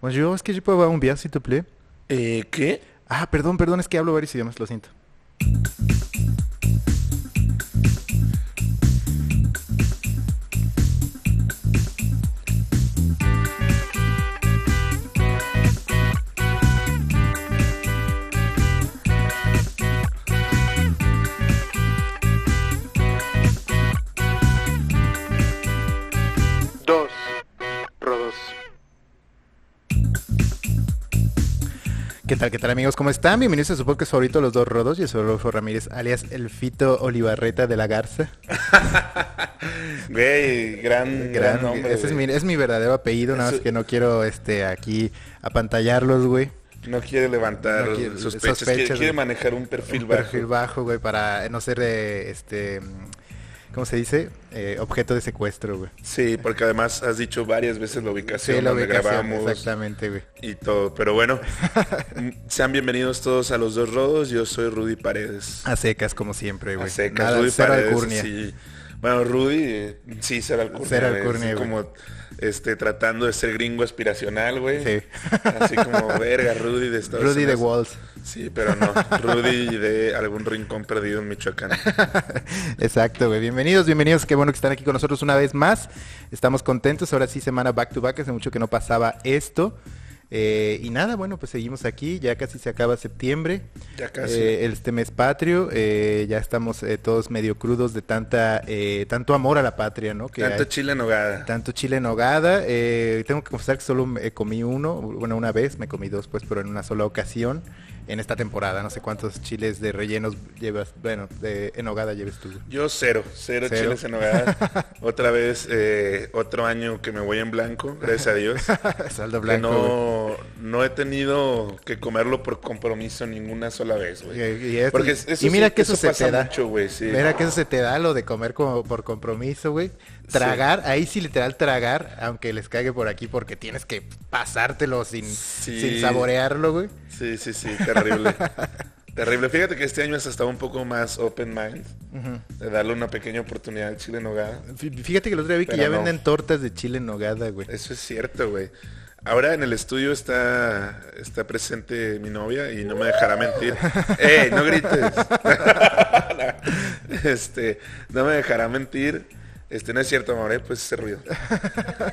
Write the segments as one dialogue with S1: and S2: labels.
S1: Bonjour, est-ce Pues que je peux avoir un bière, s'il te plaît?
S2: Eh, ¿Qué?
S1: Ah, perdón, perdón, es que hablo varios idiomas, lo siento.
S2: Dos. Rodos.
S1: ¿Qué tal, qué tal, amigos? ¿Cómo están? Bienvenidos a su podcast favorito, Los Dos Rodos. Yo soy Rodolfo Ramírez, alias el Fito Olivarreta de la Garza.
S2: Güey, Eh, gran, gran,
S1: Gran,
S2: nombre.
S1: ese es mi,
S2: güey.
S1: es mi verdadero apellido, nada más
S2: Eso-
S1: que no quiero este aquí apantallarlos, güey.
S2: No quiere levantar
S1: No quiere-
S2: sospechas.
S1: sospechas,
S2: quiere,
S1: güey.
S2: quiere manejar un perfil
S1: Un
S2: bajo.
S1: perfil bajo, güey, para no ser, eh, este, mm, ¿cómo se dice? Eh, objeto de secuestro, güey.
S2: Sí, porque además has dicho varias veces la ubicación
S1: la
S2: donde
S1: ubicación,
S2: grabamos
S1: exactamente, güey.
S2: y todo. Pero bueno, mm, sean bienvenidos todos a Los Dos Rodos. Yo soy Rudy Paredes.
S1: A secas, como siempre, Ah, güey.
S2: A secas,
S1: Nada,
S2: Rudy
S1: cero
S2: Paredes,
S1: alcurnia.
S2: sí. Bueno, Rudy, eh, sí, será alcurnia.
S1: Cero
S2: güey,
S1: alcurnia,
S2: así
S1: güey.
S2: como este, tratando de ser gringo aspiracional, güey.
S1: Sí.
S2: Así como, verga, Rudy de Estados
S1: Rudy de
S2: Unidos.
S1: Walls.
S2: Sí, pero no. Rudy de algún rincón perdido en Michoacán.
S1: Exacto, güey. Bienvenidos, bienvenidos. Qué bueno que están aquí con nosotros una vez más. Estamos contentos. Ahora sí, semana back to back. Hace mucho que no pasaba esto. Eh, y nada, bueno, pues seguimos aquí. Ya casi se acaba septiembre.
S2: Ya casi.
S1: Eh, este mes patrio. Eh, ya estamos eh, todos medio crudos de tanta, eh, tanto amor a la patria, ¿no? Que
S2: Tanto
S1: hay.
S2: chile en nogada.
S1: Tanto chile en nogada. eh, tengo que confesar que solo me comí uno, bueno, una vez me comí dos, pues, pero en una sola ocasión en esta temporada. No sé cuántos chiles de rellenos llevas, bueno, de, en nogada lleves tú.
S2: Yo cero, cero,
S1: Cero.
S2: chiles en nogada. Otra vez, eh, otro año que me voy en blanco, gracias a Dios.
S1: Saldo
S2: Que
S1: blanco. güey.
S2: no, no he tenido que comerlo por compromiso ninguna sola vez, güey.
S1: Y, y esto-
S2: Porque es- eso
S1: y mira
S2: sí-
S1: que eso,
S2: eso
S1: se
S2: pasa
S1: te da.
S2: mucho, güey, sí.
S1: Mira que eso se te da lo de comer como por compromiso, güey. Tragar, ahí sí literal tragar, aunque les cague por aquí porque tienes que pasártelo sin,
S2: Sí.
S1: sin saborearlo, güey.
S2: Sí, sí, sí, terrible. terrible. Fíjate que este año es hasta un poco más open mind. De darle una pequeña oportunidad al chile en nogada.
S1: Fí- Fíjate que el otro día vi que
S2: Pero
S1: ya
S2: no.
S1: venden tortas de chile en nogada, güey.
S2: Eso es cierto, güey. Ahora en el estudio está, está presente mi novia y no me dejará mentir. ¡Ey, no grites! este, no me dejará mentir. Este, no es cierto, amor, eh, pues ese ruido.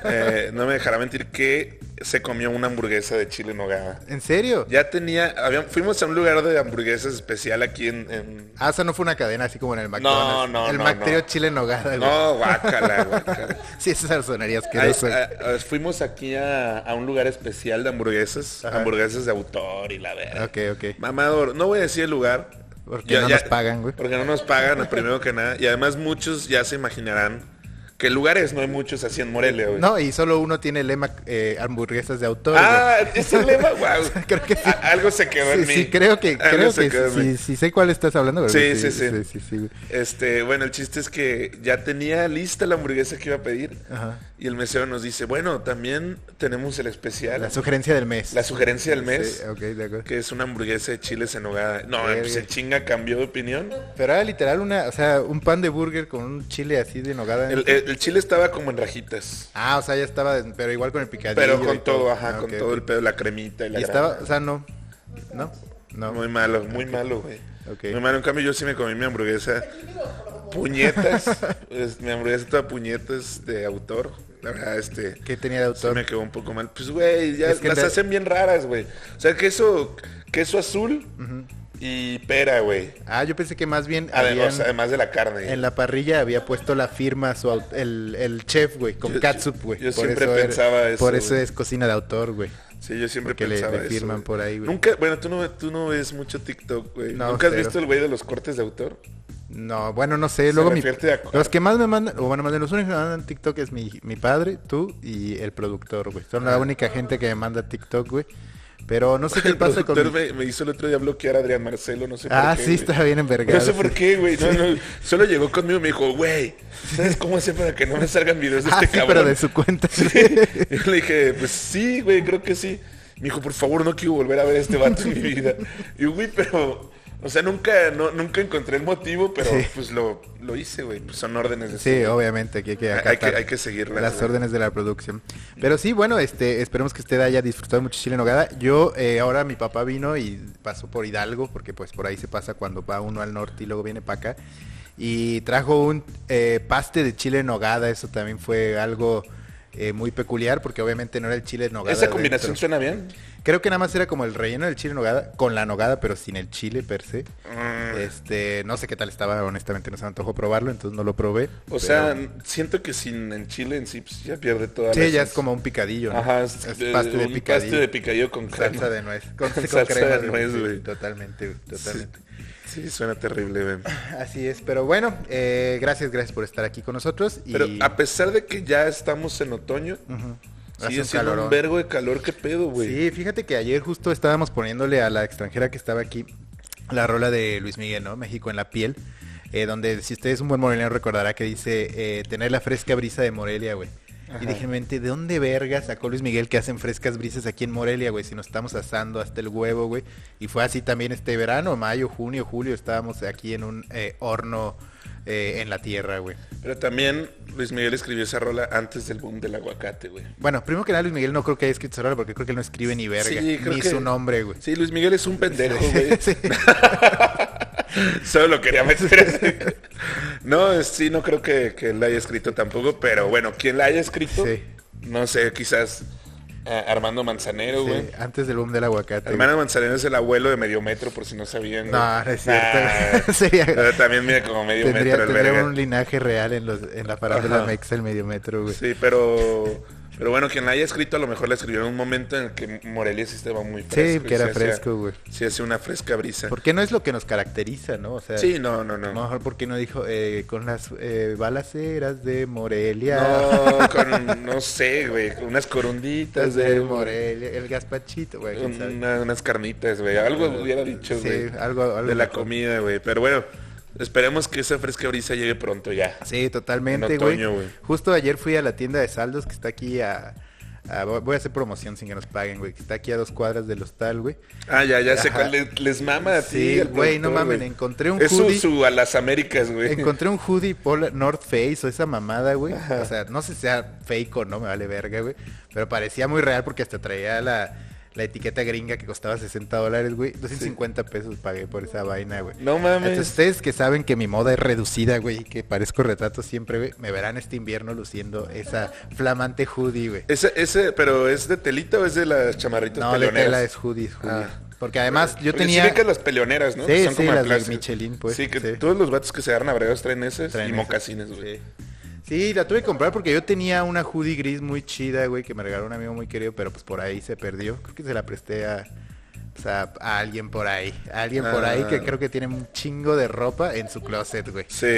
S2: Eh, no me dejará mentir que se comió una hamburguesa de chile en nogada.
S1: ¿En serio?
S2: Ya tenía, había- fuimos a un lugar de hamburguesas especial aquí en... en-
S1: Ah, o sea, no fue una cadena así como en el McDonald's.
S2: no,
S1: El
S2: no,
S1: Mactrio
S2: no.
S1: Chile en Nogada, güey.
S2: No, guácala, guácala.
S1: Sí, esas sonarías que
S2: Ahí-
S1: no son.
S2: a- a- fuimos aquí a, a un lugar especial de hamburguesas,
S1: Ajá.
S2: hamburguesas de autor y la verga.
S1: Ok, ok.
S2: Mamador, no voy a decir el lugar.
S1: Porque no nos pagan, güey.
S2: Porque no nos pagan, primero que nada. Y además muchos ya se imaginarán que lugares no hay muchos así en Morelia, güey.
S1: No, y solo uno tiene el lema eh, hamburguesas de autor.
S2: Ah, es el lema, Ah, wow.
S1: Creo que sí.
S2: A- Algo se quedó
S1: güey.
S2: en
S1: sí,
S2: mí. Ah,
S1: sí, creo que,
S2: Algo
S1: creo
S2: se
S1: que
S2: quedó
S1: sí,
S2: en mí.
S1: sí, sí sé cuál estás hablando, güey.
S2: Sí, sí, sí.
S1: Sí, sí, sí, güey.
S2: Este, bueno, el chiste es que ya tenía lista la hamburguesa que iba a pedir.
S1: Ajá.
S2: Y el mesero nos dice, bueno, también tenemos el especial.
S1: La sugerencia del mes.
S2: La sugerencia del mes.
S1: Sí, ok, de acuerdo.
S2: Que es una hamburguesa de chiles en hogada. No,
S1: Verga.
S2: pues el chinga cambió de opinión.
S1: Pero era literal una, o sea, un pan de burger con un chile así de nogada.
S2: El, el- el chile estaba como en rajitas.
S1: Ah, o sea, ya estaba, des- pero igual con el picadillo.
S2: Pero
S1: y
S2: con todo, ajá,
S1: Ah,
S2: con
S1: ok,
S2: todo
S1: ok.
S2: el pedo, la cremita y la
S1: Y
S2: grana.
S1: estaba, o sea, no. No, no.
S2: Muy malo, muy malo, güey.
S1: Ok.
S2: Muy malo. En cambio, yo sí me comí mi hamburguesa. Puñetas. es- mi hamburguesa toda puñetas de autor. La verdad, este.
S1: ¿Qué tenía de
S2: sí
S1: autor?
S2: me quedó un poco mal. Pues, güey, ya
S1: Es que en
S2: las
S1: re-
S2: hacen bien raras, güey. O sea, queso, queso azul y pera, güey.
S1: Ah, yo pensé que más bien
S2: Además,
S1: habían-
S2: o sea, además de la carne.
S1: en la parrilla había puesto la firma su aut- el, el chef, güey, con
S2: Yo-
S1: catsup, güey.
S2: yo
S1: Por
S2: siempre
S1: era-
S2: pensaba eso,
S1: Por eso
S2: güey.
S1: es cocina de autor, güey.
S2: Sí, yo siempre
S1: Porque le-
S2: pensaba
S1: le
S2: eso,
S1: firman
S2: güey.
S1: por ahí, güey.
S2: Nunca, bueno, tú no, tú no ves mucho TikTok, güey.
S1: No,
S2: ¿Nunca has
S1: cero.
S2: visto el güey de los cortes de autor?
S1: No, bueno, no sé. Luego mi,
S2: refiere a-
S1: los que más me mandan, o bueno, más de los únicos que me mandan TikTok es mi, mi padre, tú y el productor, güey. Son la única gente que me manda TikTok, güey. Pero no sé qué
S2: Ah. El
S1: pasa con.
S2: productor me, me hizo el otro día bloquear a Adrián Marcelo, no sé
S1: Ah,
S2: por qué.
S1: sí,
S2: güey.
S1: está bien envergado.
S2: No sé por
S1: sí.
S2: qué, güey. No, no, solo llegó conmigo y me dijo, güey, ¿sabes cómo hacer para que no me salgan videos de
S1: Ah,
S2: este
S1: sí,
S2: cabrón?
S1: pero de su cuenta.
S2: Yo le dije, pues sí, güey, creo que sí. Me dijo, por favor, no quiero volver a ver a este vato en mi vida. Y yo, güey, pero O sea, nunca, no, nunca encontré el motivo, pero
S1: Sí.
S2: pues lo, lo hice, güey. Pues son órdenes de
S1: Sí, obviamente, que hay que,
S2: Hay que-
S1: acatar
S2: hay que seguirlas,
S1: las
S2: güey.
S1: órdenes de la producción. Pero sí, bueno, este, esperemos que usted haya disfrutado mucho chile en nogada. Yo eh, ahora mi papá vino y pasó por Hidalgo, porque pues por ahí se pasa cuando va uno al norte y luego viene para acá. Y trajo un eh, paste de chile en nogada. Eso también fue algo eh, muy peculiar, porque obviamente no era el chile en nogada.
S2: Esa combinación
S1: adentro.
S2: suena bien.
S1: Creo que nada más era como el relleno del chile en nogada con la nogada, pero sin el chile per se.
S2: Mm,
S1: Este, no sé qué tal estaba, honestamente no se me antojó probarlo, entonces no lo probé.
S2: o
S1: pero-
S2: sea, siento que sin el chile en sí pues, ya pierde toda la
S1: Sí, ya es
S2: esencia.
S1: como un picadillo, ¿no?
S2: Ajá,
S1: es,
S2: es, eh,
S1: paste de
S2: un
S1: picadillo.
S2: paste de picadillo con crema.
S1: salsa de nuez. Con, con
S2: Salsa
S1: crema
S2: de nuez,
S1: sí,
S2: güey.
S1: Totalmente, güey, totalmente.
S2: Sí, sí, suena terrible, güey.
S1: Así es, pero bueno, eh, gracias, gracias por estar aquí con nosotros. Y
S2: Pero a pesar de que ya estamos en otoño,
S1: hace
S2: sigue
S1: un
S2: siendo un
S1: calorón.
S2: vergo de calor, qué pedo, güey.
S1: Sí, fíjate que ayer justo estábamos poniéndole a la extranjera que estaba aquí la rola de Luis Miguel, ¿no? México en la piel. eh, donde si usted es un buen moreliano recordará que dice eh, tener la fresca brisa de Morelia, güey. Y dije, mente, ¿de dónde verga sacó Luis Miguel que hacen frescas brisas aquí en Morelia, güey? Si nos estamos asando hasta el huevo, güey. Y fue así también este verano, mayo, junio, julio, estábamos aquí en un eh, horno eh, en la tierra, güey.
S2: Pero también Luis Miguel escribió esa rola antes del boom del aguacate, güey.
S1: Bueno, primero que nada, Luis Miguel no creo que haya escrito esa rola porque creo que él no escribe ni verga,
S2: Sí, creo
S1: ni
S2: que-
S1: su nombre, güey.
S2: Sí, Luis Miguel es un pendejo,
S1: Sí,
S2: güey.
S1: sí.
S2: Solo lo quería meter así. No, es- sí, no creo que, que la haya escrito tampoco, pero bueno, quien la haya escrito,
S1: Sí.
S2: no sé, quizás eh, Armando Manzanero,
S1: Sí,
S2: güey.
S1: antes del boom del aguacate.
S2: Armando Manzanero es el abuelo de medio metro, por si no sabían.
S1: güey.
S2: güey.
S1: No, no es cierto.
S2: Nah,
S1: Sería-
S2: pero también mide como medio
S1: tendría
S2: metro el
S1: tendría
S2: verga.
S1: un linaje real en, los, en la farándula
S2: Ajá.
S1: mexa el medio metro, güey.
S2: Sí, pero, pero bueno, quien la haya escrito a lo mejor la escribió en un momento en el que Morelia sí estaba muy fresco. y
S1: que era
S2: se hacía-
S1: fresco, güey.
S2: Sí, hace una fresca brisa.
S1: Porque no es lo que nos caracteriza, ¿no? O sea,
S2: Sí, no, no,
S1: a
S2: no.
S1: lo mejor porque no dijo eh, con las eh, balaceras de Morelia.
S2: No, con, no sé, güey, con unas corunditas
S1: las de
S2: de
S1: Morelia, el gazpachito, güey. quién sabe.
S2: una- unas carnitas, güey. Algo hubiera dicho,
S1: Sí,
S2: güey.
S1: algo- algo
S2: de la
S1: mejor.
S2: comida, güey. Pero bueno, esperemos que esa fresca brisa llegue pronto ya.
S1: Sí, totalmente,
S2: En
S1: güey.
S2: otoño, güey.
S1: Justo ayer fui a la tienda de saldos que está aquí a... a- voy a hacer promoción sin que nos paguen, güey. Que está aquí a dos cuadras del hostal, güey.
S2: Ah, ya, ya sé
S1: Ajá.
S2: cuál les, les mama a ti.
S1: Sí,
S2: al
S1: güey, no
S2: productor,
S1: mamen,
S2: güey.
S1: encontré un
S2: Es su,
S1: hoodie.
S2: su a las Américas, güey.
S1: Encontré un hoodie Polar North Face o esa mamada, güey. O sea, no sé si sea fake o no, me vale verga, güey. Pero parecía muy real porque hasta traía la, la etiqueta gringa que costaba 60 dólares, güey. 250 pesos pagué por esa vaina, güey.
S2: No mames.
S1: Entonces, ustedes que saben que mi moda es reducida, güey, y que parezco retrato siempre, güey, me verán este invierno luciendo esa flamante hoodie, güey.
S2: Ese, ese, pero ¿es de telita o es de las chamarritas
S1: No, de
S2: peleoneras?
S1: tela es hoodie, es hoodie.
S2: Ah.
S1: Porque además yo
S2: Porque sí
S1: tenía...
S2: ubicas las peleoneras, ¿no?
S1: Sí,
S2: Que son
S1: sí,
S2: como
S1: las de
S2: plástico.
S1: Michelin, pues,
S2: Sí, que
S1: sí.
S2: todos los vatos que se agarran a bregados traen esas
S1: Traen
S2: y
S1: esas.
S2: mocasines, güey.
S1: Sí. Sí, la tuve que comprar porque yo tenía una hoodie gris muy chida, güey, que me regaló un amigo muy querido, pero pues por ahí se perdió. Creo que se la presté a, pues, a- a alguien por ahí. A alguien por ahí que
S2: Ah.
S1: creo que tiene un chingo de ropa en su closet, güey.
S2: Sí,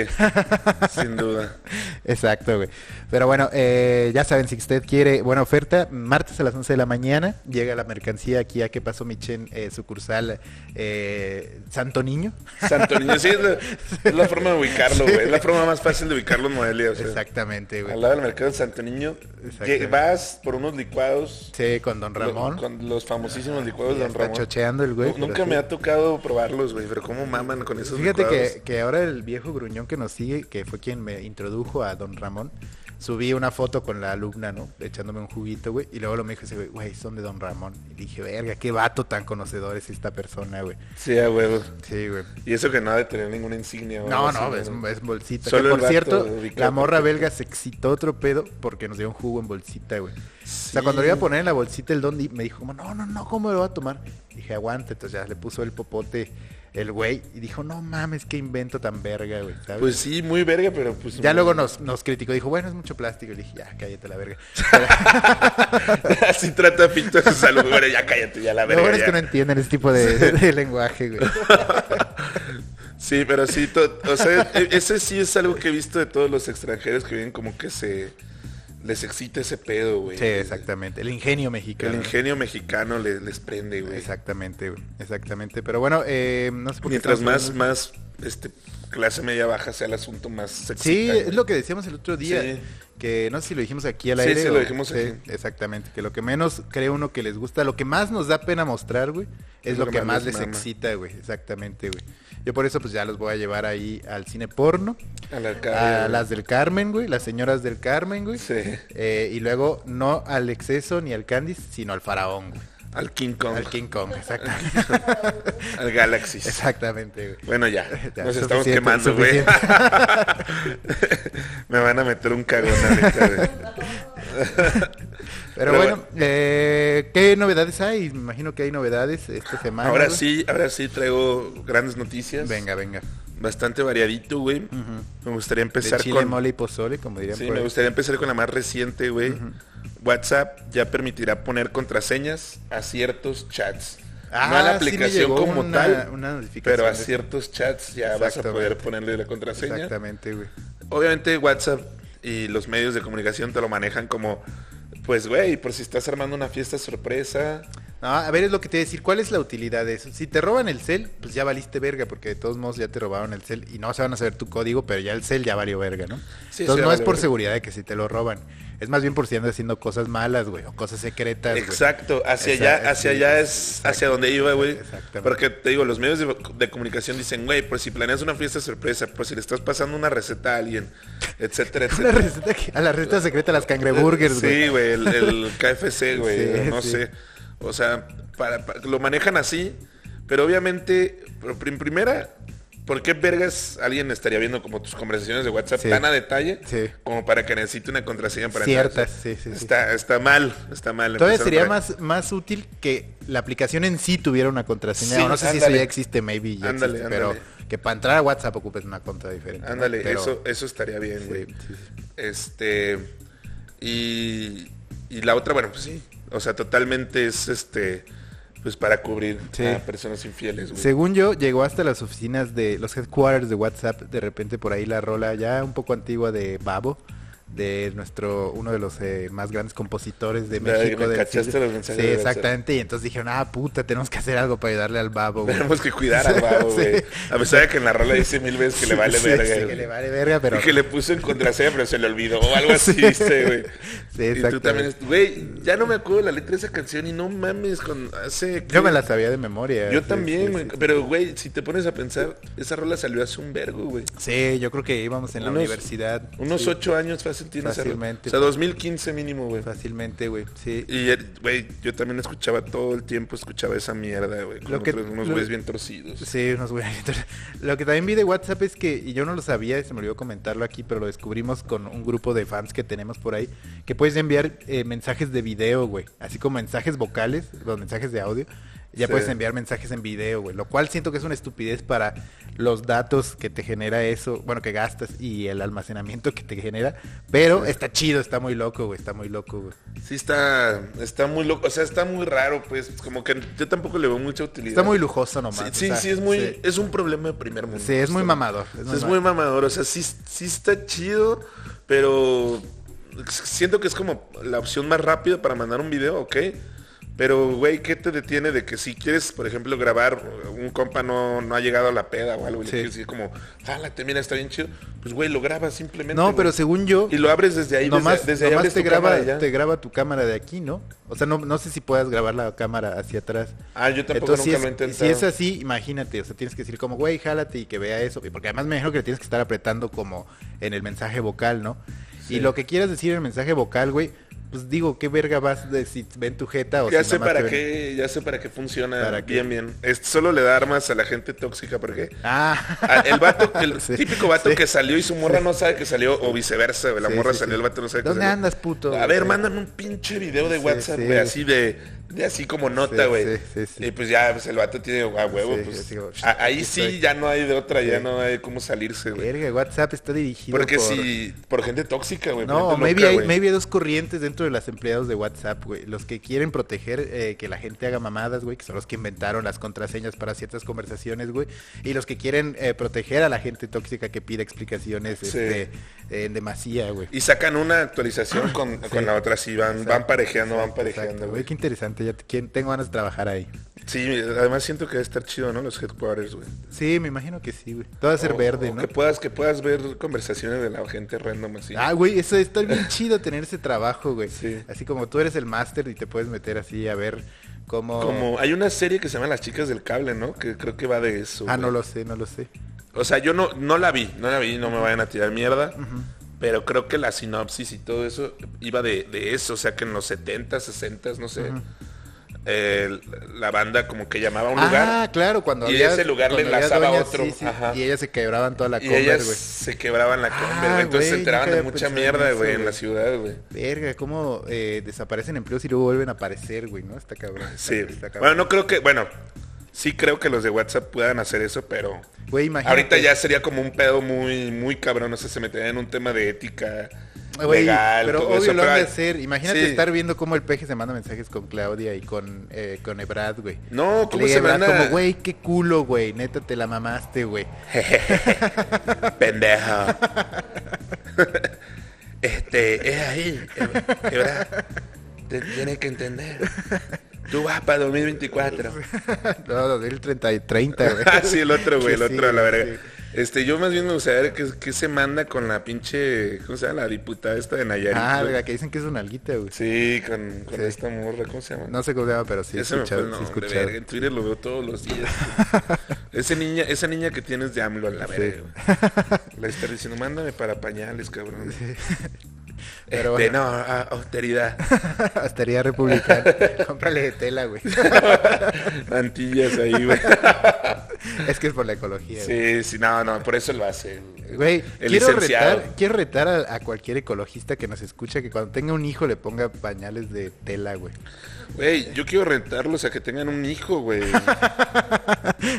S2: sin duda.
S1: Exacto, güey. Pero bueno, eh, ya saben, si usted quiere buena oferta, martes a las 11 de la mañana llega la mercancía aquí a Que Pasó Michen, eh, sucursal eh, Santo Niño.
S2: Santo Niño, sí, es la, es la forma de ubicarlo,
S1: Sí.
S2: güey. Es la forma más fácil de ubicarlo en Morelia. o sea,
S1: Exactamente, güey.
S2: Al lado del mercado de Santo Niño,
S1: Exactamente.
S2: lle- vas por unos licuados.
S1: Sí, con Don
S2: lo-
S1: Ramón.
S2: Con los famosísimos licuados de
S1: Ya
S2: Don
S1: está
S2: Ramón.
S1: chocheando el güey.
S2: Nu-
S1: pero
S2: Nunca
S1: sí.
S2: me ha tocado probarlos, güey, pero cómo maman con esos
S1: Fíjate
S2: licuados.
S1: que, que ahora el viejo gruñón que nos sigue, que fue quien me introdujo a Don Ramón, subí una foto con la alumna, ¿no? Echándome un juguito, güey. Y luego lo me dijo ese güey, güey, son de Don Ramón. Y dije, verga, qué vato tan conocedor es esta persona, güey.
S2: Sí, a huevo.
S1: Sí, güey.
S2: Y eso que no ha de tener ninguna insignia. o
S1: No, pues,
S2: algo
S1: no,
S2: así,
S1: es, es bolsita.
S2: Solo
S1: Que,
S2: el
S1: por
S2: vato
S1: cierto,
S2: ubicado
S1: la morra
S2: perfecto.
S1: belga se excitó otro pedo porque nos dio un jugo en bolsita, güey. O sea,
S2: Sí.
S1: cuando le iba a poner en la bolsita el don, di- me dijo, como, no, no, no, ¿cómo lo va a tomar? Dije, aguante. Entonces ya le puso el popote el güey y dijo, no mames, qué invento tan verga, güey. ¿sabes?
S2: Pues sí, muy verga, pero pues...
S1: ya luego nos, nos criticó, dijo, bueno, es mucho plástico. Y le dije, ya, cállate la verga.
S2: Así trata Pito a sus salud. ya cállate, ya la
S1: Lo
S2: verga.
S1: bueno es
S2: ya.
S1: que no entienden ese tipo de, de lenguaje, güey.
S2: Sí, pero sí, to- o sea, e- ese sí es algo que he visto de todos los extranjeros que vienen como que se... Les excita ese pedo, güey.
S1: Sí, exactamente. El ingenio
S2: Que el
S1: mexicano.
S2: ingenio mexicano le- les, prende, güey.
S1: Exactamente, güey. Exactamente. Pero bueno, eh, no sé por qué
S2: Mientras
S1: estamos
S2: más,
S1: hablando-
S2: más, este, clase media baja sea el asunto, más se
S1: Sí,
S2: excitan,
S1: es
S2: güey.
S1: lo que decíamos el otro día.
S2: Sí.
S1: que no sé si lo dijimos aquí al
S2: Sí,
S1: aire.
S2: sí, lo dijimos aquí.
S1: Exactamente, que lo que menos cree uno que les gusta, lo que más nos da pena mostrar, güey, es, lo, que, más, les
S2: mama.
S1: excita, güey, exactamente, güey. Yo por eso pues ya los voy a llevar ahí al cine porno,
S2: A la calle.
S1: a
S2: güey.
S1: Ah, las del Carmen, güey, las señoras del Carmen, güey.
S2: Sí.
S1: Eh, y luego no al exceso ni al Candice, sino al faraón, güey.
S2: Al King Kong.
S1: Al King Kong, exactamente.
S2: al Galaxy.
S1: exactamente, güey.
S2: Bueno, ya.
S1: Ya,
S2: Nos estamos
S1: suficiente,
S2: quemando, güey.
S1: suficiente.
S2: Me van a meter un cagón ahorita, güey.
S1: Pero,
S2: Pero
S1: bueno, eh, ¿qué novedades hay? Me imagino que hay novedades esta semana.
S2: Ahora
S1: güey.
S2: sí, ahora sí traigo grandes noticias.
S1: Venga, venga.
S2: Bastante variadito, güey. Me gustaría
S1: De
S2: empezar
S1: chile,
S2: con...
S1: mole y pozole, como dirían
S2: Sí,
S1: por
S2: me
S1: ahí.
S2: gustaría empezar con la más reciente, güey. WhatsApp ya permitirá poner contraseñas a ciertos chats. no a
S1: Ah,
S2: la
S1: sí me
S2: aplicación
S1: llegó
S2: como
S1: una-
S2: tal,
S1: una notificación
S2: pero a
S1: de-
S2: ciertos chats ya vas a poder
S1: Exactamente.
S2: ponerle la contraseña.
S1: Exactamente, güey.
S2: Obviamente WhatsApp y los medios de comunicación te lo manejan como, pues, güey, por si estás armando una fiesta sorpresa.
S1: No, a ver, es lo que te iba a decir. ¿Cuál es la utilidad de eso? Si te roban el cel, pues ya valiste verga, porque de todos modos ya te robaron el cel y no se van a saber tu código, pero ya el cel ya valió verga, ¿no?
S2: Sí, sí,
S1: Entonces no
S2: vale
S1: es por
S2: verga.
S1: seguridad de que si te lo roban. Es más bien por si andas haciendo cosas malas, güey, o cosas secretas, güey.
S2: Exacto, hacia
S1: Esa-
S2: allá, hacia
S1: sí,
S2: allá
S1: sí,
S2: es hacia donde iba, güey.
S1: Exactamente.
S2: Porque te digo, los medios de, de comunicación dicen, güey, por si planeas una fiesta sorpresa, por si le estás pasando una receta a alguien, etcétera,
S1: Una
S2: etcétera.
S1: receta que- a la receta secreta de las cangreburgers, güey.
S2: Sí, güey, el, el KFC, güey,
S1: Sí,
S2: no
S1: sí.
S2: sé. O sea, para- para- lo manejan así, pero obviamente, pero en primera, ¿por qué vergas alguien estaría viendo como tus conversaciones de WhatsApp
S1: Sí.
S2: tan a detalle
S1: Sí.
S2: como para que necesite una contraseña para
S1: Ciertas, sí,
S2: entrar?
S1: sí, sí.
S2: Está, está mal, está mal.
S1: Todavía
S2: empezar
S1: sería
S2: por ahí.
S1: más, más útil que la aplicación en sí tuviera una contraseña.
S2: Sí,
S1: o no sé si eso
S2: ándale.
S1: ya existe, maybe ya
S2: Ándale,
S1: existe,
S2: ándale.
S1: pero que para entrar a WhatsApp ocupes una cuenta diferente. ¿no?
S2: Ándale,
S1: Pero-
S2: eso, eso estaría bien,
S1: Sí,
S2: güey.
S1: sí, sí.
S2: Este. Y, y la otra, bueno, pues sí. O sea, totalmente es este. Pues para cubrir
S1: Sí.
S2: a personas infieles, güey.
S1: Según yo, llegó hasta las oficinas de los headquarters de WhatsApp, de repente por ahí la rola ya un poco antigua de Babo, de nuestro, uno de los eh, más grandes compositores de
S2: La de
S1: México.
S2: que
S1: del
S2: cachaste
S1: siglo-
S2: los mensajes
S1: Sí,
S2: de WhatsApp.
S1: exactamente, y entonces dijeron, ah, puta, tenemos que hacer algo para ayudarle al Babo. güey".
S2: Tenemos que cuidar al babo,
S1: Sí.
S2: güey. A pesar de que en la rola dice mil veces Pues que le vale
S1: Sí,
S2: verga.
S1: sí, que
S2: güey.
S1: le vale verga, pero...
S2: Y que le puso en contraseña, pero se le olvidó o algo así, ¿viste, güey.
S1: Sí,
S2: y tú
S1: exactamente.
S2: también, güey, ya no me acuerdo la letra de esa canción y no mames, con hace...
S1: Yo me la sabía de memoria.
S2: Yo
S1: sí,
S2: también,
S1: sí,
S2: güey.
S1: sí.
S2: Pero, güey, si te pones a pensar, esa rola salió hace un vergo, güey.
S1: Sí, yo creo que íbamos en la
S2: Unos-
S1: universidad.
S2: Unos
S1: sí,
S2: ocho años fácil tiene esa rola.
S1: Fácilmente.
S2: O sea, 2015 mínimo, güey.
S1: Fácilmente, güey. Sí.
S2: Y, eh, güey, yo también escuchaba todo el tiempo, escuchaba esa mierda, güey. Con
S1: Lo que-
S2: otros- unos
S1: lo-
S2: güeyes bien torcidos.
S1: Sí, unos güeyes. Entonces, Lo que también vi de WhatsApp es que, y yo no lo sabía, y se me olvidó comentarlo aquí, pero lo descubrimos con un grupo de fans que tenemos por ahí, que puedes enviar eh, mensajes de video, güey. Así como mensajes vocales, los mensajes de audio. Ya
S2: Sí.
S1: puedes enviar mensajes en video, güey. Lo cual siento que es una estupidez para los datos que te genera eso, bueno, que gastas y el almacenamiento que te genera. Pero está chido, está muy loco, güey. Está muy loco, güey.
S2: Sí, está, está muy loco. O sea, está muy raro, pues. Como que yo tampoco le veo mucha utilidad.
S1: Está muy lujoso nomás.
S2: Sí,
S1: o
S2: sí,
S1: sea,
S2: sí, es muy.
S1: sí.
S2: Es un problema de primer mundo.
S1: Sí, es muy
S2: Está-
S1: mamador, es
S2: Sí, Es,
S1: muy
S2: muy mamador. O sea, sí, sí está chido, pero siento que es como la opción más rápida para mandar un video, ok. Pero, güey, ¿qué te detiene de que si quieres, por ejemplo, grabar, un compa no, no ha llegado a la peda o algo, y le
S1: Sí.
S2: quieres decir como, jálate, mira, está bien chido, pues, güey, lo grabas simplemente.
S1: No,
S2: güey.
S1: pero según yo,
S2: Y lo abres desde ahí,
S1: nomás,
S2: desde, desde ahí
S1: nomás
S2: abres
S1: te,
S2: tu cámara
S1: graba,
S2: y ya.
S1: te graba tu cámara de aquí, ¿no? O sea, no, no sé si puedas grabar la cámara hacia atrás.
S2: Ah, yo tampoco
S1: Entonces,
S2: nunca
S1: si
S2: lo he
S1: es,
S2: intentado.
S1: Si es así, imagínate, o sea, tienes que decir como, güey, jálate y que vea eso. Porque además me imagino que le tienes que estar apretando como en el mensaje vocal, ¿no?
S2: Sí.
S1: Y lo que quieras decir en el mensaje vocal, güey, pues digo, ¿qué verga vas de si ven tu jeta o
S2: ya
S1: si
S2: sé
S1: nomás
S2: para
S1: te ven-
S2: qué, ya sé para qué funciona
S1: ¿Para qué?
S2: bien, bien. Es- solo le da armas a la gente tóxica porque
S1: Ah,
S2: Ah, El vato, el
S1: Sí,
S2: típico vato
S1: sí.
S2: que salió y su morra no sabe que salió, o viceversa, güey. La
S1: Sí,
S2: morra
S1: sí,
S2: salió,
S1: sí.
S2: el vato no sabe que
S1: ¿Dónde
S2: salió.
S1: andas, puto?
S2: A ver,
S1: Sí.
S2: mándame un pinche video de
S1: Sí,
S2: WhatsApp,
S1: sí.
S2: güey, así de, de así como nota,
S1: Sí,
S2: güey.
S1: sí, sí, sí.
S2: Y pues ya, pues el vato tiene, a huevo,
S1: Sí,
S2: pues.
S1: así como,
S2: a- ahí
S1: aquí
S2: sí
S1: estoy.
S2: ya no hay de otra, ya
S1: Sí.
S2: no hay cómo salirse, güey.
S1: verga, WhatsApp está dirigido
S2: Porque
S1: por...
S2: si, por gente tóxica, güey. por
S1: No,
S2: gente
S1: maybe
S2: loca,
S1: hay,
S2: güey.
S1: maybe hay dos corrientes dentro de los empleados de WhatsApp, güey. Los que quieren proteger eh, que la gente haga mamadas, güey, que son los que inventaron las contraseñas para ciertas conversaciones, güey. Y los que quieren eh, proteger a la gente tóxica que pida explicaciones
S2: Sí.
S1: este, eh, en demasía, güey.
S2: Y sacan una actualización con, con la otra, así van, van
S1: Exacto,
S2: parejando, van
S1: Exacto,
S2: parejando,
S1: güey,
S2: güey.
S1: qué interesante Ahorita ya te- quien- tengo ganas de trabajar ahí.
S2: Sí, además siento que debe estar chido, ¿no? Los headquarters, güey.
S1: Sí, me imagino que sí, güey. Todo va a ser
S2: O-
S1: verde,
S2: o
S1: ¿no?
S2: Que puedas, que puedas ver conversaciones de la gente random así.
S1: Ah, güey, eso está bien chido tener ese trabajo, güey.
S2: Sí.
S1: Así como tú eres el máster y te puedes meter así a ver cómo...
S2: Como hay una serie que se llama Las chicas del cable, ¿no? Que creo que va de eso.
S1: Ah,
S2: güey.
S1: no lo sé, no lo sé.
S2: O sea, yo no, no la vi, no la vi, no me vayan a tirar mierda. Pero creo que la sinopsis y todo eso iba de, de eso. O sea, que en los 70, 60, no sé. eh, la banda como que llamaba a un
S1: Ah,
S2: lugar
S1: claro, cuando
S2: y
S1: había...
S2: ese lugar le
S1: cuando había
S2: enlazaba a
S1: doñas,
S2: otro,
S1: sí, sí,
S2: ajá.
S1: Y ellas se quebraban toda la
S2: y
S1: comer,
S2: ellas
S1: güey.
S2: se quebraban la comber,
S1: Ah,
S2: güey. Entonces se
S1: güey,
S2: enteraban
S1: nunca
S2: de
S1: había
S2: mucha
S1: pensado en
S2: mierda,
S1: eso,
S2: güey, en
S1: güey.
S2: la ciudad, güey.
S1: Verga, cómo eh, desaparecen empleos y luego vuelven a aparecer, güey, ¿no? Está cabrón. está-
S2: Sí.
S1: está cabrón.
S2: Bueno, no creo que, bueno, sí creo que los de WhatsApp puedan hacer eso, pero
S1: Güey, imagínate.
S2: ahorita ya sería como un pedo muy, muy cabrón. O sea, se meterían en un tema de ética.
S1: Güey,
S2: legal,
S1: pero
S2: todo
S1: obvio
S2: eso,
S1: lo han de
S2: pero-
S1: hacer. Imagínate
S2: Sí.
S1: estar viendo cómo el peje se manda mensajes con Claudia y con, eh, con Ebrad, güey.
S2: No,
S1: Que
S2: ¿cómo
S1: le diga
S2: se
S1: Ebrad
S2: van a...
S1: como, güey, qué culo, güey. Neta, te la mamaste, güey.
S2: Pendejo. este, es ahí. Eb- Ebra, te tienes que entender. Tú vas para 2024.
S1: No, 2030 y 30, güey.
S2: Ah, sí, el otro, güey, el
S1: Que sí,
S2: otro, la
S1: güey,
S2: verga. Este, yo más bien me gustaría ver qué, qué se manda con la pinche, ¿cómo se llama? La diputada esta de Nayarit.
S1: Ah,
S2: güey.
S1: verga, que dicen que es una alguita, güey.
S2: Sí, con, con
S1: Sí.
S2: esta morra, ¿cómo se llama?
S1: No sé cómo se llama, pero sí he
S2: Ese me fue
S1: escuchado.
S2: el
S1: sí he
S2: nombre,
S1: escuchado.
S2: verga, En Twitter lo veo todos los días. güey. Ese niña, esa niña que tienes de AMLO a la
S1: Sí.
S2: verga. güey. Le está diciendo, mándame para pañales, cabrón.
S1: Pero
S2: Este,
S1: bueno.
S2: No, a- austeridad.
S1: Hostería republicana. Cómprale de tela, güey.
S2: Antillas ahí, güey.
S1: Es que es por la ecología, güey.
S2: Sí, sí, no, no, por eso lo hace. el-
S1: Güey,
S2: el
S1: quiero
S2: licenciado.
S1: retar, quiero retar a, a cualquier ecologista que nos escucha que cuando tenga un hijo le ponga pañales de tela, güey.
S2: Güey, yo quiero rentarlos a que tengan un hijo, güey.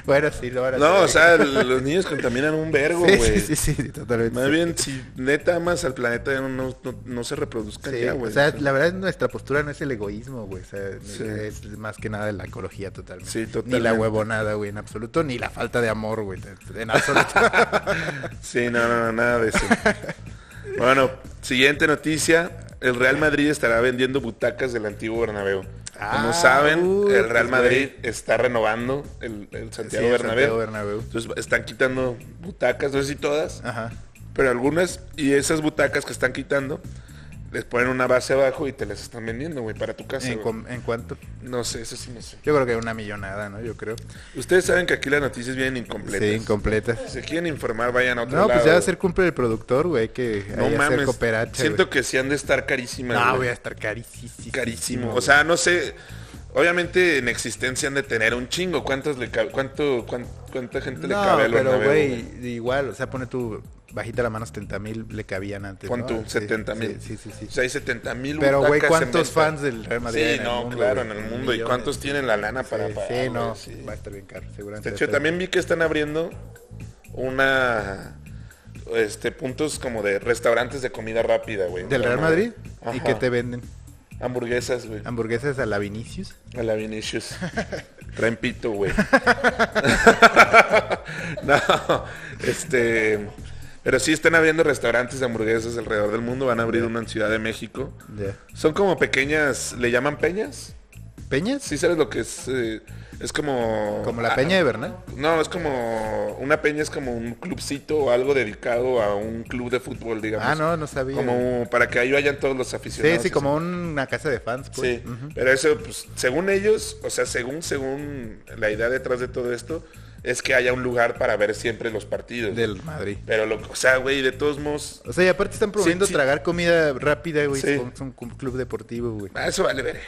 S1: Bueno, sí, lo van a
S2: No,
S1: hacer.
S2: o sea, los niños contaminan un vergo, güey.
S1: sí, sí, sí, sí, totalmente.
S2: Más
S1: sí.
S2: bien, si neta amas al planeta, no, no, no- no se reproduzcan
S1: Sí,
S2: ya,
S1: o
S2: güey.
S1: sea, la verdad nuestra postura no es el egoísmo, güey. O sea,
S2: Sí.
S1: es más que nada la ecología totalmente.
S2: Sí,
S1: Ni la
S2: totalmente.
S1: huevonada, güey, en absoluto, ni la falta de amor, güey, en absoluto.
S2: Sí, no, no, no, nada de eso. bueno, siguiente noticia. El Real Madrid estará vendiendo butacas del antiguo Bernabéu.
S1: Ah,
S2: Como saben,
S1: uy,
S2: el Real
S1: pues,
S2: Madrid está renovando el, el
S1: Sí,
S2: Santiago
S1: el
S2: Bernabéu.
S1: Santiago Bernabéu. Ah.
S2: Entonces están quitando butacas, no sé si todas,
S1: Ajá.
S2: pero algunas. Y esas butacas que están quitando, les ponen una base abajo y te las están vendiendo, güey, para tu casa.
S1: ¿En,
S2: güey.
S1: cuan- en cuánto?
S2: No sé, eso sí no sé.
S1: Yo creo que una millonada, ¿no? Yo creo.
S2: Ustedes saben que aquí las noticias vienen incompletas.
S1: Sí, incompletas.
S2: si se quieren informar, vayan a otro
S1: No,
S2: lado.
S1: pues ya va a ser cumple del productor, güey, que
S2: No
S1: hay que hacer
S2: mames.
S1: cooperacha,
S2: Siento
S1: güey.
S2: que sí han de estar carísimas.
S1: No,
S2: güey.
S1: voy a estar carísimo.
S2: Carísimo. O sea, no sé. Obviamente en existencia han de tener un chingo. ¿Cuántos le cabe- cuánto, cuán- ¿Cuánta gente le
S1: No,
S2: cabe al
S1: pero
S2: Bernabéu,
S1: güey, igual, o sea, pone tu bajita la mano 70 mil, le cabían antes.
S2: Pon
S1: ¿no? Ah,
S2: tú,
S1: Sí,
S2: 70 mil.
S1: Sí, sí, sí.
S2: O sea, hay 70 mil
S1: Pero, güey,
S2: butacas en
S1: ¿cuántos
S2: venta?
S1: fans del Real Madrid hay
S2: Sí,
S1: en el
S2: no,
S1: mundo,
S2: claro, en
S1: güey?
S2: el mundo. ¿Y
S1: Millones.
S2: cuántos tienen la lana para
S1: sí,
S2: pagar?
S1: sí,
S2: güey?
S1: no,
S2: Sí.
S1: va a estar bien caro, seguramente.
S2: De hecho,
S1: va a estar-
S2: también vi que están abriendo una... Este, puntos como de restaurantes de comida rápida, güey.
S1: ¿Del Real Madrid? ¿Y
S2: Ajá.
S1: qué te venden?
S2: Hamburguesas, güey.
S1: ¿Hamburguesas a la Vinicius?
S2: A la Vinicius. Traen pito, güey. no, este... Pero sí están abriendo restaurantes de hamburguesas alrededor del mundo. Van a abrir uno en Ciudad de México.
S1: Ya.
S2: Son como pequeñas... ¿Le llaman peñas?
S1: ¿Peñas?
S2: Sí, ¿sabes lo que es? Eh, es como...
S1: Como la
S2: Ah,
S1: Peña de Bernal.
S2: No, es como... Una peña es como un clubcito o algo dedicado a un club de fútbol, digamos.
S1: Ah, no, no sabía.
S2: Como para que ahí vayan todos los
S1: Sí,
S2: aficionados.
S1: sí,
S2: y
S1: como una casa de fans, pues.
S2: Sí,
S1: Ujú.
S2: pero eso, pues, según ellos, o sea, según, según la idea detrás de todo esto, es que haya un lugar para ver siempre los partidos.
S1: Del Madrid.
S2: Pero, lo, o sea, güey, de todos modos,
S1: O sea, y aparte están promoviendo
S2: Sí, sí.
S1: tragar comida rápida, güey.
S2: Sí.
S1: Son un club deportivo, güey.
S2: ah, eso vale ver.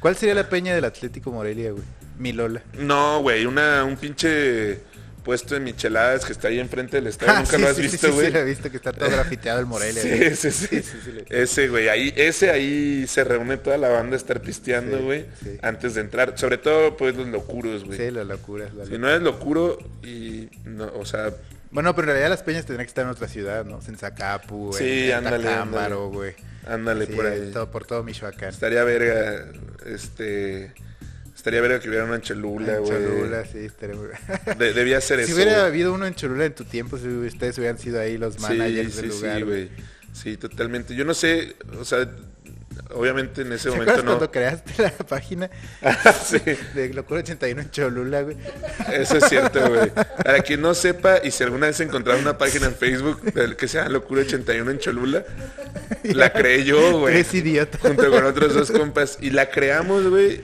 S1: ¿Cuál sería la peña del Atlético Morelia, güey? Mi Lola.
S2: No, güey, una, un pinche puesto de micheladas que está ahí enfrente del estadio,
S1: Ah,
S2: nunca
S1: sí,
S2: lo has
S1: sí, sí,
S2: visto,
S1: sí,
S2: güey.
S1: Sí, lo he visto que está todo grafiteado el Morelia.
S2: Sí,
S1: güey.
S2: sí, sí.
S1: sí.
S2: Ese, güey, ahí, ese ahí se reúne toda la banda a estar pisteando,
S1: Sí,
S2: güey,
S1: sí.
S2: antes de entrar. Sobre todo, pues, los locuros, güey.
S1: Sí, la locura. la
S2: Si
S1: locura.
S2: no eres locuro y, no, o sea,
S1: Bueno, pero en realidad las peñas tendrían que estar en otra ciudad, ¿no? Senzacapu, güey.
S2: Sí, ándale,
S1: Tacámbaro, güey.
S2: ándale
S1: Sí,
S2: por ahí.
S1: todo- por todo Michoacán.
S2: Estaría verga, este... Estaría verga que hubiera una en Cholula,
S1: En
S2: güey.
S1: Cholula, sí, estaría muy-
S2: De- debía ser
S1: Si
S2: eso.
S1: hubiera
S2: güey.
S1: habido uno en Cholula en tu tiempo, si ustedes hubieran sido ahí los
S2: Sí,
S1: managers
S2: sí,
S1: del
S2: sí,
S1: lugar.
S2: güey. Sí, totalmente. Yo no sé, o sea, Obviamente en ese
S1: ¿Te
S2: momento
S1: acuerdas
S2: no.
S1: cuando creaste la página
S2: Sí,
S1: de Locura 81 en Cholula, güey?
S2: eso es cierto, güey. Para quien no sepa y si alguna vez encontraron una página en Facebook del que sea Locura 81 en Cholula, la creé yo, güey.
S1: Eres idiota.
S2: junto con otros dos compas. Y la creamos, güey.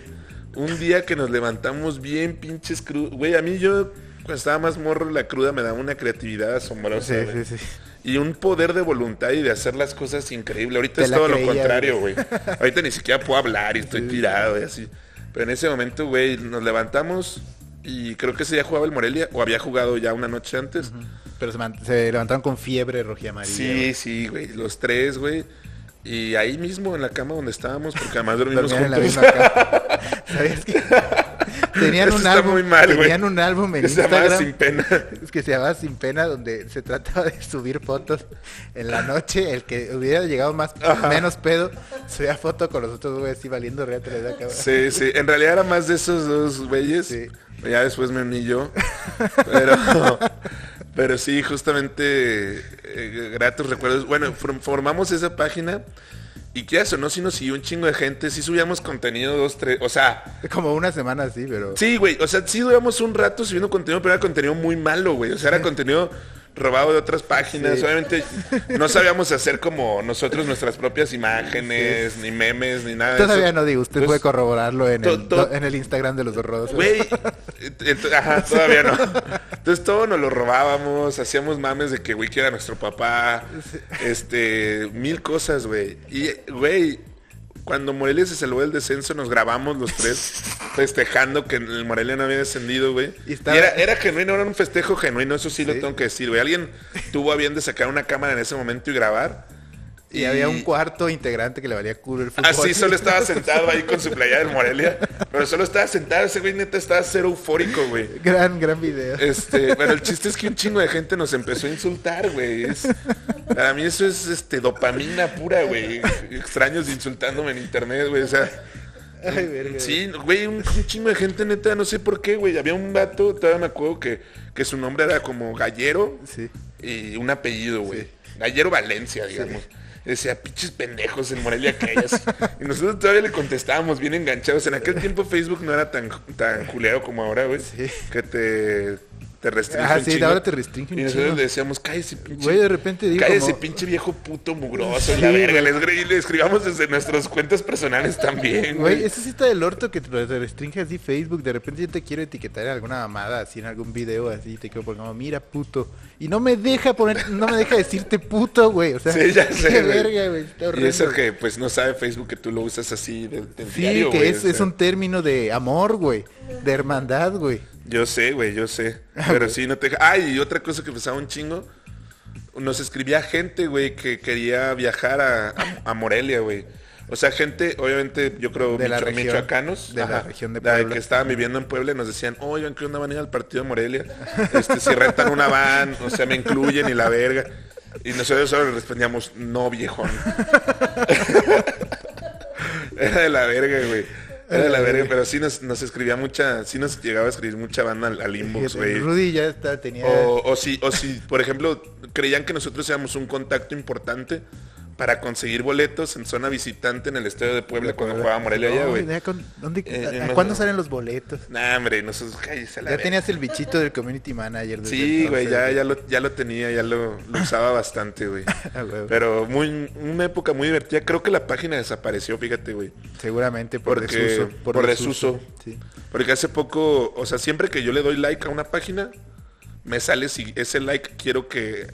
S2: Un día que nos levantamos bien pinches crudos. Güey, a mí yo, cuando estaba más morro, la cruda me daba una creatividad asombrosa.
S1: Sí,
S2: güey.
S1: sí, sí.
S2: Y un poder de voluntad y de hacer las cosas increíble. Ahorita
S1: Te
S2: es
S1: la
S2: todo lo
S1: creía,
S2: contrario, güey. Ahorita ni siquiera puedo hablar y estoy tirado y así. Pero en ese momento, güey, nos levantamos y creo que ese día jugaba el Morelia o había jugado ya una noche antes.
S1: Pero se, man- se levantaron con fiebre roja amarilla.
S2: Sí, sí, güey, los tres, güey. Y ahí mismo en la cama donde estábamos, porque además dormimos
S1: Dormían en la
S2: juntos.
S1: misma cama. ¿Sabías qué? Tenían
S2: Eso
S1: un
S2: está
S1: álbum,
S2: muy mal, güey.
S1: tenían un álbum en
S2: que se llamaba
S1: Instagram
S2: Sin Pena.
S1: es que se llamaba Sin Pena donde se trataba de subir fotos en la noche, el que hubiera llegado más menos pedo, subía foto con los otros güeyes así valiendo reata le da cámara.
S2: Sí, sí. En realidad era más de esos dos güeyes.
S1: Sí.
S2: Ya después me uní yo. Pero, pero sí, justamente eh, gratos recuerdos. Bueno, form- formamos esa página. Y qué o no, si nos siguió un chingo de gente, sí subíamos contenido dos, tres. O sea,
S1: Como una semana así, pero
S2: Sí, güey. O sea, sí duramos un rato subiendo contenido, pero era contenido muy malo, güey. O sea, era contenido robado de otras páginas.
S1: Sí.
S2: Obviamente no sabíamos hacer como nosotros nuestras propias imágenes, ni memes, ni nada de
S1: todavía
S2: eso.
S1: no digo, usted puede
S2: Entonces,
S1: corroborarlo en
S2: to-
S1: el,
S2: to-
S1: en el Instagram de los dos rodos.
S2: Güey, ent- ajá, todavía no. Entonces todo nos lo robábamos, hacíamos mames de que Wiki era nuestro papá, este, mil cosas, güey. Y, güey, cuando Morelia se salvó del descenso, nos grabamos los tres festejando que el Morelia no había descendido, güey.
S1: Y
S2: Y,
S1: estaba-
S2: era, era genuino, era un festejo genuino, eso sí, lo
S1: Sí.
S2: tengo que decir, güey. Alguien tuvo a bien de sacar una cámara en ese momento y grabar.
S1: Y había un cuarto integrante que le valía culo el fútbol.
S2: Así solo estaba sentado ahí con su playa del Morelia. Pero solo estaba sentado, ese güey neta estaba cero eufórico, güey.
S1: Gran, gran video.
S2: Este, pero el chiste es que un chingo de gente nos empezó a insultar, güey. Es- para mí eso es este dopamina pura, güey. Extraños insultándome en internet, güey. O sea,
S1: Ay, verga.
S2: sí, güey, un, un chingo de gente neta, no sé por qué, güey. Había un vato, todavía me acuerdo que, que su nombre era como Gallero
S1: Sí.
S2: y un apellido, güey. Gallero Valencia, digamos. Decía, pinches pendejos en Morelia Calles. y nosotros todavía le contestábamos bien enganchados. En aquel tiempo Facebook no era tan, tan juleado como ahora, güey. Que te, te restringe
S1: Ah,
S2: un
S1: sí,
S2: chingo.
S1: ahora te restringe un
S2: Y nosotros
S1: chingo.
S2: le decíamos, cállese, pinche.
S1: Güey, de repente digo
S2: Cállese,
S1: como-
S2: pinche viejo puto mugroso.
S1: Sí,
S2: y la verga,
S1: güey.
S2: les, y le escribamos desde nuestras cuentas personales también,
S1: Güey,
S2: güey.
S1: eso sí está del orto que te te restringe así Facebook. De repente yo te quiero etiquetar en alguna mamada, así en algún video, así. Te quiero poner como, mira, puto. Y no me deja poner, no me deja decirte puto, güey. O sea,
S2: Sí, ya sé,
S1: qué
S2: güey.
S1: verga, güey. Está
S2: Y
S1: horrible.
S2: eso que, pues, no sabe Facebook que tú lo usas así del, del
S1: Sí,
S2: diario,
S1: que
S2: güey,
S1: es,
S2: o
S1: es
S2: sea.
S1: un término de amor, güey. De hermandad, güey.
S2: Yo sé, güey, yo sé.
S1: Ah,
S2: Pero sí, no te... Ay, y otra cosa que pasaba un chingo. Nos escribía gente, güey, que quería viajar a, a- a Morelia, güey. O sea, gente, obviamente, yo creo,
S1: De la
S2: micho-
S1: región-
S2: michoacanos.
S1: de la región de
S2: la
S1: Puebla.
S2: que estaban viviendo en Puebla y nos decían, oigan, ¿qué onda van a ir al partido de Morelia? Este, si rentan una van, o sea, me incluyen y la verga. Y nosotros solo le respondíamos, no, viejón. Era de la verga, güey. Era de la verga, pero sí nos, nos escribía mucha, sí nos llegaba a escribir mucha banda al, al inbox, güey. Oh,
S1: Rudy ya está, tenía.
S2: O, o si, o si, por ejemplo, creían que nosotros éramos un contacto importante para conseguir boletos en zona visitante en el Estadio de Puebla cuando jugaba Morelia allá,
S1: No,
S2: güey.
S1: ya con- ¿dónde-
S2: Eh,
S1: a- a
S2: no,
S1: ¿Cuándo
S2: no.
S1: salen los boletos?
S2: Nah, hombre, nosotros, cállese a la
S1: Ya
S2: verga.
S1: tenías el bichito del community manager. desde
S2: Sí, güey, ya,
S1: entonces,
S2: ya, lo, ya lo tenía, ya lo, lo usaba bastante, güey.
S1: Ah, güey.
S2: Pero muy, una época muy divertida. Creo que la página desapareció, fíjate, güey.
S1: Seguramente por
S2: Porque-
S1: desuso.
S2: por desuso.
S1: Sí.
S2: Porque hace poco, o sea, siempre que yo le doy like a una página, me sale si ese like quiero que eh,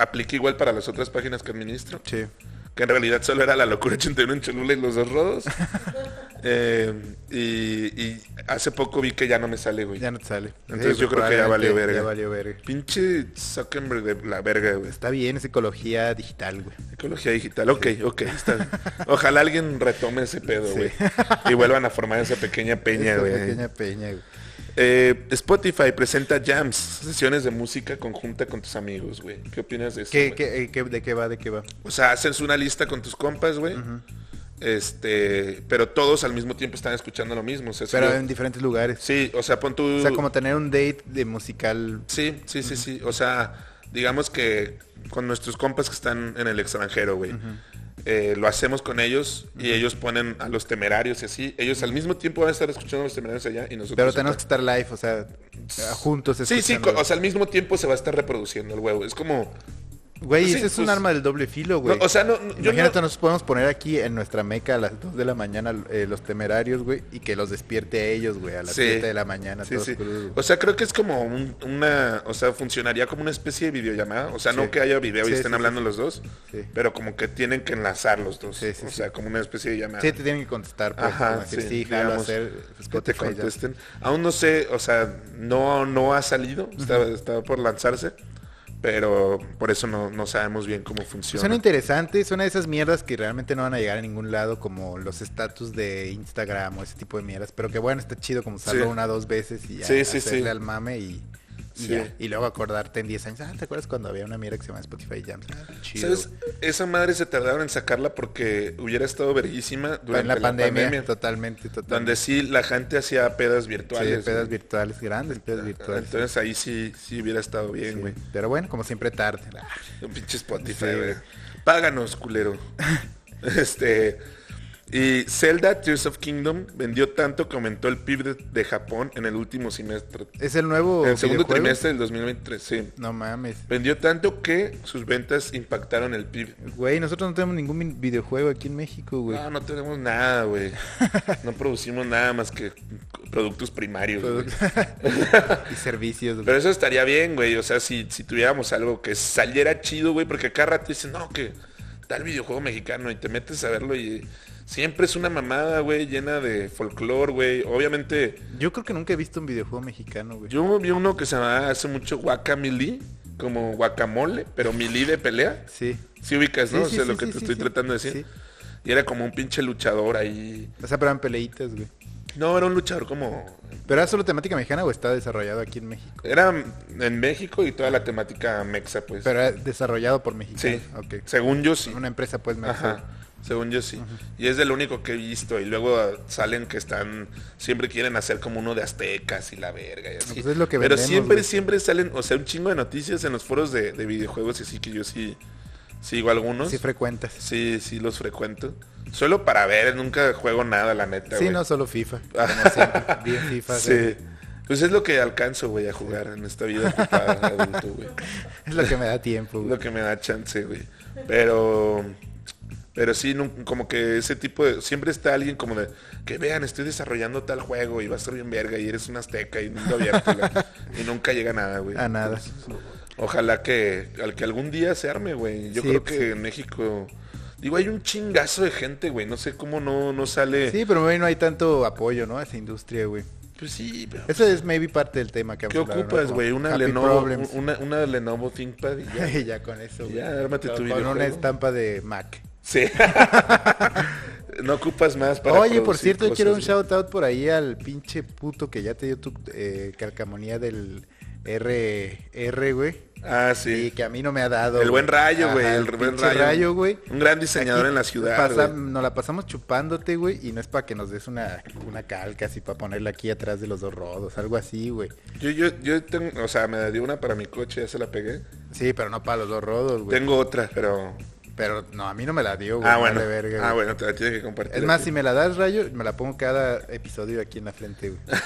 S2: aplique igual para las otras páginas que administro.
S1: Sí.
S2: Que en realidad solo era la locura 81 en Cholula y los dos rodos. Eh, y, y hace poco vi que ya no me sale, güey.
S1: Ya no te sale.
S2: Entonces
S1: Sí,
S2: yo creo que ya valió
S1: probablemente
S2: verga.
S1: Ya valió verga.
S2: Pinche Zuckerberg de la verga, güey.
S1: Está bien, es ecología digital, güey.
S2: Ecología digital, ok, ok, está bien. Ojalá alguien retome ese pedo,
S1: Sí.
S2: güey. Y vuelvan a formar esa pequeña peña,
S1: Esta
S2: güey.
S1: pequeña peña, güey.
S2: Eh, Spotify presenta jams, sesiones de música conjunta con tus amigos, güey. ¿Qué opinas de eso?
S1: ¿Qué,
S2: güey?
S1: qué- eh, qué- de qué va? ¿De qué va?
S2: O sea, haces una lista con tus compas, güey. Este, pero todos al mismo tiempo están escuchando lo mismo. o sea, si
S1: Pero
S2: yo-
S1: en diferentes lugares.
S2: Sí, o sea, pon tu...
S1: O sea, como tener un date de musical.
S2: Sí, sí, sí, sí. O sea, digamos que con nuestros compas que están en el extranjero, güey. eh, lo hacemos con ellos y ellos ponen a los temerarios y así. Ellos al mismo tiempo van a estar escuchando a los temerarios allá y nosotros.
S1: Pero
S2: pues, acá.
S1: tenemos que estar live, o sea, juntos.
S2: Sí, sí, co-
S1: escuchándolo.
S2: o sea, al mismo tiempo se va a estar reproduciendo el huevo. Es como.
S1: Güey,
S2: sí,
S1: ese es un
S2: pues-
S1: arma del doble filo,
S2: no,
S1: güey.
S2: o sea, no, no, yo
S1: Imagínate,
S2: no-
S1: nos podemos poner aquí en nuestra meca a las 2 de la mañana eh, los temerarios, güey, y que los despierte a ellos, güey, a las
S2: Sí.
S1: 7 de la mañana,
S2: Sí,
S1: todos
S2: sí.
S1: crudos, güey.
S2: O sea, creo que es como un- una, o sea, funcionaría como una especie de videollamada. O sea,
S1: Sí.
S2: no que haya video
S1: Sí,
S2: y estén
S1: sí,
S2: hablando los dos,
S1: Sí.
S2: pero como que tienen que enlazar los dos.
S1: Sí, sí,
S2: o
S1: sí.
S2: sea, como una especie de llamada.
S1: Sí, te tienen que contestar, pues,
S2: Ajá,
S1: como decir,
S2: sí,
S1: sí, jalo a
S2: digamos,
S1: hacer pues,
S2: que te
S1: Spotify. ya.
S2: contesten. Aún no sé, o sea, no, no ha salido, está, está por lanzarse, pero por eso no, no sabemos bien cómo funciona.
S1: Pues Suena interesante, suena de esas mierdas que realmente no van a llegar a ningún lado, como los estatus de Instagram o ese tipo de mierdas. Pero que bueno, está chido como usarlo
S2: Sí.
S1: una dos veces y ya
S2: Sí, sí, sí.
S1: hacerle al mame y, y
S2: Sí.
S1: ya. Y luego acordarte en 10 años, ah, ¿te acuerdas cuando había una mierda que se llamaba Spotify Jams? Ah, chido.
S2: ¿Sabes? Esa madre se tardaron en sacarla porque hubiera estado verguísima
S1: en
S2: durante
S1: la pandemia, totalmente, totalmente.
S2: donde sí la gente hacía pedas
S1: Sí,
S2: virtuales.
S1: pedas
S2: güey.
S1: virtuales, grandes pedas virtuales.
S2: Entonces ahí sí, sí hubiera estado bien,
S1: Sí.
S2: güey.
S1: Pero bueno, como siempre tarde. Ah,
S2: Un pinche Spotify,
S1: Sí.
S2: güey. Páganos, culero. este. Y Zelda Tears of Kingdom vendió tanto que aumentó el PIB de, de Japón en el último semestre.
S1: Es el nuevo
S2: En el segundo
S1: videojuego?
S2: trimestre del 2023, sí.
S1: No mames.
S2: Vendió tanto que sus ventas impactaron el PIB.
S1: Güey, nosotros no tenemos ningún min- videojuego aquí en México, güey.
S2: No, no tenemos nada, güey. No producimos nada más que productos primarios. güey.
S1: y servicios, güey.
S2: Pero eso estaría bien, güey. O sea, si, si tuviéramos algo que saliera chido, güey, porque cada rato dicen, no, que tal videojuego mexicano y te metes a verlo y siempre es una mamada, güey, llena de folclore, güey. Obviamente,
S1: Yo creo que nunca he visto un videojuego mexicano, güey.
S2: yo vi uno que se llamaba hace mucho guacamole, como guacamole, pero milí de pelea.
S1: Sí.
S2: Si ubicas, ¿no?
S1: Sí, sí,
S2: o sea,
S1: sí,
S2: lo que
S1: sí,
S2: te
S1: sí,
S2: estoy
S1: sí.
S2: tratando de decir. Y era como un pinche luchador ahí.
S1: O sea, pero eran peleitas, güey.
S2: No, era un luchador como...
S1: ¿Pero era solo temática mexicana o está desarrollado aquí en México?
S2: Era en México y toda la temática mexa, pues.
S1: Pero era desarrollado por mexicanos.
S2: sí.
S1: Ok.
S2: Según yo, sí.
S1: Una empresa, pues, mexicana.
S2: Ajá, según yo sí. Y es del único que he visto. Y luego ah, salen que están, siempre quieren hacer como uno de aztecas y la verga y así.
S1: Pues es lo que
S2: Pero
S1: vendemos,
S2: siempre,
S1: güey.
S2: siempre salen, o sea, un chingo de noticias en los foros de, de videojuegos y así que yo sí sigo algunos.
S1: Sí
S2: Sí,
S1: frecuentas.
S2: sí, los frecuento. Solo para ver, nunca juego nada, la neta,
S1: Sí,
S2: güey. Ah.
S1: no solo FIFA. Como siempre. Bien FIFA.
S2: Sí.
S1: güey.
S2: Pues es lo que alcanzo, güey, a jugar en esta vida ocupada de adulto, güey.
S1: Es lo que me da tiempo,
S2: Es
S1: güey.
S2: Lo que me da chance, güey. Pero. Pero sí, nun- como que ese tipo de. Siempre está alguien como de. Que vean, estoy desarrollando tal juego y va a estar bien verga y eres un azteca y mundo abierto. la- y nunca llega nada, güey.
S1: A nada.
S2: Ojalá que, al que algún día se arme, güey. Yo
S1: Sí,
S2: creo
S1: pues,
S2: que en México. Digo, hay un chingazo de gente, güey. No sé cómo no, no sale.
S1: Sí, pero güey, no hay tanto apoyo, ¿no? A esa industria, güey.
S2: Pues sí, pero.
S1: Eso es maybe parte del tema que
S2: ¿Qué
S1: vamos a hablar, ¿no?
S2: ocupas,
S1: Como
S2: güey? Una
S1: happy
S2: Lenovo,
S1: problems.
S2: una, una Lenovo ThinkPad y ya.
S1: Y ya con eso, güey.
S2: Ya, ármate tu
S1: Con
S2: videojuego.
S1: una estampa de Mac.
S2: Sí. no ocupas más para
S1: Oye, por
S2: producir
S1: cierto, yo
S2: cosas,
S1: quiero un
S2: güey.
S1: shout out por ahí al pinche puto que ya te dio tu eh, calcamonía del R, R, güey.
S2: Ah,
S1: Y
S2: sí.
S1: que a mí no me ha dado.
S2: El buen rayo, güey.
S1: Ajá,
S2: El buen
S1: pinche
S2: rayo.
S1: rayo, güey.
S2: Un gran diseñador
S1: Aquí
S2: en la ciudad.
S1: pasa-
S2: güey.
S1: nos la pasamos chupándote, güey, y no es para que nos des una, una calca así para ponerla aquí atrás de los dos rodos, algo así, güey.
S2: Yo, yo, yo tengo, o sea, me dio una para mi coche, ya se la pegué.
S1: Sí, pero no para los dos rodos, güey.
S2: Tengo otra, pero.
S1: Pero no, a mí no me la dio, güey.
S2: ah, bueno.
S1: vale verga,
S2: ah,
S1: güey.
S2: bueno, te la tienes que compartir.
S1: Es más,
S2: aquí.
S1: si me la das, Rayo, me la pongo cada episodio aquí en la frente, güey.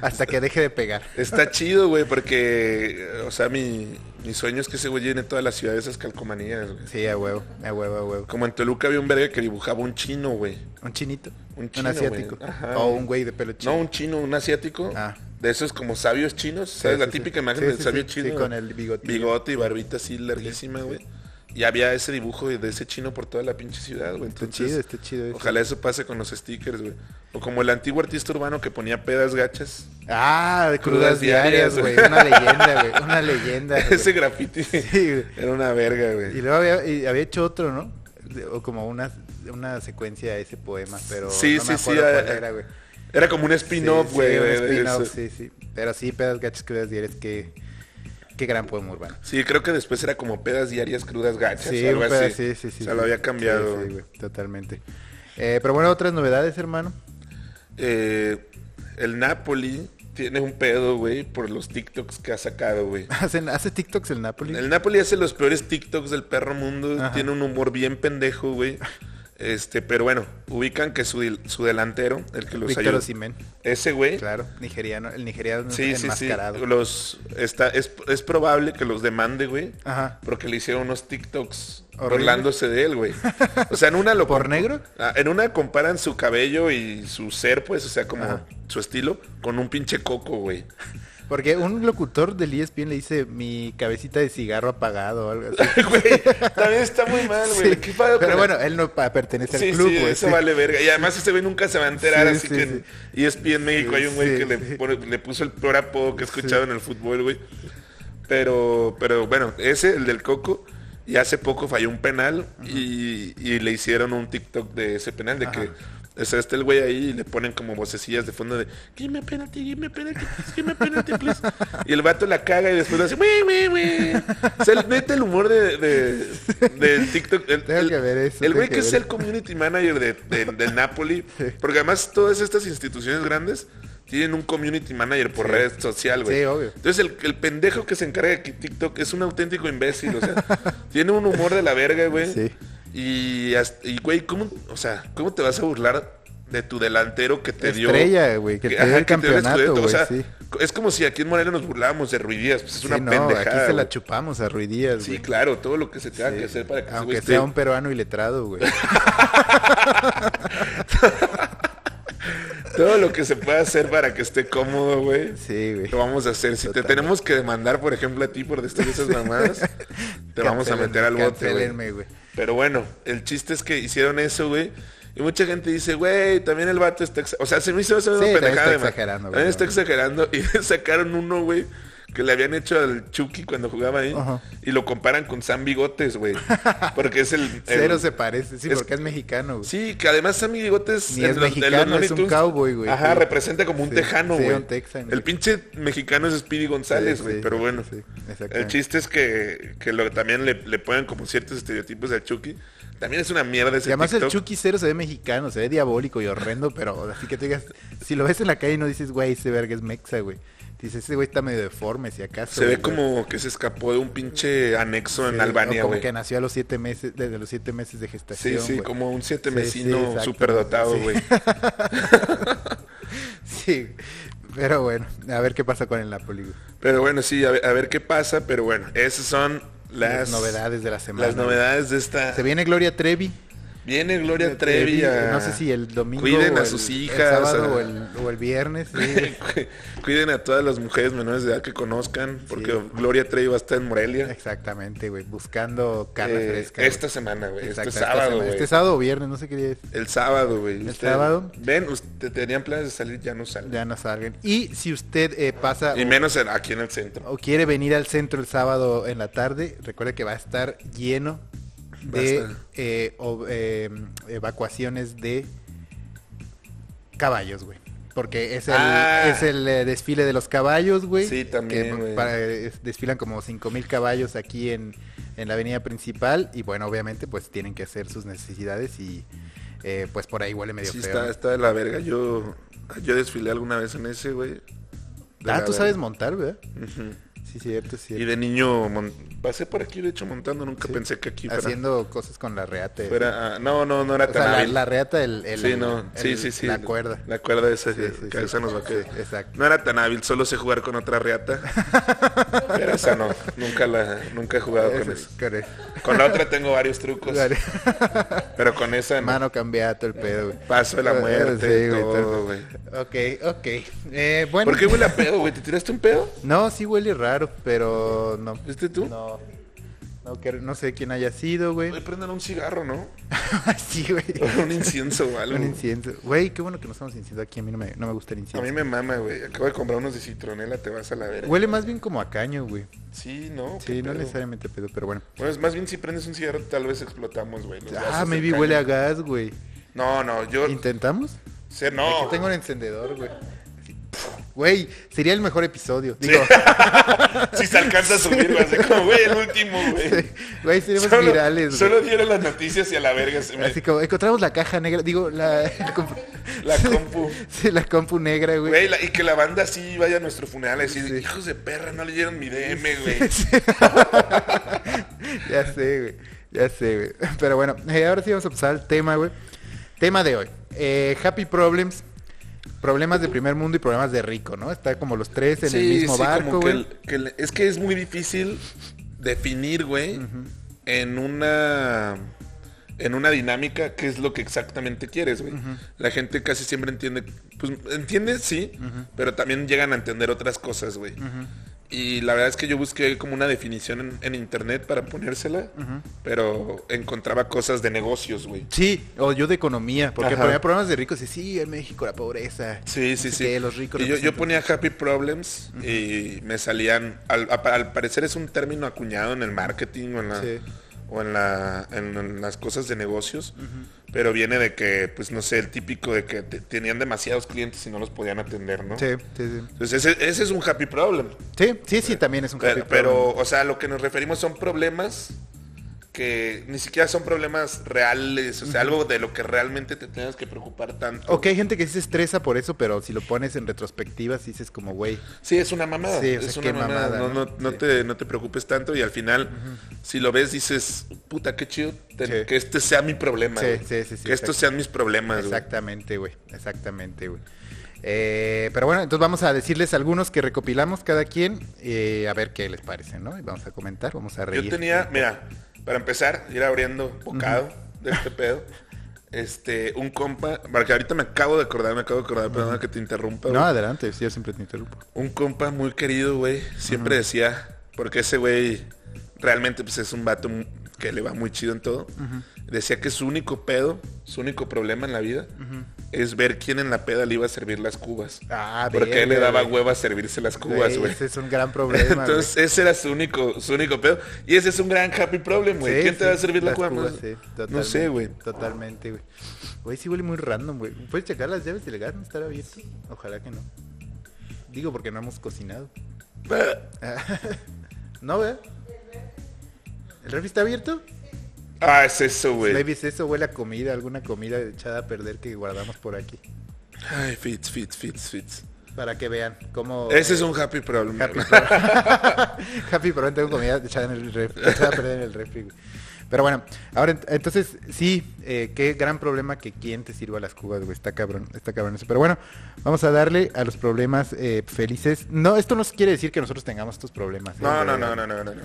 S1: Hasta que deje de pegar.
S2: Está chido, güey, porque, eh, o sea, mi, mi sueño es que ese güey llene toda la ciudad de esas calcomanías, güey.
S1: Sí, a huevo, a huevo, a huevo.
S2: Como en Toluca había un verga que dibujaba un chino, güey.
S1: Un chinito.
S2: Un
S1: Un,
S2: chino,
S1: asiático.
S2: güey. Ajá.
S1: O un güey de pelo chino.
S2: No, un chino, un asiático.
S1: Ah.
S2: De esos como sabios chinos.
S1: Sí,
S2: ¿Sabes? la
S1: sí, sí.
S2: típica imagen
S1: Sí,
S2: del
S1: sí,
S2: sabio
S1: sí.
S2: chino.
S1: Sí, con el bigotillo.
S2: Bigote y barbita así larguísima, güey. Y había ese dibujo de ese chino por toda la pinche ciudad, güey.
S1: Está
S2: Entonces,
S1: chido, está chido eso.
S2: ojalá eso pase con los stickers, güey. O como el antiguo artista urbano que ponía pedas gachas.
S1: Ah, de
S2: Crudas
S1: crudas diarias,
S2: diarias,
S1: güey. Una leyenda, güey. Una leyenda. güey.
S2: ese graffiti
S1: Sí, güey.
S2: era una verga,
S1: Y
S2: güey.
S1: luego había, y había hecho otro, ¿no? De- o como una, una secuencia de ese poema, pero
S2: Sí,
S1: no
S2: sí,
S1: me
S2: sí,
S1: acuerdo cuál
S2: eh,
S1: era, güey.
S2: Era como un spin-off,
S1: Sí,
S2: güey.
S1: Sí, un
S2: de- de
S1: spin-off,
S2: eso.
S1: sí, sí. Pero sí, pedas gachas crudas diarias, qué, qué gran poema urbano.
S2: Sí, creo que después era como pedas diarias crudas gachas.
S1: Sí,
S2: o algo
S1: un pedo- sí,
S2: así.
S1: sí, sí,
S2: O sea,
S1: sí.
S2: lo había cambiado.
S1: Sí, sí, güey, totalmente. Eh, pero bueno, otras novedades, hermano.
S2: Eh, el Napoli tiene un pedo, güey, por los TikToks que ha sacado, güey.
S1: ¿Hace, hace TikToks el Napoli?
S2: El Napoli hace los peores TikToks del perro mundo. Tiene un humor bien pendejo, güey. Este, pero bueno, ubican que su, del- su delantero, el que los
S1: Víctor
S2: ayuda-
S1: Osimhen.
S2: Ese güey.
S1: Claro, nigeriano, el nigeriano
S2: Sí, sí, sí.
S1: enmascarado.
S2: Los, está, es, es probable que los demande, güey.
S1: Ajá.
S2: Porque le hicieron unos TikToks
S1: Horrible.
S2: burlándose de él, güey. O sea, en una lo
S1: ¿Por negro?
S2: Ah, En una comparan su cabello y su ser, pues, o sea, como
S1: Ajá.
S2: su estilo, con un pinche coco, güey.
S1: Porque un locutor del E ESPN le dice mi cabecita de cigarro apagado o algo así.
S2: Güey, también está muy mal, Ah, güey.
S1: Sí,
S2: Qué pedo con
S1: Pero
S2: la-
S1: bueno, él no pa- pertenece al
S2: Sí,
S1: club,
S2: sí,
S1: güey.
S2: eso
S1: sí.
S2: vale verga. Y además ese güey nunca se va a enterar,
S1: Sí,
S2: así
S1: sí,
S2: que
S1: sí.
S2: en E ESPN México
S1: Sí,
S2: hay un güey
S1: sí,
S2: que le,
S1: sí.
S2: pone- le puso el peor apodo que he escuchado en el fútbol, güey. Pero, pero bueno, ese, el del Coco, y hace poco falló un penal y, y le hicieron un TikTok de ese penal, de que o sea, está este el güey ahí y le ponen como vocecillas de fondo de Give me penalty, give me penalty, please, give me penalty, please. y el vato la caga y después le hace "Wee, wee, wee". O sea, el- neta el humor de, de- del TikTok. el-
S1: Tengo
S2: el-
S1: que ver eso,
S2: El güey
S1: tengo
S2: que,
S1: que
S2: es
S1: ver
S2: el community manager de, de- del Napoli. Porque además todas estas instituciones grandes tienen un community manager por red social, güey.
S1: Sí, obvio.
S2: Entonces el, el pendejo que se encarga de que TikTok es un auténtico imbécil. O sea, tiene un humor de la verga, güey.
S1: Sí.
S2: Y, hasta- y, güey, ¿cómo, o sea, ¿cómo te vas a burlar de tu delantero que te dio...
S1: Estrella, güey, que te dio el
S2: que dio
S1: campeonato,
S2: escudeto?
S1: güey,
S2: O sea,
S1: sí.
S2: es como si aquí en Morelia nos burlábamos de Ruidías. Pues es
S1: Sí,
S2: una
S1: no,
S2: pendejada.
S1: aquí se la
S2: güey.
S1: chupamos a Ruidías,
S2: Sí,
S1: güey.
S2: claro, todo lo que se tenga que hacer para que ese güey
S1: Aunque
S2: esté-
S1: sea un peruano y letrado, güey.
S2: Todo lo que se pueda hacer para que esté cómodo, güey.
S1: Sí, güey.
S2: Lo vamos a hacer. Si te
S1: Totalmente.
S2: tenemos que demandar, por ejemplo, a ti por decir esas mamadas, te vamos a
S1: Cancélenme,
S2: meter al bote, güey.
S1: cancélenme, güey.
S2: Pero bueno, el chiste es que hicieron eso, güey. Y mucha gente dice, güey, también el vato está... exa-". O sea, se me hizo eso
S1: Sí, también
S2: pendejada.
S1: está
S2: de ma-
S1: exagerando, güey,
S2: También está
S1: no.
S2: exagerando. Y sacaron uno, güey, que le habían hecho al Chucky cuando jugaba ahí.
S1: Ajá.
S2: Y lo comparan con Sam Bigotes, güey. Porque es el... el-
S1: Cero se parece, sí,
S2: Eh, es-
S1: porque es mexicano, güey.
S2: Sí, que además Sammy Bigotes
S1: Ni
S2: en
S1: es
S2: los- en los
S1: mexicano,
S2: Looney
S1: es un
S2: Tunes-
S1: cowboy, güey.
S2: Ajá,
S1: Sí.
S2: representa como un
S1: Sí,
S2: tejano,
S1: sí,
S2: güey.
S1: un texan, güey.
S2: El pinche mexicano es Speedy González,
S1: Sí,
S2: güey,
S1: sí,
S2: pero bueno.
S1: sí, exactamente.
S2: el chiste es que, que lo, también le, le ponen como ciertos estereotipos al Chucky. También es una mierda
S1: Y
S2: ese
S1: además el
S2: TikTok.
S1: Chucky Cero se ve mexicano, se ve diabólico y horrendo, pero así que te digas, si lo ves en la calle no dices, güey, ese verga es mexa, güey. Dices, ese güey está medio deforme, si acaso.
S2: Se ve
S1: güey".
S2: como que se escapó de un pinche anexo
S1: Sí,
S2: en
S1: o
S2: Albania,
S1: Como
S2: güey.
S1: que nació a los siete meses, desde los siete meses de
S2: Sí,
S1: gestación.
S2: sí,
S1: güey.
S2: como un siete
S1: Sí, sí,
S2: mesino
S1: exacto.
S2: superdotado,
S1: Sí.
S2: güey.
S1: Sí, pero bueno, a ver qué pasa con el Napoli. güey.
S2: Pero bueno, sí, a ver, a ver qué pasa, pero bueno, esas son
S1: Las,
S2: las,
S1: novedades de la semana.
S2: Las novedades de esta.
S1: Se viene Gloria Trevi. eh,
S2: Viene Gloria Trevi a-
S1: No sé si el domingo.
S2: Cuiden
S1: o
S2: a
S1: el-
S2: sus
S1: el
S2: hijas, ah.
S1: sábado
S2: a-
S1: o, el, o el viernes. sí.
S2: Cuiden a todas las mujeres menores de edad que conozcan, porque Gloria Trevi va a estar en Morelia.
S1: Exactamente, güey. Buscando carne
S2: Eh,
S1: fresca.
S2: esta
S1: güey.
S2: semana, güey.
S1: Exacto,
S2: Este
S1: esta
S2: sábado,
S1: semana.
S2: güey.
S1: Este sábado o viernes, no sé qué día es.
S2: El sábado, güey.
S1: ¿El
S2: Ustedes-
S1: sábado?
S2: Ven, usted tenían planes de salir, ya no salen.
S1: Ya no salgan. Y si usted eh, pasa
S2: Y menos en- aquí en el centro.
S1: o quiere venir al centro el sábado en la tarde, recuerde que va a estar lleno
S2: Va a
S1: de
S2: estar.
S1: eh, o- eh, evacuaciones de caballos, güey. Porque es el,
S2: Ah.
S1: es el eh, desfile de los caballos, güey.
S2: Sí, también,
S1: que
S2: güey.
S1: para- es- desfilan como 5.000 caballos aquí en, en la avenida principal. Y bueno, obviamente, pues tienen que hacer sus necesidades y eh, pues por ahí huele medio
S2: Sí,
S1: feo.
S2: está,
S1: ¿no?
S2: está de la verga. Yo, yo desfilé alguna vez en ese, güey. De la
S1: Ah, tú
S2: verga.
S1: sabes montar, ¿verdad?
S2: Ujú.
S1: Sí, cierto, sí.
S2: Y de niño mon- pasé por aquí, de hecho, montando. Nunca
S1: Sí.
S2: pensé que aquí fuera.
S1: Haciendo cosas con la reate.
S2: fuera- ah, no, no, no era
S1: O
S2: tan
S1: sea, la,
S2: hábil.
S1: la reata, el, el-
S2: sí, no. sí,
S1: el-
S2: sí, sí.
S1: La cuerda.
S2: La cuerda esa,
S1: Sí, sí,
S2: que
S1: sí.
S2: esa nos va a quedar.
S1: Sí, exacto.
S2: No era tan hábil, solo sé jugar con otra reata. pero esa no, nunca la, nunca he jugado con Pues,
S1: Eso,
S2: esa.
S1: con eso.
S2: Con la otra tengo varios trucos,
S1: Vale.
S2: pero con esa no.
S1: Mano cambiada, todo el pedo, güey.
S2: Paso de la
S1: Eh,
S2: muerte,
S1: sí, güey,
S2: todo,
S1: todo.
S2: güey.
S1: Ok, ok. Eh, bueno.
S2: ¿Por qué huele a pedo, güey? ¿Te tiraste un pedo?
S1: No, sí huele raro, pero no.
S2: ¿Viste tú?
S1: No. No, que- no sé quién haya sido, güey.
S2: Güey, prendan un cigarro, ¿no?
S1: sí, güey.
S2: O un incienso o algo.
S1: Un incienso. Güey, qué bueno que no estamos incienso aquí. A mí no me, no me gusta el
S2: A
S1: incienso.
S2: mí me mama, güey. Acabo de comprar unos de citronela, te vas a la verga.
S1: Huele más bien como a caño, güey.
S2: Sí, ¿no?
S1: Sí,
S2: ¿Qué
S1: no
S2: pedo?
S1: necesariamente pedo, pero bueno.
S2: Bueno, es más bien si prendes un cigarro, tal vez explotamos, güey. los
S1: Ah,
S2: gases
S1: maybe
S2: del
S1: huele a
S2: caño.
S1: gas, güey.
S2: No, no, yo...
S1: ¿Intentamos?
S2: sé-
S1: Aquí
S2: no.
S1: tengo un encendedor, güey. Güey, sería el mejor episodio. Digo,
S2: Si se alcanza a subir, güey. así como, güey, el último,
S1: sí,
S2: güey.
S1: güey, seríamos
S2: Solo,
S1: virales. güey.
S2: solo dieron las noticias y a la verga se me...
S1: Así como, encontramos la caja negra, digo, la, la compu.
S2: La compu.
S1: Sí, la compu negra, güey.
S2: Güey, la- y que la banda sí vaya a nuestro funeral y decir, hijos de perra, no leyeron mi DM, güey.
S1: Ya sé, güey. Ya sé, güey. Pero bueno, eh, ahora sí vamos a pasar al tema, güey. Tema de hoy. Eh, happy Problems. Problemas de primer mundo y problemas de rico, ¿no? Está como los tres en el mismo
S2: sí,
S1: barco,
S2: como que
S1: güey.
S2: el- que el- es que es muy difícil definir, güey, en una en una dinámica qué es lo que exactamente quieres, güey. La gente casi siempre entiende, pues entiende sí, pero también llegan a entender otras cosas, güey. Y la verdad es que yo busqué como una definición en, en internet para ponérsela, pero encontraba cosas de negocios, güey.
S1: Sí, o yo de economía, porque
S2: Ajá.
S1: había problemas de ricos y sí, en México la pobreza.
S2: Sí, sí,
S1: no sé
S2: sí.
S1: qué, los ricos.
S2: Y yo, yo
S1: representan-
S2: ponía happy problems y me salían, al, a- al parecer es un término acuñado en el marketing o en, la-
S1: Sí.
S2: o en, la- en- en las cosas de negocios, pero viene de que, pues no sé, el típico de que te- tenían demasiados clientes y no los podían atender, ¿no?
S1: Sí, sí, sí.
S2: Entonces ese, ese es un happy problem.
S1: Sí, sí, sí, también es un
S2: Pero,
S1: happy problem.
S2: pero, o sea, lo que nos referimos son problemas que ni siquiera son problemas reales, o sea, algo de lo que realmente te tengas que preocupar tanto.
S1: O que hay gente que sí se estresa por eso, pero si lo pones en retrospectiva, sí dices como, güey,
S2: Sí, es una mamada.
S1: Sí, o sea,
S2: es
S1: qué
S2: una mamada.
S1: mamada,
S2: no,
S1: ¿no?
S2: no- no
S1: Sí.
S2: te, no te preocupes tanto y al final, si lo ves, dices, puta, qué chido te-
S1: Sí.
S2: que este sea mi problema.
S1: Sí,
S2: güey.
S1: sí, sí, sí,
S2: que estos
S1: exacto.
S2: sean mis problemas. güey.
S1: Exactamente, güey. Exactamente, güey. Eh, pero bueno, entonces vamos a decirles algunos que recopilamos cada quien, eh, a ver qué les parece, ¿no? Y vamos a comentar, vamos a reír.
S2: Yo tenía, mira, para empezar, ir abriendo bocado de este pedo. Este, un compa, porque ahorita me acabo de acordar, me acabo de acordar, perdona que te interrumpa.
S1: No,
S2: güey.
S1: adelante, sí, yo siempre te interrumpo.
S2: Un compa muy querido, güey, siempre decía, porque ese güey realmente pues es un vato mu- que le va muy chido en todo. Decía que su único pedo, su único problema en la vida es ver quién en la peda le iba a servir las cubas.
S1: Ah,
S2: porque él
S1: verga,
S2: le daba
S1: güey.
S2: hueva servirse las cubas, güey.
S1: Ese es un gran problema.
S2: Entonces, ese era su único, su único pedo. Y ese es un gran happy problem, güey.
S1: Sí,
S2: ¿Quién te
S1: sí,
S2: va a servir la
S1: las
S2: cuba?
S1: cubas,
S2: más?
S1: sí,
S2: no sé,
S1: totalmente,
S2: güey.
S1: Totalmente, güey. Güey, sí huele muy random, güey. ¿Puedes checar las llaves del gas? ¿No estará abierto? Ojalá que no. Digo porque no hemos cocinado.
S2: Ah,
S1: ¿No, güey? ¿El refri está abierto?
S2: Ah, es eso, güey.
S1: Maybe es eso, huele a comida, alguna comida echada a perder que guardamos por aquí.
S2: Ay, fits, fits, fits, fits.
S1: Para que vean cómo...
S2: Ese
S1: eh,
S2: es un happy problem.
S1: Happy Problem. Happy Problem, tengo comida echada en el refri, echada a perder en el refri, güey. Pero bueno, ahora ent- entonces sí, eh, qué gran problema que quién te sirva las cubas, güey. Está cabrón, está cabrón eso. Pero bueno, vamos a darle a los problemas eh, felices. No, esto no quiere decir que nosotros tengamos estos problemas. ¿eh?
S2: No, no,
S1: De-
S2: no, no, no, no, no.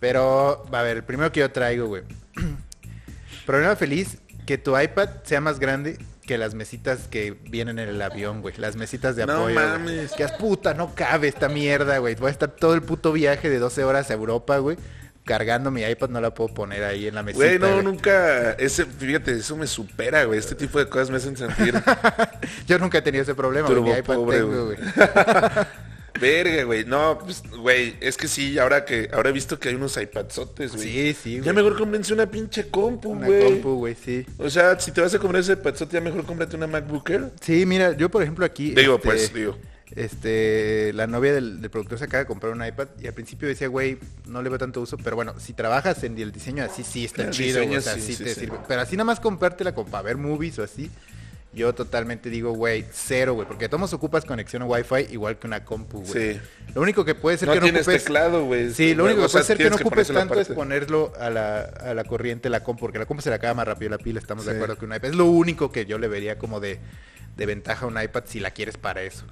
S1: Pero, a ver, el primero que yo traigo, güey. Problema feliz, que tu iPad sea más grande que las mesitas que vienen en el avión, güey. Las mesitas de
S2: No
S1: apoyo. güey.
S2: mames.
S1: Que es puta, no cabe esta mierda, güey. Voy a estar todo el puto viaje de 12 horas a Europa, güey. Cargando mi iPad, no la puedo poner ahí en la mesita.
S2: Güey, no,
S1: güey.
S2: nunca. Ese, fíjate, eso me supera, güey. Este tipo de cosas me hacen sentir
S1: Yo nunca he tenido ese problema, güey. Mi
S2: Turbo
S1: iPad
S2: pobre,
S1: tengo,
S2: güey.
S1: güey.
S2: verga, güey. No, pues, güey, es que sí, ahora que ahora he visto que hay unos iPadsotes, güey.
S1: Sí, sí,
S2: Ya
S1: güey.
S2: mejor cómprense una pinche compu,
S1: Una
S2: güey.
S1: compu, güey, sí.
S2: O sea, si te vas a comprar ese iPadsote, ya mejor cómprate una MacBooker.
S1: Sí, mira, yo por ejemplo aquí.
S2: Digo, pues, digo.
S1: Este, la novia del, del productor se acaba de comprar un iPad y al principio decía, güey, no le veo tanto uso, pero bueno, si trabajas en el diseño así, sí, está
S2: El
S1: chido, güey,
S2: diseño
S1: o sea,
S2: sí,
S1: sí
S2: sí,
S1: te
S2: sí.
S1: sirve. Pero así nada más comprártela como para ver movies o así, yo totalmente digo, güey, cero, güey, porque tomas ocupas conexión a Wi-Fi igual que una compu, güey.
S2: Sí.
S1: Lo único que puede ser
S2: No
S1: que no
S2: tienes
S1: ocupes...
S2: teclado, güey.
S1: Sí, lo único
S2: O
S1: que
S2: sea,
S1: puede ser que no
S2: tienes que
S1: ocupes
S2: ponérselo
S1: tanto es
S2: aparte.
S1: ponerlo a la, a la corriente la compu, porque la compu se le acaba más rápido la pila, estamos de
S2: Sí.
S1: acuerdo que un iPad. Es lo único que yo le vería como de, de ventaja a un iPad si la quieres para eso.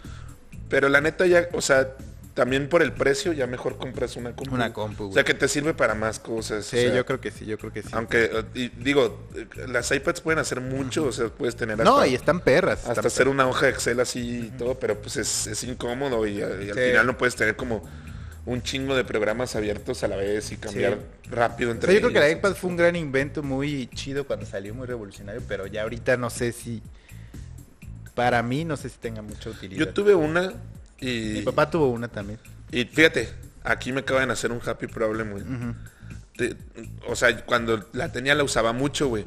S2: Pero la neta, ya, o sea, también por el precio, ya mejor compras una compu.
S1: Una compu,
S2: O
S1: güey.
S2: sea, que te sirve para más cosas.
S1: Sí,
S2: o sea,
S1: yo creo que sí, yo creo que sí.
S2: Aunque, eh, y- digo, eh, las iPads pueden hacer mucho, o sea, puedes tener
S1: no,
S2: hasta-
S1: y están perras.
S2: hasta
S1: están
S2: hacer una hoja de Excel así y todo, pero pues es, es incómodo y, y al
S1: Sí.
S2: final no puedes tener como un chingo de programas abiertos a la vez y cambiar rápido
S1: O
S2: entre
S1: sea, yo creo que la
S2: ellos.
S1: iPad fue un gran invento muy chido cuando salió, muy revolucionario, pero ya ahorita no sé si... Para mí no sé si tenga mucha utilidad.
S2: Yo tuve una y...
S1: Mi papá tuvo una también.
S2: Y fíjate, aquí me acaban de hacer un happy problem, güey. Te- O sea, cuando la tenía la usaba mucho, güey.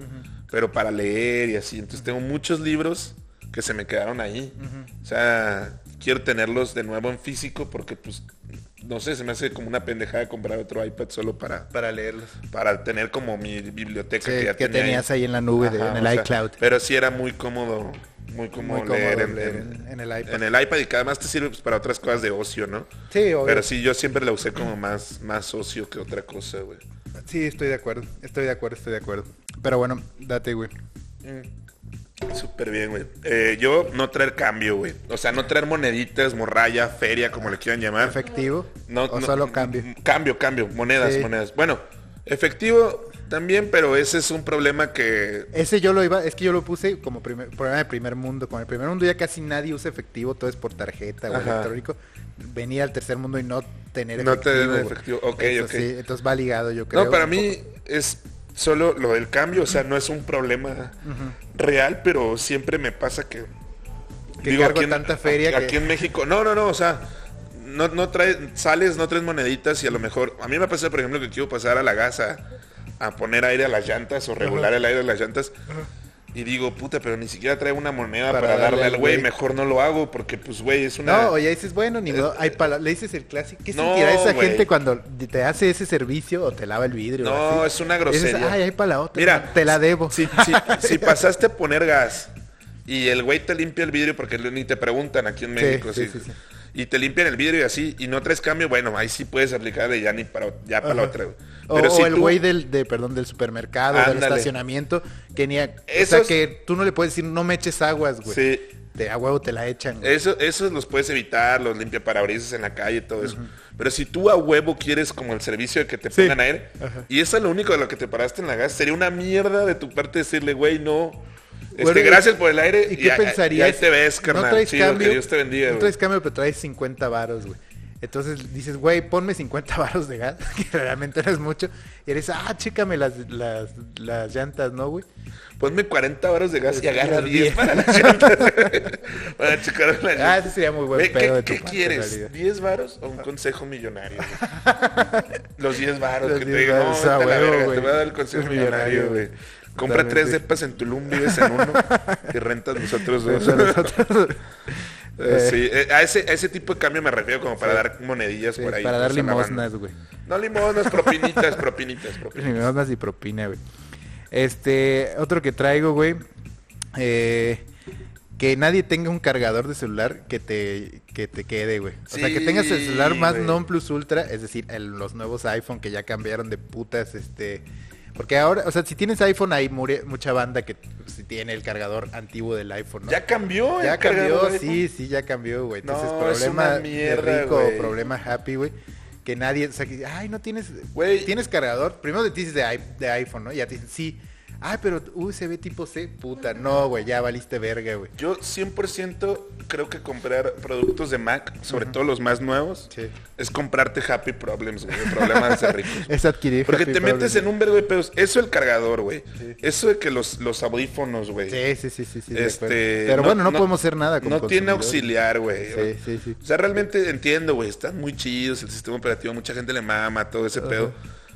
S2: Pero para leer y así. Entonces tengo muchos libros que se me quedaron ahí. O sea, quiero tenerlos de nuevo en físico porque pues no sé, se me hace como una pendejada comprar otro iPad solo para
S3: para leerlos.
S2: para tener como mi biblioteca
S1: Sí,
S2: que ya
S1: que
S2: tenía
S1: tenías ahí en la nube, de-
S2: Ajá,
S1: en
S2: o
S1: el
S2: sea,
S1: iCloud.
S2: Pero sí era muy cómodo, muy cómodo,
S1: Muy cómodo
S2: leer, en,
S1: leer
S2: en-
S1: en el iPad.
S2: en el iPad y que además te sirve pues, para otras cosas de ocio, ¿no?
S1: Sí, obvio.
S2: Pero sí, yo siempre la usé como más, más ocio que otra cosa, güey.
S1: Sí, estoy de acuerdo, estoy de acuerdo, estoy de acuerdo. Pero bueno, date, güey.
S2: Súper bien, güey. Eh, yo no traer cambio, güey. O sea, no traer moneditas, morralla, feria, como le quieran llamar.
S1: Efectivo
S2: No,
S1: o
S2: no- mm,
S1: solo cambio.
S2: Cambio, cambio. Monedas,
S1: Sí.
S2: monedas. Bueno, efectivo también, pero ese es un problema que...
S1: Ese yo lo iba, es que yo lo puse como primer, problema de primer mundo. Con el primer mundo ya casi nadie usa efectivo, todo es por tarjeta o
S2: Ajá.
S1: electrónico. Venir al tercer mundo y no tener
S2: No
S1: efectivo.
S2: tener
S1: güey.
S2: efectivo, ok,
S1: Eso
S2: ok.
S1: sí, entonces va ligado, yo creo.
S2: no, para
S1: un
S2: mí es solo lo del cambio, o sea, no es un problema real, pero siempre me pasa que...
S1: Que cargo tanta feria
S2: aquí
S1: que-
S2: en México, no, no, no, o sea, no, no traes, sales, no traes moneditas y a lo mejor, a mí me pasa, por ejemplo, que quiero pasar a la gasa a poner aire a las llantas o regular el aire a las llantas. Y digo, puta, pero ni siquiera trae una moneda
S1: Para
S2: para, darle,
S1: darle
S2: al güey,
S1: güey.
S2: mejor no lo hago porque pues güey, es una...
S1: No, o ya dices, bueno, ni modo, hay pala- le dices el clásico. ¿Qué
S2: Eh, No,
S1: sentirá esa
S2: güey.
S1: gente cuando te hace ese servicio o te lava el vidrio? o
S2: No,
S1: así?
S2: es una
S1: Y dices,
S2: grosería.
S1: Ay, ahí para la otra.
S2: Mira,
S1: te la debo.
S2: Si, si- si pasaste a poner gas y el güey te limpia el vidrio porque ni te preguntan aquí en
S1: Sí,
S2: México.
S1: sí,
S2: sí,
S1: sí, sí.
S2: Y te limpian el vidrio y así, y no traes cambio, bueno, ahí sí puedes aplicar de ya ni para, ya para la
S1: Ajá.
S2: otra. güey.
S1: O,
S2: Pero
S1: o
S2: si
S1: el
S2: tú-
S1: güey del, de, perdón, del supermercado, del
S2: Ándale.
S1: estacionamiento, que ni a- o sea,
S2: Esos-
S1: que tú no le puedes decir, no me eches aguas, güey.
S2: Sí.
S1: De a huevo te la echan. güey.
S2: Eso, esos los puedes evitar, los limpia parabrisas en la calle y todo eso. Pero si tú a huevo quieres como el servicio de que te
S1: Sí.
S2: pongan aire, y eso es lo único de lo que te paraste en la gas, sería una mierda de tu parte decirle, güey, no. Este,
S1: Bueno,
S2: gracias por el aire.
S1: ¿Y qué
S2: a-
S1: pensarías?
S2: Y ahí te ves, carnal.
S1: No traes
S2: Chido,
S1: cambio,
S2: que Dios te bendiga.
S1: No
S2: güey.
S1: traes cambio, pero traes 50 varos, güey. Entonces dices, güey, ponme 50 varos de gas, que realmente no es mucho. Y eres, ah, chécame las, las, las llantas, ¿no, güey?
S2: Ponme 40 horas de gas y agarra
S1: Las
S2: 10
S1: Pues, diez.
S2: para la llanta. para checar la llanta.
S1: Ah, ese sería muy buen
S2: Ve,
S1: pedo de
S2: ¿Qué,
S1: tu
S2: qué
S1: parte, en
S2: quieres?
S1: realidad.
S2: ¿10 varos o un consejo millonario? güey? Los 10 varos
S1: Los
S2: que te
S1: 10
S2: digo, no,
S1: varos,
S2: vete a
S1: a
S2: la
S1: huevo,
S2: verga, te
S1: güey.
S2: voy a dar el consejo
S1: Es
S2: millonario,
S1: millonario,
S2: güey.
S1: güey.
S2: Compra
S1: Totalmente.
S2: tres depas en Tulum, vives en uno y rentas nosotros dos. Eh, sí, eh, a ese, a ese tipo de cambio me refiero como para dar monedillas
S1: Sí,
S2: por ahí.
S1: para dar
S2: pues, a la banda.
S1: limosnas, güey.
S2: No limosnas, propinitas, propinitas, propinitas.
S1: Limosnas y propina, güey. Este, otro que traigo, güey. eh, que nadie tenga un cargador de celular que te, que te quede, güey. O sea, que tengas el celular
S2: Sí,
S1: más
S2: güey.
S1: non plus ultra, es decir, el- los nuevos iPhone que ya cambiaron de putas, este... Porque ahora, o sea, si tienes iPhone hay mure- mucha banda que pues, si tiene el cargador antiguo del iPhone, ¿no?
S2: Ya cambió, el
S1: Ya cambió,
S2: cargador de
S1: sí, sí, ya cambió, güey.
S2: No,
S1: Entonces,
S2: es
S1: problema
S2: una
S1: de
S2: mierda,
S1: rico,
S2: güey.
S1: problema happy, güey. Que nadie, o sea, que, ay, no tienes,
S2: Güey.
S1: tienes cargador. Primero te dices de, i- de iPhone, ¿no? Ya te dicen, sí. Ay, pero USB tipo C, puta. No, güey, ya valiste verga, güey.
S2: Yo 100% creo que comprar productos de Mac, sobre todo los más nuevos,
S1: Sí.
S2: es comprarte Happy Problems, güey, problemas de ricos.
S1: Es adquirir.
S2: Porque te metes en un vergo de pedos. Eso el cargador, güey. Eso de que los, los audífonos, güey.
S1: Sí, sí, sí, sí, sí. de
S2: Este,
S1: acuerdo. pero bueno, no, podemos hacer nada como
S2: No tiene
S1: consumidores.
S2: auxiliar, güey.
S1: Sí, sí, sí.
S2: O sea, realmente entiendo, güey. Están muy chidos el sistema operativo. Mucha gente le mama todo ese pedo.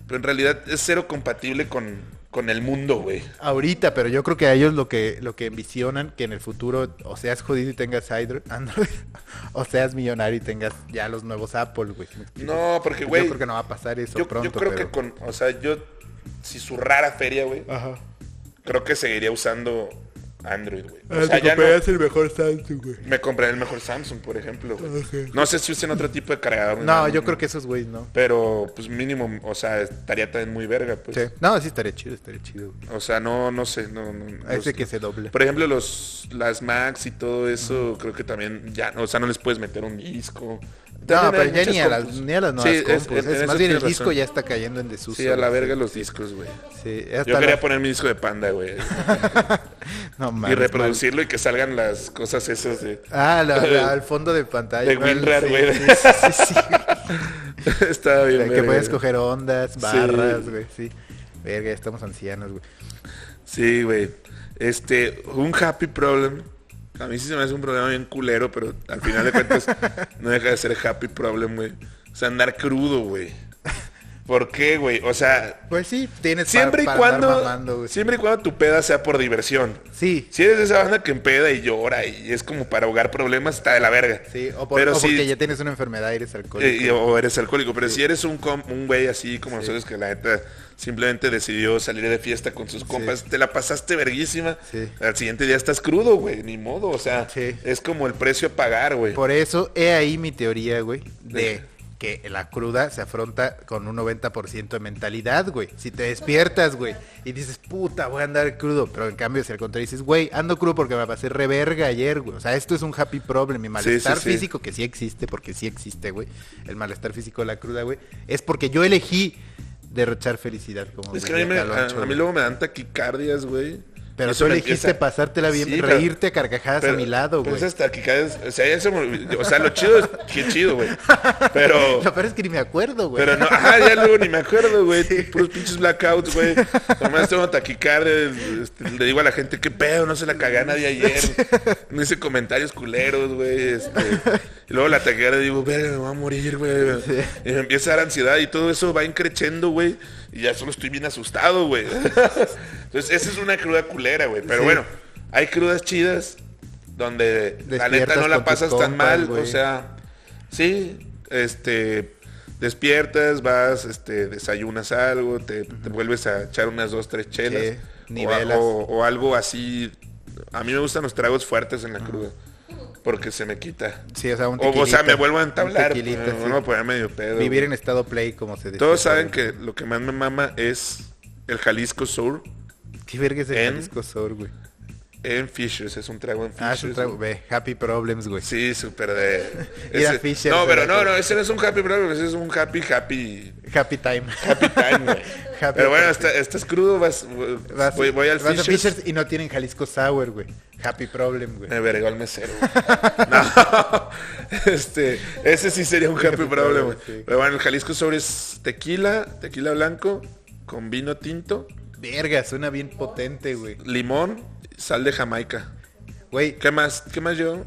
S2: Pero en realidad es cero compatible con, con el mundo, güey.
S1: Ahorita, pero yo creo que a ellos lo que lo que envisionan que en el futuro o seas jodido y tengas Android, Android, o seas millonario y tengas ya los nuevos Apple, güey. ¿Me explico?
S2: No, porque, güey.
S1: yo creo que no va a pasar eso
S2: Yo, yo
S1: pronto.
S2: creo
S1: pero-
S2: que con, o sea, yo, si su rara feria, güey,
S1: Ajá.
S2: creo que seguiría usando Android, güey.
S1: Ah,
S2: O sea,
S1: te
S2: ya no-
S1: comprarías el mejor Samsung, güey.
S2: me compraré el mejor Samsung, por ejemplo, güey.
S1: Ok.
S2: No sé si usen otro tipo de cargador.
S1: No,
S2: ni
S1: no,
S2: nada,
S1: yo creo que esos güeyes no.
S2: Pero, pues mínimo, o sea, estaría también muy verga, pues.
S1: Sí. No, sí estaría chido, estaría chido. güey.
S2: O sea, no, no sé, no, no.
S1: A ese
S2: los-
S1: que se doble.
S2: Por ejemplo, los, las Macs y todo eso, creo que también ya, o sea, no les puedes meter un disco.
S1: No,
S2: También hay
S1: pero ya
S2: muchas
S1: ni a, las,
S2: compus.
S1: ni a las nuevas
S2: Sí, es-
S1: compus,
S2: en-
S1: es
S2: en
S1: más
S2: eso
S1: bien el
S2: tienes
S1: disco
S2: razón.
S1: ya está cayendo en desuso.
S2: Sí, a la
S1: güey.
S2: verga los discos, güey.
S1: Sí, hasta
S2: Yo quería
S1: la-
S2: poner mi disco de panda, güey.
S1: No,
S2: y
S1: mames,
S2: reproducirlo y que salgan las cosas esas de...
S1: mames. Ah, la- la- al fondo de pantalla.
S2: De
S1: ¿no? El-
S2: WinRAR,
S1: sí,
S2: güey.
S1: sí, sí, sí, sí, güey.
S2: Está bien.
S1: De que
S2: verga,
S1: puedes
S2: güey.
S1: coger ondas, barras, güey, sí. Verga, ya estamos ancianos, güey.
S2: Sí, güey. Este, un happy problem. A mí sí se me hace un problema bien culero, pero al final de cuentas no deja de ser happy problem, güey. O sea, andar crudo, güey. ¿Por qué, güey? O sea,
S1: Pues sí, tienes para-
S2: siempre y
S1: para andar
S2: cuando
S1: mamando, güey.
S2: siempre y cuando tu peda sea por diversión.
S1: Sí,
S2: Si eres de esa banda que empeda y llora y es como para ahogar problemas, está de la verga.
S1: sí, o, por-
S2: Pero
S1: o
S2: si-
S1: porque ya tienes una enfermedad y eres
S2: eh,
S1: alcohólico.
S2: y- o eres alcohólico, pero si eres un com- un güey así como nosotros que la neta simplemente decidió salir de fiesta con sus compas, te la pasaste verguísima.
S1: Sí.
S2: Al siguiente día estás crudo, güey, ni modo, o sea,
S1: Sí.
S2: es como el precio a pagar, güey.
S1: Por eso he ahí mi teoría, güey, de que la cruda se afronta con un 90% de mentalidad, güey. Si te despiertas, güey, y dices, puta, voy a andar crudo. Pero en cambio, si al contrario dices, güey, ando crudo porque me pasé reverga ayer, güey. O sea, esto es un happy problem. Mi malestar
S2: sí.
S1: físico, que sí existe, porque sí existe, güey. El malestar físico de la cruda, güey. Es porque yo elegí derrochar felicidad. Como
S2: Es que a mí,
S1: diría
S2: me- a-
S1: Caloncho,
S2: a mí
S1: güey.
S2: luego me dan taquicardias, güey.
S1: Pero
S2: Y
S1: tú
S2: se me
S1: elegiste
S2: empieza-
S1: pasártela bien,
S2: Sí, pero-
S1: reírte a carcajadas a mi lado, güey.
S2: Esas taquicardias, o sea, ya se me olvidó. O sea, lo chido es que chido, güey. Pero,
S1: Lo peor es que ni me acuerdo, güey.
S2: pero no, ajá, ya luego ni me acuerdo, güey. Puros pinches blackouts, güey. Nomás tengo taquicardia. este, le digo a la gente, qué pedo, no se la cagá nadie ayer. No hice comentarios culeros, güey. este. Y luego la taquicardia digo, verga, me voy a morir, güey. Y me empieza a dar ansiedad y todo eso va increciendo, güey. Y ya solo estoy bien asustado, güey. Entonces, esa es una cruda culera, güey. Pero
S1: Sí.
S2: bueno, hay crudas chidas donde la neta
S1: Despiertas
S2: no
S1: con
S2: la
S1: tus
S2: pasas tan
S1: compas,
S2: mal. O
S1: güey.
S2: sea, sí, este, despiertas, vas, este, desayunas algo, te, te vuelves a echar unas dos, tres chelas.
S1: Sí,
S2: o-
S1: nivelas.
S2: O, o algo así. A mí me gustan los tragos fuertes en la cruda. Porque se me quita.
S1: Sí, o sea, un
S2: o, o sea,
S1: tequilita,
S2: me vuelvo a
S1: un
S2: entablar. eh,
S1: tequilita,
S2: me
S1: sí.
S2: vuelvo a poner medio pedo.
S1: Vivir
S2: güey.
S1: en estado play, como se dice.
S2: Todos saben que lo que más me mama es el Jalisco Sour
S1: ¿Qué verga es el
S2: en-
S1: Jalisco Sour, güey?
S2: en Fishers. Es un trago en Fishers.
S1: Ah, es un trago. Ve, Happy Problems, güey.
S2: Sí, súper de...
S1: Ir a
S2: ese-
S1: Fishers,
S2: no, pero
S1: ¿verdad?
S2: no, no, ese no es un happy problem, ese es un happy, happy,
S1: Happy Time.
S2: happy time, güey.
S1: Happy
S2: pero bueno,
S1: time.
S2: está- estás crudo, vas,
S1: Vas-
S2: voy, voy al
S1: vas a
S2: Fishers. Eh,
S1: Fishers y no tienen Jalisco Sour, güey. Happy Problem, güey.
S2: Me vergó el mesero. güey. no, este, ese sí sería un happy problem, güey.
S1: sí.
S2: Pero bueno, el Jalisco sobre es tequila, tequila blanco, con vino tinto,
S1: Verga, suena bien potente, güey.
S2: limón, sal de Jamaica.
S1: Güey,
S2: ¿Qué más? ¿Qué más yo?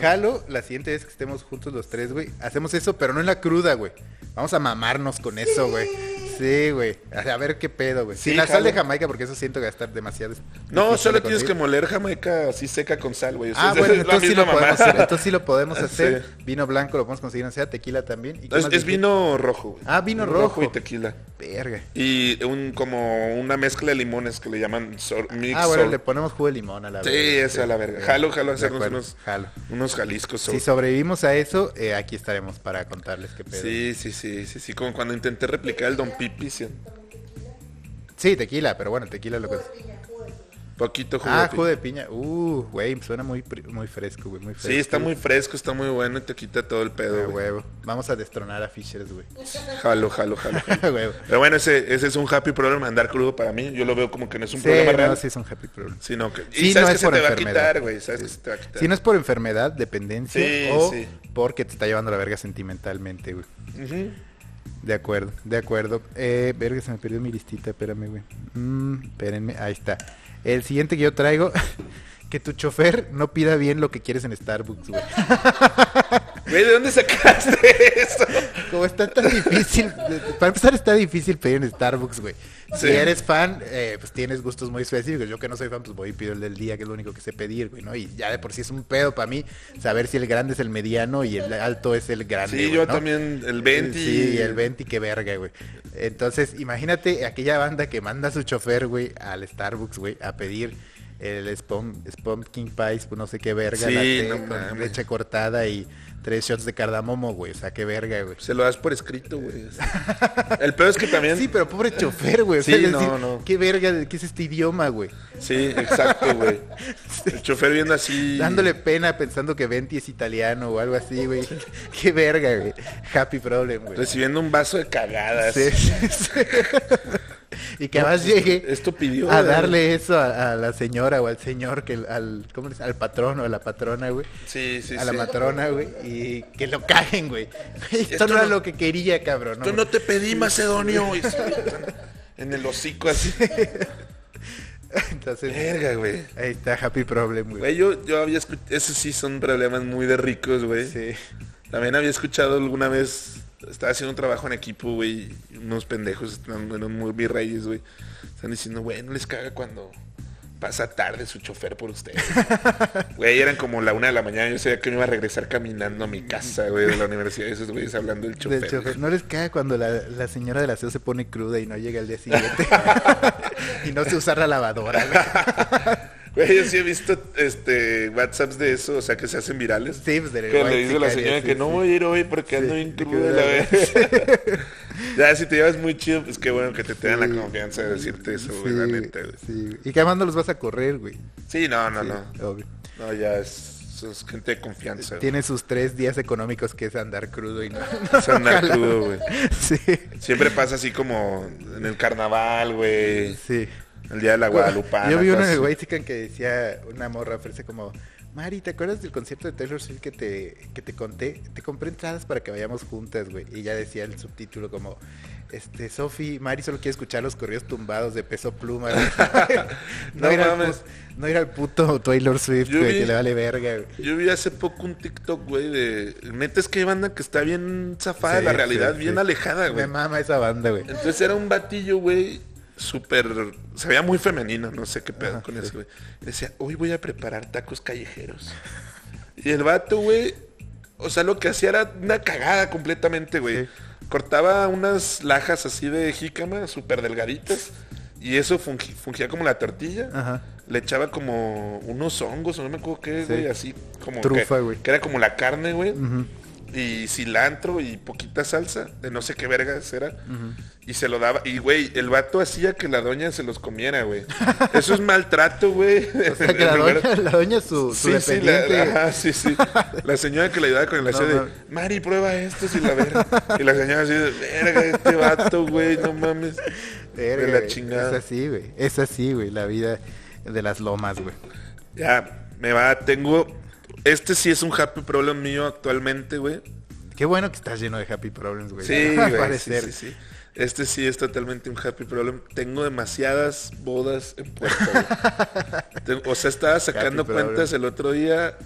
S1: jalo la siguiente vez que estemos juntos los tres, güey. Hacemos eso, pero no en la cruda, güey. Vamos a mamarnos con eso, güey. Sí, güey. A a ver qué pedo, güey.
S2: Sí,
S1: Sin la sal de
S2: jalo.
S1: Jamaica, porque eso siento que va a estar demasiado.
S2: No,
S1: difícil
S2: solo
S1: de
S2: tienes
S1: conseguir.
S2: que moler Jamaica así seca con sal, güey. O sea,
S1: Ah,
S2: es
S1: bueno,
S2: la
S1: entonces sí,
S2: misma
S1: lo podemos
S2: mamada.
S1: hacer, entonces sí lo podemos hacer.
S2: Sí.
S1: Vino blanco lo podemos conseguir, o sea, tequila también. ¿Y qué más
S2: Es, es
S1: dijiste?
S2: vino rojo, güey.
S1: Ah, vino rojo.
S2: y tequila.
S1: Verga.
S2: Y un como una mezcla de limones que le llaman sor- mix
S1: Ah, bueno,
S2: sor-
S1: le ponemos jugo de limón a la
S2: Sí,
S1: verga.
S2: eso a la verga. Jalo, jalo,
S1: De
S2: hacernos
S1: acuerdo,
S2: unos-
S1: Jalo.
S2: unos jaliscos. sor-
S1: Si sobrevivimos a eso, eh, aquí estaremos para contarles qué pedo. Sí.
S2: Sí, sí, sí, sí, sí. Como cuando intenté replicar el Don Pipi, sí,
S1: tequila, pero bueno, tequila lo que...
S2: poquito jugo.
S1: Ah,
S2: de
S1: jugo
S2: pipi.
S1: de piña. Uh, güey, suena muy, pri- muy fresco, güey, muy fresco.
S2: Sí, está muy fresco, está muy bueno y te quita todo el
S1: Ah,
S2: pedo. güey.
S1: huevo. Vamos a destronar a Fishers, güey.
S2: Jalo, jalo, jalo. jalo.
S1: Ah, huevo.
S2: Pero bueno, ese, ese es un happy problem andar crudo para mí. Yo lo veo como que no es un
S1: Sí,
S2: problema
S1: no,
S2: real.
S1: sí es un happy problem.
S2: Sino que, y
S1: Sí, no
S2: sabes que
S1: es
S2: se
S1: por
S2: te va a
S1: enfermedad.
S2: quitar, güey. Sabes que se te va a quitar.
S1: Si no es por enfermedad, dependencia
S2: Sí,
S1: o
S2: sí.
S1: porque te está llevando la verga sentimentalmente, güey.
S2: Ujú.
S1: De acuerdo, de acuerdo. Eh, verga, se me perdió mi listita, espérame, güey. Mm, espérenme, ahí está. El siguiente que yo traigo, que tu chofer no pida bien lo que quieres en Starbucks, güey.
S2: Güey, ¿de dónde sacaste eso?
S1: Como está tan difícil, para empezar está difícil pedir en Starbucks, güey.
S2: Sí.
S1: Si eres fan, eh, pues tienes gustos muy específicos. Yo que no soy fan, pues voy y pido el del día, que es lo único que sé pedir, güey, ¿no? Y ya de por sí es un pedo para mí saber si el grande es el mediano y el alto es el grande.
S2: Sí,
S1: güey,
S2: yo
S1: ¿no?
S2: también, el 20.
S1: Sí, el 20, qué verga, güey. Entonces, imagínate aquella banda que manda a su chofer, güey, al Starbucks, güey, a pedir el Spum, King Pies, pues no sé qué verga,
S2: Sí,
S1: la té
S2: no
S1: con
S2: mames.
S1: leche cortada y tres shots de cardamomo, güey. O sea, qué verga, güey.
S2: Se lo das por escrito, güey. El peor es que también...
S1: Sí,
S2: Sí,
S1: pero pobre chofer, güey. O sea,
S2: Sí,
S1: es
S2: no,
S1: decir,
S2: no.
S1: qué verga, qué es este idioma, güey.
S2: exacto, güey. El chofer viendo así...
S1: Dándole pena pensando que Venti es italiano o algo así, güey. Qué verga, güey. Happy problem, güey.
S2: Recibiendo un vaso de cagadas.
S1: Sí, sí, sí. Y que además llegue
S2: Esto pidió...
S1: a
S2: güey.
S1: darle eso a, a la señora o al señor, que el- al, ¿cómo le dice? al patrón o a la patrona, güey.
S2: Sí, sí,
S1: a la
S2: sí.
S1: matrona, güey. Y que lo caguen, güey. Esto
S2: Esto
S1: no era
S2: no-
S1: lo que quería, cabrón.
S2: Yo no te pedí, Macedonio. y- En el hocico así.
S1: Entonces,
S2: Verga, güey.
S1: ahí está Happy Problem, güey.
S2: Güey, yo, yo había escuchado... Esos sí son problemas muy de ricos, güey.
S1: Sí.
S2: También había escuchado alguna vez estaba haciendo un trabajo en equipo, güey. y Unos pendejos están, eran muy virreyes, güey. Están diciendo, güey, no les caga cuando pasa tarde su chofer por ustedes. Güey, eran como la una de la mañana. Yo sabía que me iba a regresar caminando a mi casa, güey, de la universidad. Y esos güeyes hablando del chofer.
S1: Del chofer. No les cae cuando la, la señora del aseo se pone cruda y no llega al día siguiente. y no se usa la lavadora. güey.
S2: Güey, yo sí he visto este, WhatsApps de eso, o sea, que se hacen virales.
S1: Sí, pues, del
S2: Que
S1: White
S2: le dice la
S1: Sicario,
S2: señora
S1: sí,
S2: que no
S1: sí.
S2: voy a ir hoy porque ando
S1: Sí,
S2: bien
S1: que la
S2: cruda, la
S1: verdad.
S2: verdad. ya, si te llevas muy chido, pues qué bueno que te, te dan la confianza de decirte eso, güey, la
S1: Sí,
S2: neta, güey.
S1: sí, güey. Y que además no los vas a correr, güey.
S2: Sí, no, no,
S1: Sí,
S2: no.
S1: obvio.
S2: No, ya es, es gente de confianza. güey.
S1: Tiene sus tres días económicos que es andar crudo y no.
S2: Es andar crudo, güey.
S1: Sí,
S2: Siempre pasa así como en el carnaval, güey.
S1: sí.
S2: El día de la Guadalupana.
S1: Yo vi uno en
S2: cosas
S1: el White Chicken que decía una morra ofrece como, Mari, ¿te acuerdas del concierto de Taylor Swift que te, que te conté? Te compré entradas para que vayamos juntas, güey. Y ya decía el subtítulo como, este, Sofi, Mari solo quiere escuchar los corridos tumbados de peso pluma. güey". no,
S2: No
S1: ir al
S2: mames.
S1: pu- no ir al puto Taylor Swift,
S2: Yo
S1: güey,
S2: vi-
S1: que le vale verga, güey.
S2: Yo vi hace poco un TikTok, güey, de... Neta es que hay banda que está bien zafada de
S1: Sí,
S2: la
S1: sí,
S2: realidad,
S1: sí.
S2: bien alejada, güey.
S1: Me mama esa banda, güey.
S2: Entonces era un batillo, güey, súper... Se veía muy femenino, no sé qué pedo con eso, güey. Y Decía, hoy voy a preparar tacos callejeros. Y el vato, güey, o sea, lo que hacía era una cagada completamente, güey.
S1: Sí.
S2: Cortaba unas lajas así de jícama, súper delgaditas. Y eso fungi- fungía como la tortilla.
S1: Ajá.
S2: Le echaba como unos hongos, o no me acuerdo qué,
S1: Sí.
S2: güey, así como...
S1: Trufa,
S2: que-
S1: güey.
S2: Que era como la carne, güey y cilantro y poquita salsa de no sé qué vergas era. Y se lo daba. Y, güey, el vato hacía que la doña se los comiera, güey. Eso es maltrato, güey.
S1: O sea, que la
S2: En lugar-
S1: doña, la doña su, su
S2: Sí, sí, la,
S1: dependiente.
S2: ajá, sí, sí. La señora que le ayudaba con el aseo de,
S1: mames.
S2: Mari, prueba esto, si la verga. Y la señora así de, verga, este vato, güey, no mames.
S1: Verga,
S2: de la
S1: güey.
S2: chingada.
S1: Es así, güey. Es así, güey, la vida de las lomas, güey.
S2: Ya, me va, tengo... Este sí es un happy problem mío actualmente, güey.
S1: Qué bueno que estás lleno de happy problems, güey.
S2: Sí,
S1: Al
S2: güey, sí,
S1: parecer.
S2: sí, sí. Este sí es totalmente un happy problem. Tengo demasiadas bodas en puerta. güey. Tengo- o sea, estaba sacando
S1: Happy problem.
S2: cuentas el otro día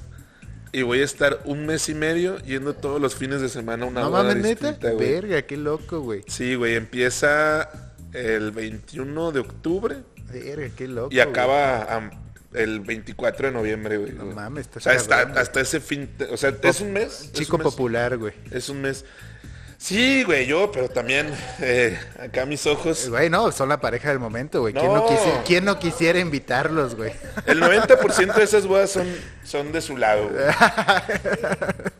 S2: y voy a estar un mes y medio yendo todos los fines de semana a una
S1: No
S2: boda
S1: mames, neta.
S2: distinta, güey.
S1: Verga, qué loco, güey.
S2: Sí, güey, empieza el 21 de octubre
S1: Verga, qué loco.
S2: y acaba am, el 24 de noviembre, güey.
S1: No
S2: güey.
S1: mames, está
S2: o sea, está-
S1: cabrón, güey.
S2: hasta ese fin, o sea,
S1: güey.
S2: es un mes. es
S1: Chico
S2: un mes.
S1: popular, güey.
S2: Es un mes. Sí, güey, yo, pero también eh, acá mis ojos.
S1: Güey, no, son la pareja del momento, güey. ¿Quién, no
S2: No.
S1: quisi- quién no quisiera invitarlos, güey?
S2: El 90% de esas bodas son, son de su lado. güey.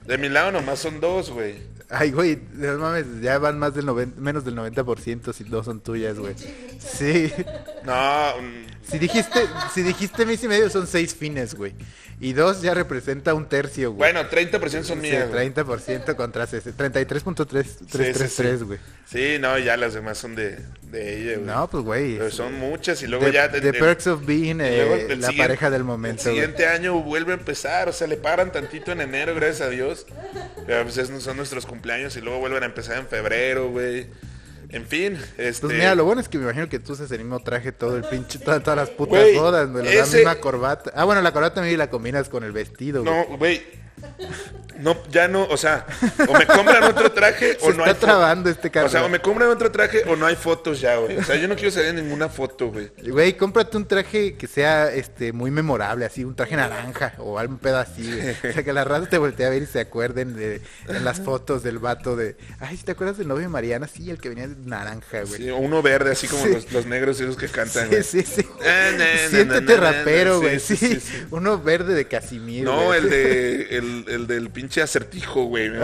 S2: De mi lado nomás son dos, güey.
S1: Ay, güey, no mames, ya van más del 90, menos del 90% si dos son tuyas, güey. Sí.
S2: No, mm,
S1: Si dijiste, si dijiste mes y medio son seis fines, güey. Y dos ya representa un tercio, güey.
S2: bueno, 30% son
S1: Sí,
S2: mías. güey.
S1: 30% contra 60, 33.3333, güey.
S2: Sí, no, ya las demás son de, de ella, güey.
S1: No, pues, güey.
S2: Pero
S1: es-
S2: son muchas y luego
S1: The,
S2: ya... de-
S1: the
S2: de-
S1: Perks of Being,
S2: y
S1: eh,
S2: luego
S1: la
S2: el siguiente-
S1: pareja del
S2: El
S1: momento, güey.
S2: siguiente año vuelve a empezar, o sea, le paran tantito en enero, gracias a Dios. Pero pues esos son nuestros cumpleaños y luego vuelven a empezar en febrero, güey. En fin, este...
S1: Pues mira, lo bueno es que me imagino que tú usas el mismo traje todo el pinche, todas, todas las putas
S2: Güey,
S1: bodas, güey. La
S2: ese-
S1: misma corbata. Ah, bueno, la corbata también la combinas con el vestido, güey.
S2: No, güey. No, ya no, o sea, o me compran otro traje
S1: Se
S2: o no
S1: está
S2: hay fo-
S1: trabando este carro.
S2: O sea, o me compran otro traje o no hay fotos ya, güey. O sea, yo no quiero salir en ninguna foto, güey.
S1: Güey, cómprate un traje que sea este muy memorable, así, un traje naranja o algún pedo así, güey. O sea, que la raza te voltee a ver y se acuerden de en las fotos del vato de, ay, ¿te acuerdas del novio de Mariana? Sí, el que venía de naranja, güey.
S2: Sí, o uno verde, así como
S1: Sí.
S2: los, los negros esos que cantan,
S1: Sí,
S2: güey.
S1: sí, sí.
S2: Ah, na, na,
S1: Siéntete
S2: na, na, na,
S1: rapero,
S2: sí,
S1: güey. Sí,
S2: sí, sí, sí.
S1: Uno verde de Casimiro.
S2: No,
S1: güey.
S2: el de el, el del pinche acertijo, güey. ¿no?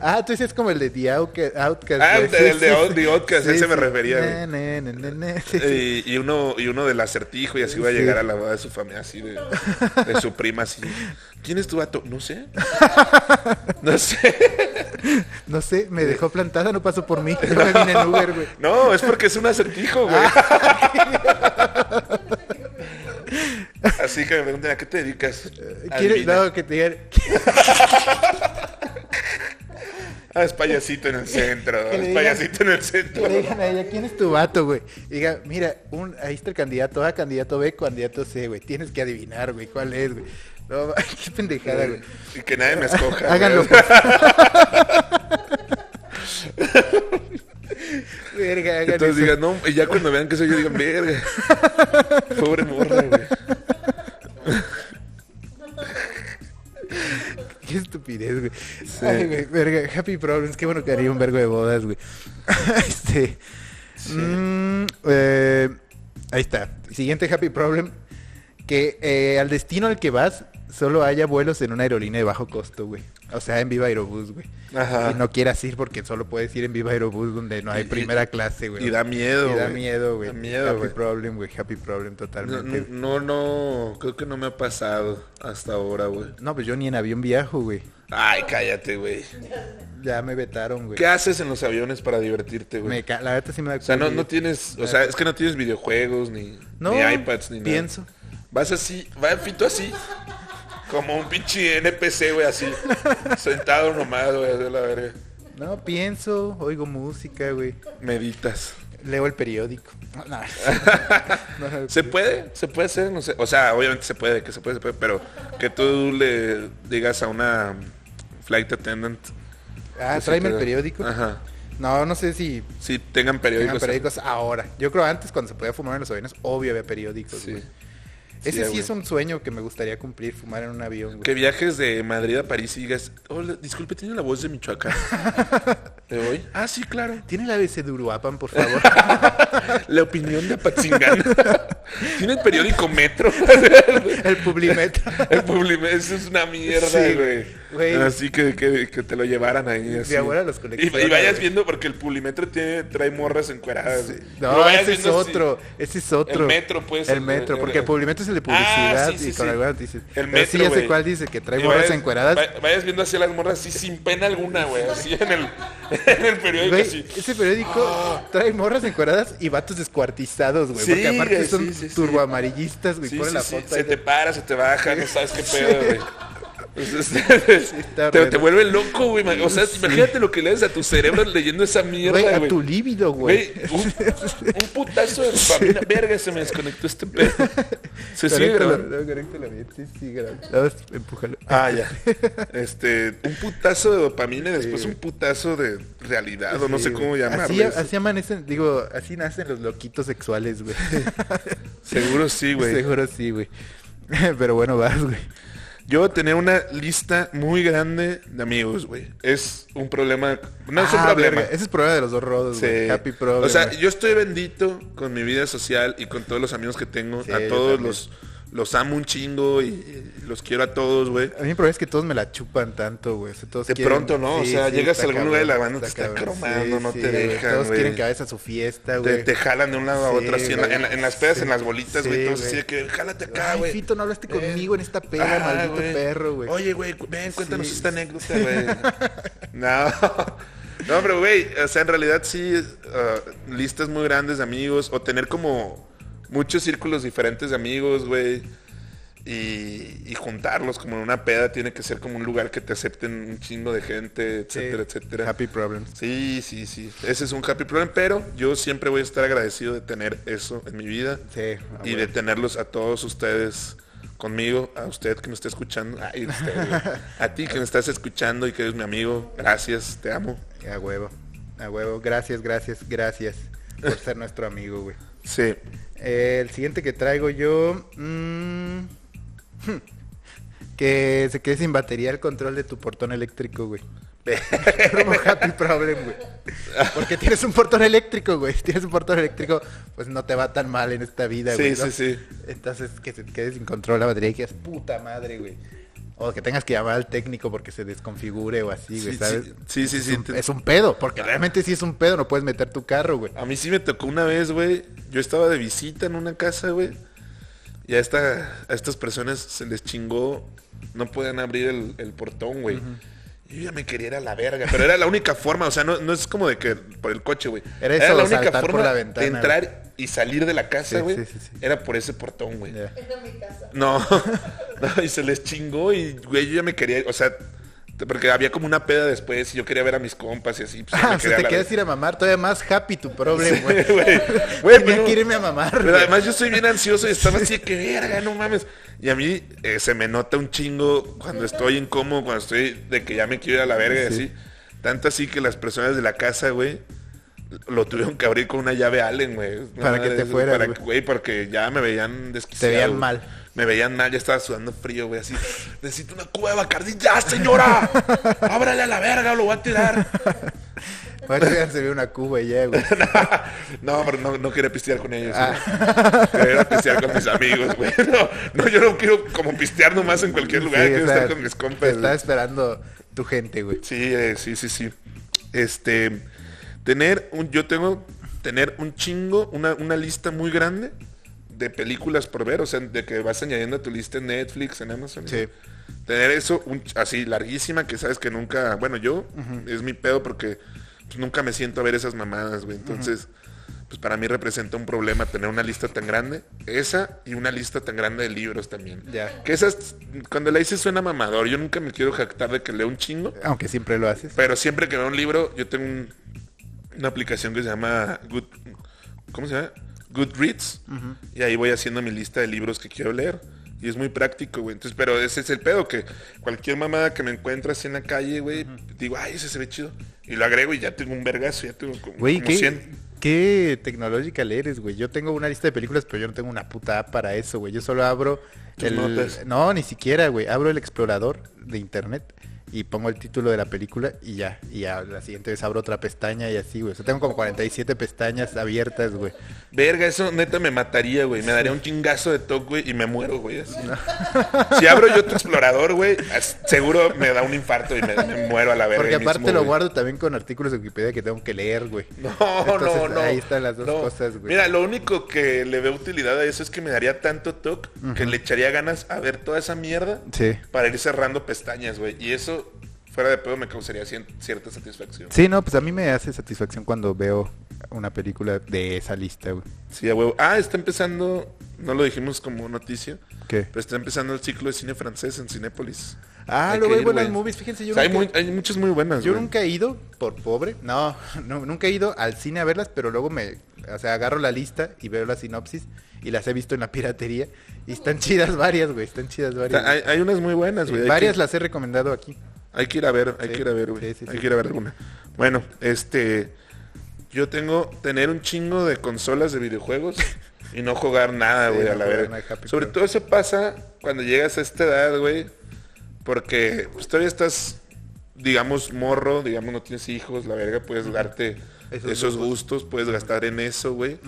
S1: Ah, tú dices como el de The Outca- Outcast.
S2: Ah,
S1: güey.
S2: el de- el de Out- The Outcast, ese me refería,
S1: Na, na, na, na, na. Sí, sí.
S2: Eh, Y, y uno y uno del acertijo y así va a
S1: Sí.
S2: llegar a la boda de su familia así de, de su prima así. ¿Quién es tu vato? No sé. No sé.
S1: No sé, me dejó plantada, no pasó por mí. Yo me vine en Uber, güey.
S2: No, es porque es un acertijo, güey.
S1: Ah,
S2: Así que me preguntan, ¿a qué te dedicas?
S1: ¿Quieres?
S2: Adivina.
S1: Eh, No, que te digan,
S2: Ah, es payasito en el centro.
S1: Que le
S2: Es
S1: digan-
S2: payasito en el
S1: Que
S2: centro.
S1: le digan a ella, ¿quién es tu vato, güey? Y Diga, mira, un, ahí está el candidato A, candidato B, candidato C, güey. Tienes que adivinar, güey, cuál es, güey. No, qué pendejada, güey. pues.
S2: Y que nadie me escoja.
S1: Háganlo,
S2: güey.
S1: Verga, pues. hagan
S2: Entonces
S1: eso.
S2: digan, no, y ya cuando vean que soy yo digan, verga. Pobre morra, güey.
S1: Qué estupidez, güey. Ay, güey, verga, happy problems. Qué bueno que haría un vergo de bodas, güey. este. mm, eh, ahí está. Siguiente happy problem. Que eh, al destino al que vas, solo haya vuelos en una aerolínea de bajo costo, güey. O sea, en Viva Aerobús, güey.
S2: Ajá.
S1: Y no quieras ir porque solo puedes ir en Viva Aerobús donde no hay
S2: Y- y-
S1: primera clase, güey.
S2: y da miedo,
S1: Y da
S2: güey.
S1: miedo, güey.
S2: Da miedo,
S1: Happy
S2: güey.
S1: problem, güey. Happy problem
S2: No,
S1: totalmente. güey.
S2: no, no, creo que no me ha pasado hasta ahora, güey.
S1: no, pues yo ni en avión viajo, güey.
S2: Ay, cállate, güey.
S1: Ya me vetaron, güey.
S2: ¿Qué haces en los aviones para divertirte, güey?
S1: Me ca- la verdad sí me da
S2: O sea, no, no tienes, o sea, es que no tienes videojuegos, ni,
S1: No,
S2: ni iPads, ni
S1: pienso.
S2: nada. Vas así, va Fito así, como un pinche NPC, güey, así, sentado nomás, güey, a la verga.
S1: No, pienso, oigo música, güey.
S2: Meditas.
S1: Leo el periódico. No, no. No, no,
S2: ¿Se puede? ¿Se puede hacer? No sé. O sea, obviamente se puede, que se puede, se puede, pero que tú le digas a una flight attendant.
S1: Ah,
S2: que sí
S1: tráeme
S2: te
S1: el
S2: da-
S1: periódico.
S2: Ajá.
S1: No, no sé si
S2: Sí, tengan periódicos.
S1: tengan periódicos ahora. Yo creo antes cuando se podía fumar en los aviones, obvio había periódicos,
S2: Sí.
S1: güey.
S2: Sí,
S1: Ese sí,
S2: güey.
S1: es un sueño que me gustaría cumplir, fumar en un avión,
S2: Que
S1: güey.
S2: viajes de Madrid a París y digas, hola, disculpe, tiene la voz de Michoacán. ¿Te voy? Ah, sí, claro.
S1: ¿Tiene la ABC de Uruapan, por favor?
S2: La opinión de Apatzingán. tiene el periódico Metro.
S1: el Publimet.
S2: el Publimetro eso es una mierda,
S1: Sí,
S2: güey.
S1: güey.
S2: Así que, que, que te lo llevaran ahí. Así.
S1: Mi abuela los
S2: y, y
S1: colecciona.
S2: vayas
S1: güey.
S2: viendo porque el Publimetro tiene, trae morras encueradas. güey. Pero
S1: No,
S2: vayas
S1: ese es
S2: viendo así.
S1: otro, ese es otro.
S2: El metro, pues,
S1: El
S2: el-
S1: metro,
S2: el-
S1: porque el publicimiento es el de publicidad
S2: Ah, sí, sí,
S1: y con
S2: sí.
S1: algunas dices.
S2: El
S1: Pero sí,
S2: metro,
S1: ya sé
S2: güey.
S1: cuál dice, que trae
S2: Y
S1: morras
S2: vayas-
S1: encueradas.
S2: va- Vayas viendo así a las morras así sin pena alguna, güey. Así en el, en el periódico.
S1: Güey,
S2: así.
S1: ese periódico trae morras encueradas y vatos descuartizados, güey.
S2: Ah. Sí,
S1: porque aparte
S2: güey,
S1: son
S2: sí, sí, sí.
S1: turboamarillistas, güey.
S2: Sí,
S1: ponen
S2: sí,
S1: la
S2: sí.
S1: foto
S2: Se
S1: ahí
S2: te
S1: de-
S2: para, se te baja, no sabes qué pedo, güey. Entonces,
S1: está
S2: te,
S1: raro.
S2: te vuelve loco, güey. ma- O sea, imagínate lo que le das a tu cerebro leyendo esa
S1: Güey,
S2: mierda,
S1: a
S2: güey.
S1: tu líbido,
S2: Güey,
S1: güey.
S2: un, un putazo de dopamina. Verga, se me desconectó este pedo. Se sigue
S1: Conéctalo,
S2: grabando.
S1: no, conéctalo bien. Sí, sí, graba. Nada más empújalo.
S2: Ah, ya. Este, un putazo de dopamina y después un putazo de realidad, o Ah, no sé
S1: Sí,
S2: cómo
S1: güey.
S2: llamarlo.
S1: Así, así amanecen, digo, así nacen los loquitos sexuales, güey.
S2: Seguro sí, güey.
S1: Seguro sí, güey. Pero bueno, vas, güey.
S2: Yo tenía una lista muy grande de amigos, güey. Es un problema. No es un
S1: Ah,
S2: problema.
S1: verga, Ese es el problema de los dos rodos,
S2: Sí.
S1: Pues, güey. Happy problem.
S2: O sea,
S1: güey.
S2: yo estoy bendito con mi vida social y con todos los amigos que tengo.
S1: Sí,
S2: a
S1: yo
S2: todos
S1: también.
S2: los, los amo un chingo y, y los quiero a todos, güey.
S1: A mí el problema es que todos me la chupan tanto, güey. O sea, todos
S2: De
S1: quieren-
S2: pronto, ¿no? O sea, llegas a
S1: está
S2: algún lugar y la
S1: cabrón,
S2: banda te está
S1: cabrón.
S2: cromando, no te dejan,
S1: Todos
S2: güey.
S1: quieren que vayas a su fiesta,
S2: Te,
S1: güey.
S2: te jalan de un lado a
S1: Sí,
S2: otro, así en, la-
S1: güey.
S2: en la- en las pedas, en las bolitas,
S1: Sí,
S2: güey. todos
S1: güey.
S2: así de que, jálate acá,
S1: Ay,
S2: güey.
S1: Fito, no hablaste conmigo en esta peda,
S2: Ah,
S1: maldito
S2: güey.
S1: perro, güey.
S2: Oye, güey, cu- ven, cuéntanos
S1: Sí.
S2: esta anécdota, güey. no. No, pero, güey, o sea, en realidad sí, ah, listas muy grandes de amigos o tener como muchos círculos diferentes de amigos, güey. Y, y juntarlos como en una peda tiene que ser como un lugar que te acepten un chingo de gente, etcétera, etcétera.
S1: Happy problems.
S2: Sí, sí, sí. Ese es un happy problem, pero yo siempre voy a estar agradecido de tener eso en mi vida
S1: Sí. ah,
S2: y
S1: güey.
S2: de tenerlos a todos ustedes conmigo, a usted que me está escuchando, ay, usted, güey. a ti que me estás escuchando y que eres mi amigo, gracias, te amo.
S1: A huevo. A huevo. Gracias, gracias, gracias por ser nuestro amigo, güey.
S2: Sí.
S1: Eh, el siguiente que traigo yo. mm, que se quede sin batería el control de tu portón eléctrico, güey. Como happy problem, güey. Porque tienes un portón eléctrico, güey. Si tienes un portón eléctrico, pues no te va tan mal en esta vida,
S2: Sí,
S1: güey.
S2: sí,
S1: ¿no?
S2: sí.
S1: Entonces, que se quede sin control la batería y que es puta madre, güey. O que tengas que llamar al técnico porque se desconfigure o así, güey,
S2: Sí,
S1: ¿sabes?
S2: sí, sí, sí,
S1: Es un-
S2: te-
S1: es un pedo, porque realmente sí es un pedo, no puedes meter tu carro, güey.
S2: A mí sí me tocó una vez, güey. Yo estaba de visita en una casa, güey. Y a, esta, a estas personas se les chingó. No podían abrir el, el portón, güey. Y Yo ya me quería ir a la verga. Pero era la única forma. O sea, no, no es como de que por el coche, güey.
S1: Era eso,
S2: la
S1: saltar por la ventana,
S2: de entrar y salir de la casa,
S1: Sí,
S2: güey.
S1: sí, sí, sí.
S2: Era por ese portón, güey.
S1: Ya.
S3: Es de mi casa.
S2: No, no, y se les chingó y, güey, yo ya me quería, o sea, t- porque había como una peda después y yo quería ver a mis compas y así. Pues, yo me
S1: Ah, si
S2: quería a
S1: te
S2: la
S1: quieres
S2: verga.
S1: ir a mamar, todavía más happy tu problema, güey.
S2: Güey, güey, pues,
S1: Tenía
S2: pero-
S1: que irme a mamar,
S2: Pero
S1: güey.
S2: además yo soy bien ansioso y estaba así de que verga, no mames. Y a mí eh, se me nota un chingo cuando estoy incómodo, cuando estoy de que ya me quiero ir a la verga y así. Tanto así que las personas de la casa, güey, lo tuvieron que abrir con una llave Allen, güey.
S1: Para que te
S2: eso,
S1: fueras,
S2: para
S1: güey.
S2: que- Güey, porque ya me veían desquiciado.
S1: Te veían
S2: güey.
S1: mal.
S2: Me veían mal, ya estaba sudando frío, güey, así. Necesito una cueva, Cardi, ya, señora. Ábrale a la verga, lo voy a tirar.
S1: Ahora te voy a servir una cuba y ya, güey.
S2: no, pero no, no quería pistear con ellos.
S1: Ah,
S2: güey. Quería pistear con mis amigos, güey. No, no, yo no quiero como pistear nomás en cualquier lugar.
S1: Sí,
S2: quiero
S1: o sea,
S2: estar con mis
S1: Te
S2: compas.
S1: está
S2: güey.
S1: esperando tu gente, güey.
S2: Sí, eh, sí, sí, sí. Este, tener un, yo tengo tener un chingo, una, una lista muy grande de películas por ver, o sea, de que vas añadiendo a tu lista en Netflix, en Amazon.
S1: Sí.
S2: Tener eso un ch- así larguísima que sabes que nunca, bueno, yo es mi pedo porque pues, nunca me siento a ver esas mamadas, güey. Entonces, pues para mí representa un problema tener una lista tan grande, esa y una lista tan grande de libros también.
S1: Ya.
S2: Que esas, cuando la hice suena mamador, yo nunca me quiero jactar de que leo un chingo.
S1: Aunque siempre lo haces.
S2: Pero siempre que veo un libro, yo tengo un- una aplicación que se llama Good, ¿cómo se llama? Goodreads. Y ahí voy haciendo mi lista de libros que quiero leer. Y es muy práctico, güey. Entonces, pero ese es el pedo, que cualquier mamada que me encuentro así en la calle, güey, digo, ay, ese se ve chido. Y lo agrego y ya tengo un vergazo, ya tengo como,
S1: Güey,
S2: como
S1: ¿qué,
S2: 100.
S1: qué tecnológica le eres, güey. Yo tengo una lista de películas, pero yo no tengo una puta app para eso, güey. Yo solo abro
S2: Tus
S1: el...
S2: notas.
S1: No, ni siquiera, güey. Abro el explorador de internet y pongo el título de la película y ya. Y ya la siguiente vez abro otra pestaña y así, güey. O sea, tengo como 47 pestañas abiertas, güey.
S2: Verga, eso neta me mataría, güey. Me daría un chingazo de toque, güey, y me muero, güey. así. Si abro yo tu explorador, güey, as- seguro me da un infarto y me, me muero a la verga.
S1: Porque
S2: ahí mismo,
S1: aparte lo
S2: güey.
S1: guardo también con artículos de Wikipedia que tengo que leer, güey.
S2: No,
S1: Entonces,
S2: no, no.
S1: Ahí están las dos
S2: No.
S1: cosas, güey.
S2: Mira, lo único que le veo utilidad a eso es que me daría tanto toque que le echaría ganas a ver toda esa mierda
S1: Sí.
S2: para ir cerrando pestañas, güey. Y eso, fuera de pedo, me causaría cien- cierta satisfacción.
S1: Sí, no, pues a mí me hace satisfacción cuando veo una película de esa lista, güey.
S2: Sí, a huevo. Ah, está empezando, no lo dijimos como noticia,
S1: ¿Qué?
S2: pero está empezando el ciclo de cine francés en Cinépolis.
S1: Ah,
S2: Hay
S1: lo
S2: que
S1: veo
S2: ir,
S1: buenas
S2: güey.
S1: movies, fíjense, yo
S2: O sea, hay,
S1: nunca-
S2: muy- hay muchas muy buenas,
S1: Yo
S2: güey.
S1: nunca he ido, por pobre, no, no, nunca he ido al cine a verlas, pero luego me, o sea, agarro la lista y veo la sinopsis y las he visto en la piratería y están chidas varias, güey, están chidas
S2: O
S1: varias.
S2: sea, hay, hay unas muy buenas,
S1: güey.
S2: güey. hay
S1: varias
S2: que-
S1: las he recomendado aquí.
S2: Hay que ir a ver, hay
S1: Sí,
S2: que ir a ver, güey.
S1: sí, sí,
S2: hay
S1: sí.
S2: que ir a ver alguna. Bueno, este. Yo tengo tener un chingo de consolas de videojuegos y no jugar nada,
S1: Sí,
S2: güey,
S1: no
S2: a la
S1: jugar
S2: verga.
S1: nada, Happy
S2: Sobre
S1: Club.
S2: todo eso pasa cuando llegas a esta edad, güey. Porque pues, todavía estás, digamos, morro, digamos, no tienes hijos, la verga, puedes darte
S1: Esos
S2: esos, gustos, puedes gastar en eso, güey.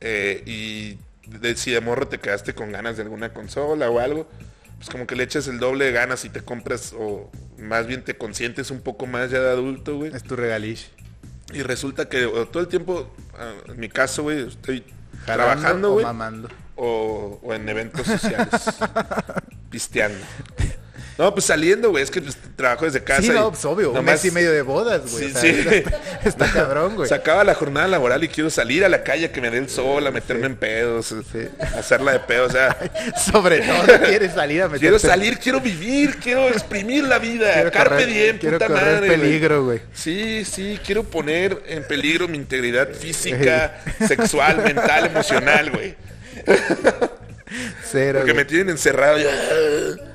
S2: Eh, y de- si de morro te quedaste con ganas de alguna consola o algo, pues como que le echas el doble de ganas y te compras o más bien te consientes un poco más ya de adulto, güey.
S1: Es tu regalish.
S2: Y resulta que o todo el tiempo, ah, en mi caso, güey, estoy
S1: Jalando
S2: trabajando,
S1: o
S2: güey,
S1: mamando.
S2: o, o en eventos sociales, pisteando. No, pues saliendo, güey, es que pues, trabajo desde casa.
S1: Sí,
S2: y
S1: no, pues obvio, un
S2: nomás-
S1: mes y medio de bodas, güey.
S2: Sí,
S1: o sea,
S2: sí.
S1: Está, está cabrón, güey.
S2: Se acaba la jornada laboral y quiero salir a la calle a que me dé el sol, a meterme en pedos, a hacerla de pedo. O sea,
S1: Sobre todo quieres salir a meter
S2: quiero salir, quiero vivir, quiero exprimir la vida. Carpe diem,
S1: quiero
S2: puta
S1: correr
S2: madre. güey.
S1: peligro, güey.
S2: Sí, sí, quiero poner en peligro mi integridad física, sexual, mental, emocional, güey.
S1: Cero,
S2: Porque me
S1: güey,
S2: tienen encerrado. ya.
S1: cero,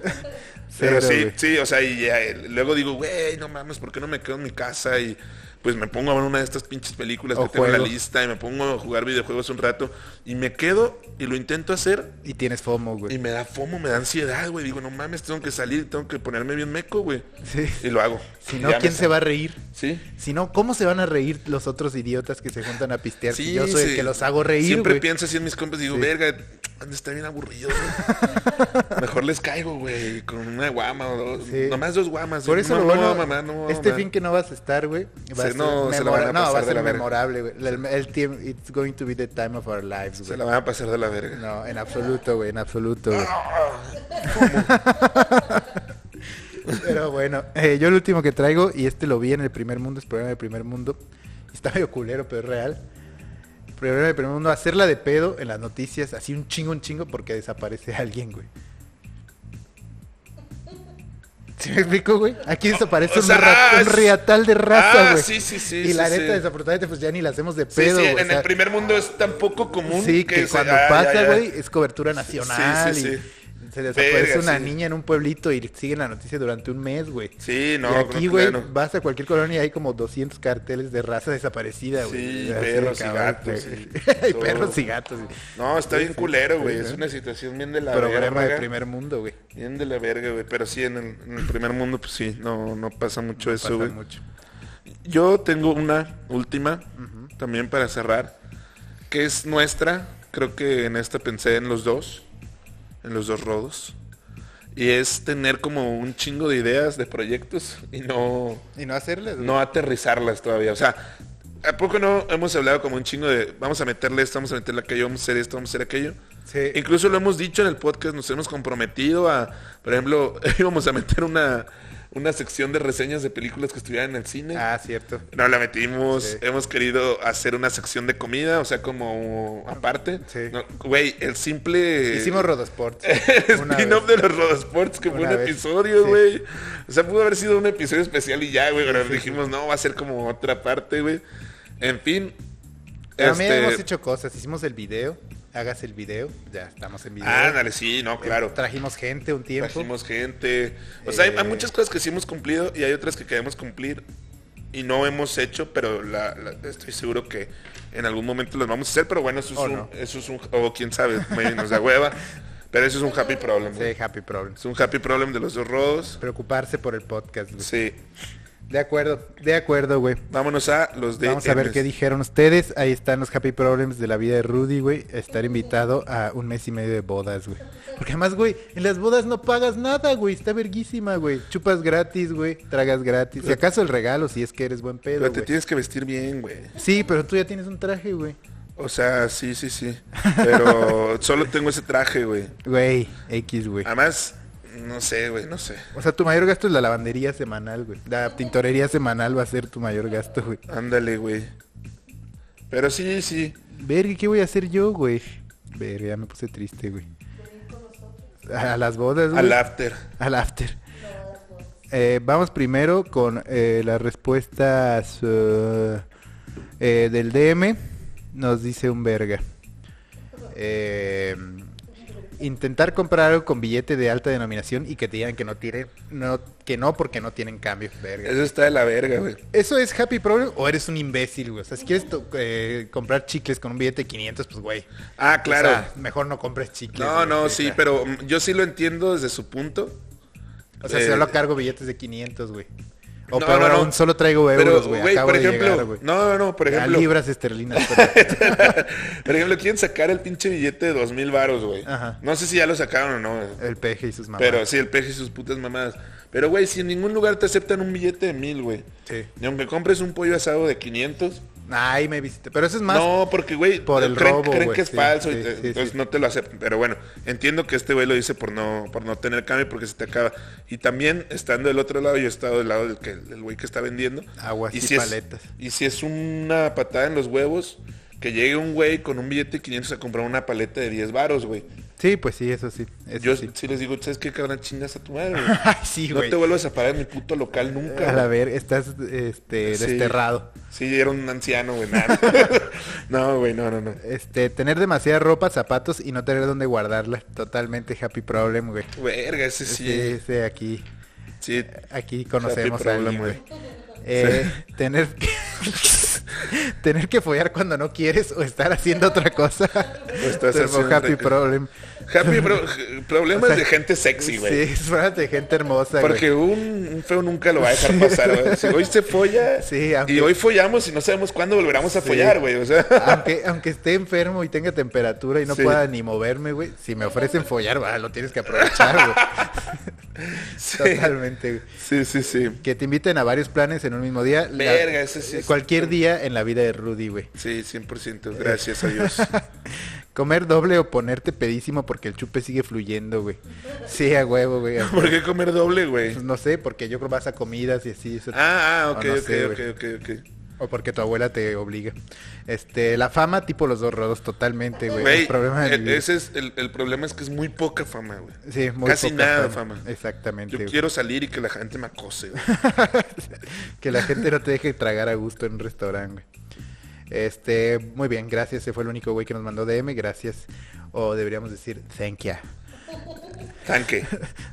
S2: Pero sí,
S1: güey.
S2: sí, o sea, y ya, eh, luego digo, güey, no mames, ¿por qué no me quedo en mi casa? Y pues me pongo a ver una de estas pinches películas
S1: O
S2: que tengo en la
S1: juegos.
S2: lista y me pongo a jugar videojuegos un rato y me quedo y lo intento hacer
S1: Y tienes FOMO,
S2: y
S1: güey.
S2: me da fomo, me da ansiedad, güey. Digo, no mames, tengo que salir, tengo que ponerme bien meco, güey.
S1: Sí.
S2: Y lo hago.
S1: Si
S2: Y
S1: no,
S2: ya me
S1: ¿quién
S2: sa-
S1: se va a reír?
S2: Sí.
S1: Si no, ¿cómo se van a reír los otros idiotas que se juntan a pistear? si
S2: Sí,
S1: yo soy el
S2: sí.
S1: que los hago reír,
S2: Siempre
S1: güey.
S2: pienso así en mis compas y digo,
S1: Sí.
S2: verga, han de estar bien aburridos, güey. Mejor les caigo, güey, con una guama o dos.
S1: Sí.
S2: Nomás dos guamas.
S1: Por
S2: güey.
S1: eso
S2: no,
S1: lo bueno,
S2: no, mamá, no,
S1: este
S2: mamá.
S1: fin que no vas a estar, güey, va a
S2: Se-
S1: ser,
S2: no, se la van a
S1: memora- no, va
S2: pasar
S1: a
S2: de
S1: ser
S2: la verga.
S1: memorable, güey. El, el tiempo, it's going to be the time of our lives,
S2: Se
S1: güey.
S2: la van a pasar de la verga.
S1: No, en absoluto, güey, en absoluto, güey. Pero bueno, eh, yo el último que traigo, y este lo vi en el primer mundo, es programa de primer mundo. Está medio culero, pero es real. Programa de primer mundo, hacerla de pedo en las noticias, así un chingo, un chingo, porque desaparece alguien, güey. ¿Sí me explico, güey? Aquí desaparece
S2: o sea,
S1: un, ra-
S2: ah,
S1: un
S2: es-
S1: riatal de raza,
S2: ah,
S1: güey.
S2: sí, sí, sí,
S1: Y
S2: sí,
S1: la
S2: sí.
S1: neta, desafortunadamente, pues ya ni la hacemos de
S2: Sí,
S1: pedo,
S2: sí,
S1: güey. o
S2: en
S1: sea,
S2: el primer mundo es tan poco común
S1: Sí, que,
S2: se-
S1: cuando
S2: ah, ya,
S1: pasa,
S2: ya.
S1: güey, es cobertura nacional.
S2: Sí, sí,
S1: y-
S2: sí.
S1: Se desaparece
S2: Verga,
S1: una
S2: sí.
S1: niña en un pueblito y siguen la noticia durante un mes, güey.
S2: Sí, no, este
S1: y aquí,
S2: creo
S1: güey,
S2: que no.
S1: vas a cualquier colonia y hay como 200 carteles de raza desaparecida, güey.
S2: Sí,
S1: Así de
S2: perros y
S1: cabrón,
S2: gatos,
S1: güey.
S2: y
S1: Hay
S2: todo.
S1: perros y gatos. güey.
S2: No, está
S1: Sí,
S2: bien
S1: sí,
S2: culero,
S1: sí,
S2: güey.
S1: ¿no?
S2: Es una situación bien de la
S1: Programa de
S2: verga.
S1: primer mundo, güey.
S2: Bien de la verga, güey. Pero sí, en el, en el primer mundo, pues sí, no, no pasa mucho
S1: Pasa
S2: eso, güey.
S1: mucho.
S2: Yo tengo una última, también para cerrar, que es nuestra. Creo que en esta pensé en los dos, en los dos rodos. Y es tener como un chingo de ideas, de proyectos y no,
S1: Y no hacerles, güey.
S2: no aterrizarlas todavía. O sea, ¿a poco no hemos hablado como un chingo de vamos a meterle esto, vamos a meterle aquello, vamos a hacer esto, vamos a hacer aquello?
S1: Sí.
S2: Incluso lo hemos dicho en el podcast, nos hemos comprometido a, por ejemplo, íbamos a meter una, una sección de reseñas de películas que estuvieran en el cine.
S1: Ah, cierto.
S2: No la metimos,
S1: Sí.
S2: hemos querido hacer una sección de comida, o sea, como aparte.
S1: Sí.
S2: No, Güey, el simple...
S1: Hicimos Rodosports. una
S2: Eh, spin-off
S1: vez.
S2: de los Rodosports, que fue
S1: Una
S2: un
S1: vez.
S2: episodio,
S1: Sí.
S2: güey. O sea, pudo haber sido un episodio especial y ya, güey, pero dijimos, no, va a ser como otra parte, güey. En fin.
S1: También
S2: este,
S1: hemos hecho cosas. Hicimos el video. Hagas el video. Ya estamos en video.
S2: Ándale, Ah, sí, no, claro.
S1: Trajimos gente un tiempo.
S2: Trajimos gente. O sea, hay-
S1: Eh.
S2: hay, muchas cosas que sí hemos cumplido y hay otras que queremos cumplir y no hemos hecho, pero la- la- estoy seguro que en algún momento las vamos a hacer, pero bueno, eso es
S1: O
S2: un,
S1: no.
S2: eso es un, o quién sabe, maybe nos da hueva, pero eso es un happy problem. güey.
S1: Sí, happy problems.
S2: Es un happy problem de los dos rodos.
S1: Preocuparse por el podcast. güey.
S2: Sí.
S1: De acuerdo, de acuerdo, güey.
S2: Vámonos a los Pues de
S1: Vamos a ver
S2: Ms.
S1: qué dijeron ustedes. Ahí están los happy problems de la vida de Rudy, güey. Estar invitado a un mes y medio de bodas, güey. Porque además, güey, en las bodas no pagas nada, güey. Está verguísima, güey. Chupas gratis, güey. Tragas gratis. Si acaso el regalo, si es que eres buen pedo,
S2: Pero te
S1: güey.
S2: tienes que vestir bien, güey.
S1: Sí, pero tú ya tienes un traje, güey.
S2: O sea, sí, sí, sí. Pero solo tengo ese traje, güey.
S1: Güey, X, güey.
S2: Además, no sé, güey, no sé.
S1: O sea, tu mayor gasto es la lavandería semanal, güey. La tintorería semanal va a ser tu mayor gasto, güey.
S2: Ándale, güey. Pero sí, sí.
S1: Verga, ¿qué voy a hacer yo, güey? Verga, ya me puse triste, güey. A las bodas, Pues, güey.
S2: Al after.
S1: Al after. Eh, vamos primero con eh, las respuestas eh, eh, del DM. Nos dice un verga. Eh, intentar comprar algo con billete de alta denominación y que te digan que no tiene, no, que no porque no tienen cambio. Verga.
S2: Eso está de la verga, güey.
S1: ¿Eso es happy problem o eres un imbécil, güey? O sea, si quieres to- eh, comprar chicles con un billete de 500, pues, güey.
S2: Ah, claro.
S1: O sea, mejor no compres chicles.
S2: no,
S1: güey.
S2: no,
S1: O
S2: sí,
S1: sea,
S2: pero mm, yo sí lo entiendo desde su punto.
S1: O sea,
S2: eh,
S1: solo cargo billetes de 500, güey. O
S2: No,
S1: peor
S2: no, no.
S1: aún, solo traigo euros,
S2: Pero,
S1: güey.
S2: güey,
S1: Acabo
S2: por
S1: de
S2: ejemplo,
S1: llegar, güey.
S2: no, no, no, por
S1: A
S2: ejemplo,
S1: libras esterlinas. pero-
S2: por ejemplo, quieren sacar el pinche billete de dos mil varos, güey.
S1: Ajá.
S2: No sé si ya lo sacaron o no, güey.
S1: el peje y sus mamás.
S2: pero sí, el peje y sus putas mamadas. Pero, güey, si en ningún lugar te aceptan un billete de mil, güey.
S1: Sí.
S2: Y aunque compres un pollo asado de 500,
S1: Ay, me visité. Pero eso es más...
S2: no, porque, güey,
S1: por el
S2: creen,
S1: robo,
S2: creen
S1: güey,
S2: que es
S1: sí,
S2: falso y
S1: sí,
S2: te-
S1: sí,
S2: entonces
S1: sí.
S2: no te lo aceptan. Pero bueno, entiendo que este güey lo dice por no, por no tener cambio porque se te acaba. Y también, estando del otro lado, yo he estado del lado del que del güey que está vendiendo.
S1: Aguas y
S2: si es-
S1: paletas.
S2: y si es una patada en los huevos, que llegue un güey con un billete de 500 a comprar una paleta de 10 varos, güey.
S1: Sí, pues sí, eso sí. Eso
S2: Yo
S1: sí.
S2: sí. les digo, ¿sabes qué, carnal? Chingas a tu madre, güey.
S1: Ay, sí,
S2: No
S1: güey.
S2: te vuelvas a parar en mi puto local nunca.
S1: A la
S2: güey.
S1: ver, estás este,
S2: Sí.
S1: desterrado.
S2: Sí, era un anciano, güey. nada. no, güey, no, no, no.
S1: Este, tener demasiada ropa, zapatos y no tener dónde guardarla. Totalmente happy problem, güey.
S2: Verga, ese
S1: Sí, sí, aquí,
S2: Sí,
S1: aquí conocemos
S2: Happy
S1: a alguien,
S2: problem,
S1: güey. Eh, tener que, tener que follar cuando no quieres o estar haciendo otra cosa.
S2: estás
S1: Turbo
S2: haciendo
S1: happy
S2: otra cosa.
S1: problem.
S2: Happy bro- problemas de gente sexy, güey.
S1: Sí, es una de gente hermosa, güey.
S2: Porque un, un feo nunca lo va a dejar pasar, güey. Si hoy se folla
S1: Sí, aunque-
S2: y hoy follamos y no sabemos cuándo volveremos a follar, güey. O sea,
S1: Aunque, aunque esté enfermo y tenga temperatura y no
S2: Sí.
S1: pueda ni moverme, güey, si me ofrecen follar, va, lo tienes que aprovechar, güey.
S2: sí.
S1: Totalmente, güey.
S2: Sí, sí, sí.
S1: Que te inviten a varios planes en un mismo día. La-
S2: Verga, ese sí es-
S1: Cualquier día en la vida de Rudy, güey.
S2: Sí, 100%. Gracias a Dios.
S1: Comer doble o ponerte pedísimo porque el chupe sigue fluyendo, güey. Sí, a huevo, güey.
S2: ¿Por qué comer doble, güey?
S1: Pues no sé, porque yo creo vas a comidas y así. eso-
S2: Ah, ah, ok,
S1: o no
S2: ok,
S1: sé,
S2: ok,
S1: güey.
S2: ok, ok.
S1: O porque tu abuela te obliga. Este, la fama tipo los dos rodos totalmente, güey.
S2: Güey,
S1: el problema de
S2: e-
S1: mi vida.
S2: ese es el, el problema es que es muy poca fama, güey.
S1: Sí, muy
S2: Casi
S1: poca
S2: nada de
S1: fama.
S2: fama.
S1: Exactamente.
S2: Yo
S1: güey.
S2: quiero salir y que la gente me acose, güey.
S1: que la gente no te deje tragar a gusto en un restaurante, güey. Este, muy bien, gracias. Ese fue el único güey que nos mandó DM, gracias. O deberíamos decir thank you.
S2: Tanque.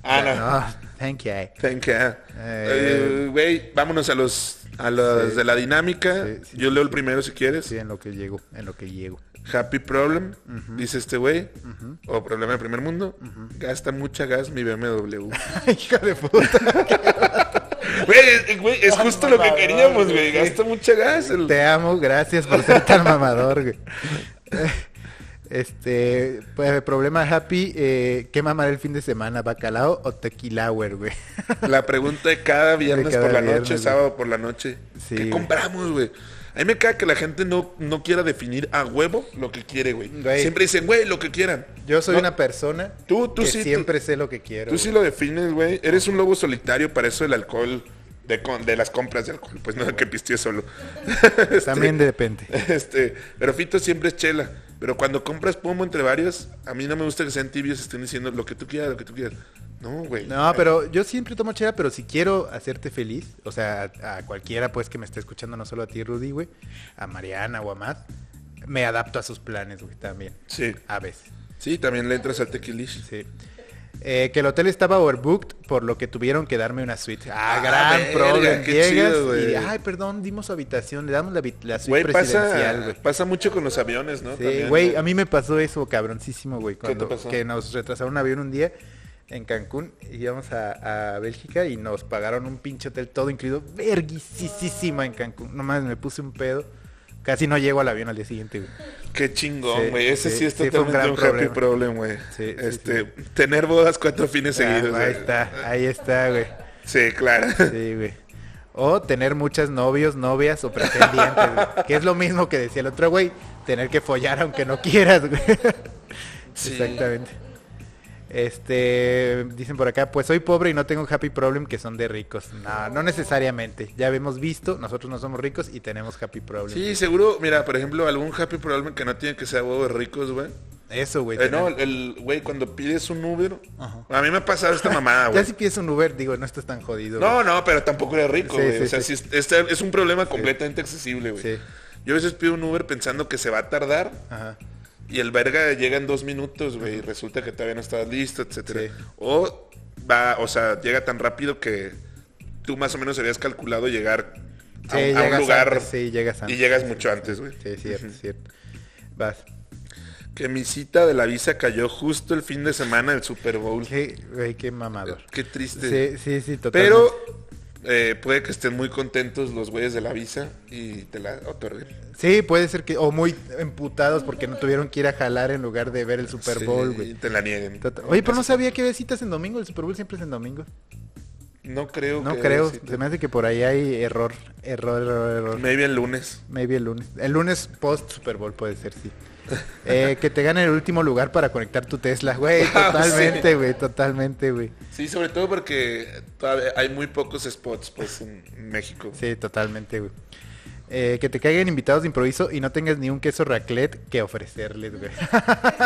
S2: Ah, no.
S1: No, thank you.
S2: Thank you.
S1: Eh,
S2: Eh, Güey, vámonos a los a los
S1: sí.
S2: de la dinámica.
S1: Sí, sí,
S2: Yo leo el primero si quieres.
S1: Sí, en lo que llego, en lo que llego.
S2: Happy Problem, dice este güey. O problema de primer mundo. Gasta mucha gas mi BMW.
S1: Hija de puta.
S2: Güey, eh, güey, es justo lo que queríamos, güey. Gasta mucha gas. el-
S1: Te amo, gracias por ser tan mamador, güey. Este, pues problema happy, eh, ¿qué mamar el fin de semana? ¿Bacalao o tequilauer, güey?
S2: La pregunta de cada viernes
S1: De cada
S2: por la
S1: viernes,
S2: noche,
S1: güey.
S2: sábado por la noche.
S1: Sí,
S2: ¿Qué
S1: güey.
S2: compramos, güey? A mí me caga que la gente no, no quiera definir a huevo lo que quiere, güey.
S1: Güey.
S2: Siempre dicen, güey, lo que quieran.
S1: Yo soy
S2: No,
S1: una persona
S2: Tú- tú
S1: que
S2: sí, tú-
S1: siempre sé lo que quiero.
S2: Tú sí lo defines, güey. Eres un lobo solitario, para eso el alcohol, de, con- de las compras de alcohol. Pues no, que pisteé solo.
S1: güey. También de repente.
S2: Este, pero Fito siempre es chela. Pero cuando compras pomo entre varios, a mí no me gusta que sean tibios y estén diciendo lo que tú quieras, lo que tú quieras. No, güey.
S1: No, pero yo siempre tomo chela, pero si quiero hacerte feliz, o sea, a, a cualquiera pues que me esté escuchando, no solo a ti, Rudy, güey, a Mariana o a más, me adapto a sus planes, güey, también.
S2: Sí,
S1: A veces,
S2: sí, también le entras al tequilish.
S1: sí. Eh, que el hotel estaba overbooked, por lo que tuvieron que darme una suite. Ah,
S2: Ah,
S1: gran
S2: verga,
S1: problema.
S2: qué
S1: Llegas
S2: chido,
S1: y,
S2: güey.
S1: ay, perdón, dimos su habitación, le damos la, vi- la suite
S2: Güey,
S1: presidencial,
S2: pasa,
S1: güey.
S2: pasa mucho con los aviones, ¿no?
S1: Sí,
S2: También,
S1: güey, a mí me pasó eso, cabroncísimo, güey.
S2: te
S1: Cuando
S2: pasó?
S1: que nos retrasaron un avión un día en Cancún, íbamos a, a Bélgica y nos pagaron un pinche hotel todo incluido, verguisísima en Cancún. Nomás me puse un pedo. Casi no llego al avión al día siguiente, güey.
S2: Qué
S1: Sí,
S2: chingón, güey. Ese sí,
S1: sí,
S2: es
S1: sí, fue un
S2: totalmente
S1: gran
S2: un, happy
S1: problema.
S2: problem, güey.
S1: Sí, sí,
S2: este, tener bodas cuatro fines seguidos.
S1: Ah, ahí
S2: güey.
S1: está, ahí está, güey.
S2: Sí, claro.
S1: Sí, güey. O tener muchas novios, novias o pretendientes, güey, que es lo mismo que decía el otro güey, tener que follar aunque no quieras, güey.
S2: Sí.
S1: Exactamente. Este, dicen por acá, pues soy pobre y no tengo happy problem que son de ricos. No, no necesariamente. Ya hemos visto, nosotros no somos ricos y tenemos happy problem.
S2: Sí, seguro, mira, por ejemplo, algún happy problem que no tiene que ser huevos ricos, güey.
S1: Eso, güey.
S2: Eh, no,
S1: tener-
S2: el güey, cuando pides un Uber, a mí me ha pasado esta mamada,
S1: ya
S2: ah, güey.
S1: si pides un Uber, digo, no estás tan jodido. güey.
S2: No, no, pero tampoco eres rico,
S1: Sí,
S2: güey.
S1: sí,
S2: o sea,
S1: sí.
S2: sí es, este es un problema completamente accesible, güey.
S1: Sí.
S2: Yo a veces pido un Uber pensando que se va a tardar
S1: Ajá.
S2: y el verga llega en dos minutos, güey, y resulta que todavía no estás listo, etcétera.
S1: Sí.
S2: O va, o sea, llega tan rápido que tú más o menos habías calculado llegar a,
S1: Sí,
S2: un- a un
S1: llegas
S2: lugar
S1: antes, sí, llegas
S2: y
S1: antes.
S2: llegas mucho antes, güey.
S1: Sí, cierto, cierto. Vas.
S2: Que mi cita de la visa cayó justo el fin de semana del Super Bowl.
S1: Qué, güey, qué mamador.
S2: Qué triste.
S1: Sí, sí, sí, totalmente.
S2: Este, Pero eh, puede que estén muy contentos los güeyes de la visa y te la otorguen.
S1: Sí, puede ser que... O muy emputados porque no tuvieron que ir a jalar en lugar de ver el Super
S2: Sí,
S1: Bowl, güey.
S2: Y te la nieguen.
S1: Tota- Oye, pero no sabía que había citas en domingo. El Super Bowl siempre es en domingo.
S2: No creo
S1: No
S2: que
S1: creo.
S2: haya cita.
S1: Se me hace que por ahí hay error. Error, error, error.
S2: Maybe el lunes.
S1: Maybe el lunes. El lunes post Super Bowl puede ser, sí. Eh, que te gane el último lugar para conectar tu Tesla, güey.
S2: Ah, sí.
S1: Totalmente, güey. Totalmente, güey.
S2: Sí, sobre todo porque todavía hay muy pocos spots pues en en México.
S1: Sí, totalmente, güey. Eh, que te caigan invitados de improviso y no tengas ni un queso raclet que ofrecerles, güey.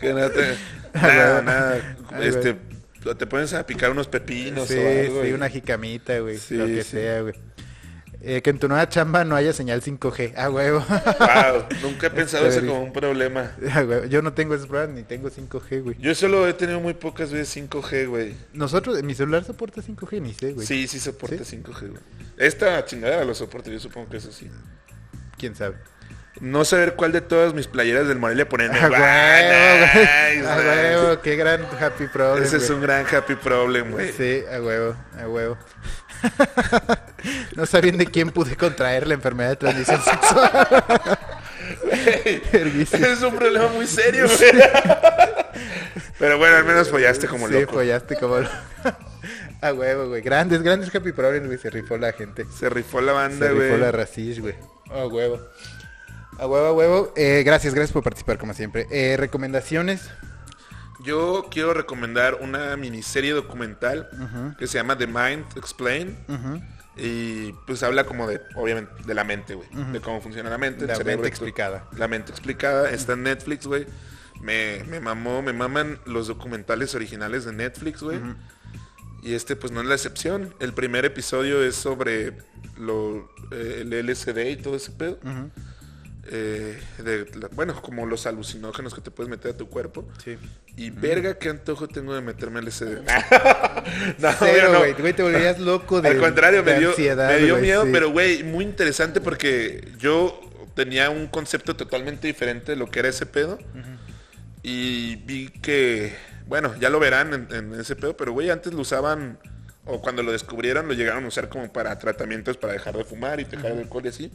S2: Que no te-
S1: Ah,
S2: nada,
S1: güey.
S2: nada.
S1: Ah,
S2: Este, te pones a picar unos pepinos
S1: sí,
S2: o algo.
S1: sí,
S2: y-
S1: una jicamita, güey.
S2: Sí,
S1: lo que
S2: sí.
S1: sea, güey. Eh, que en tu nueva chamba no haya señal 5G. Ah, huevo.
S2: Wow,
S1: Este
S2: nunca he pensado eso
S1: verídico.
S2: como un problema.
S1: Ah, güey, Yo no tengo esas pruebas ni tengo 5G, güey.
S2: Yo solo he tenido muy pocas veces 5G, güey.
S1: Nosotros, mi celular soporta 5G, ni sé, güey.
S2: Sí, sí soporta
S1: ¿Sí?
S2: 5G, güey. Esta chingadera lo soporta, yo supongo que eso sí.
S1: ¿Quién sabe?
S2: No saber cuál de todas mis playeras del Morelia poner.
S1: Ah,
S2: Guau,
S1: güey,
S2: nice,
S1: a
S2: nice.
S1: huevo, qué gran happy problem,
S2: Ese es
S1: güey.
S2: un gran happy problem, güey.
S1: Sí, a huevo, a huevo. no sabían de quién pude contraer la enfermedad de transmisión sexual. Verguísimo.
S2: es un problema muy serio, güey. Pero bueno, al menos follaste como
S1: sí,
S2: loco.
S1: follaste como loco. a huevo, güey. Grandes, grandes happy problems, güey. Se rifó la gente.
S2: Se rifó la banda,
S1: Se rifó
S2: güey.
S1: la racis, güey. A huevo. A huevo, a huevo. Eh, gracias, gracias por participar, como siempre. Eh, recomendaciones.
S2: Yo quiero recomendar una miniserie documental que se llama The Mind Explained. Y pues habla como de, obviamente, de la mente, güey. De cómo funciona la mente. el
S1: La
S2: cerebro
S1: mente
S2: y todo.
S1: explicada.
S2: La mente explicada. Está en Netflix, güey. Me, me mamó, me maman los documentales originales de Netflix, güey. Y este pues no es la excepción. El primer episodio es sobre lo, eh, el LSD y todo ese pedo. eh, de la- bueno, como los alucinógenos que te puedes meter a tu cuerpo.
S1: Sí.
S2: Y verga, qué antojo tengo de meterme al SD. no, mira,
S1: Cero,
S2: no.
S1: güey. Güey, te volverías loco de
S2: Al contrario, me
S1: de
S2: dio,
S1: ansiedad,
S2: me dio
S1: güey,
S2: miedo,
S1: sí.
S2: pero güey, muy interesante porque yo tenía un concepto totalmente diferente de lo que era ese pedo. Y vi que, bueno, ya lo verán en, en ese pedo, pero güey, antes lo usaban, o cuando lo descubrieron, lo llegaron a usar como para tratamientos para dejar de fumar y dejar el alcohol y así.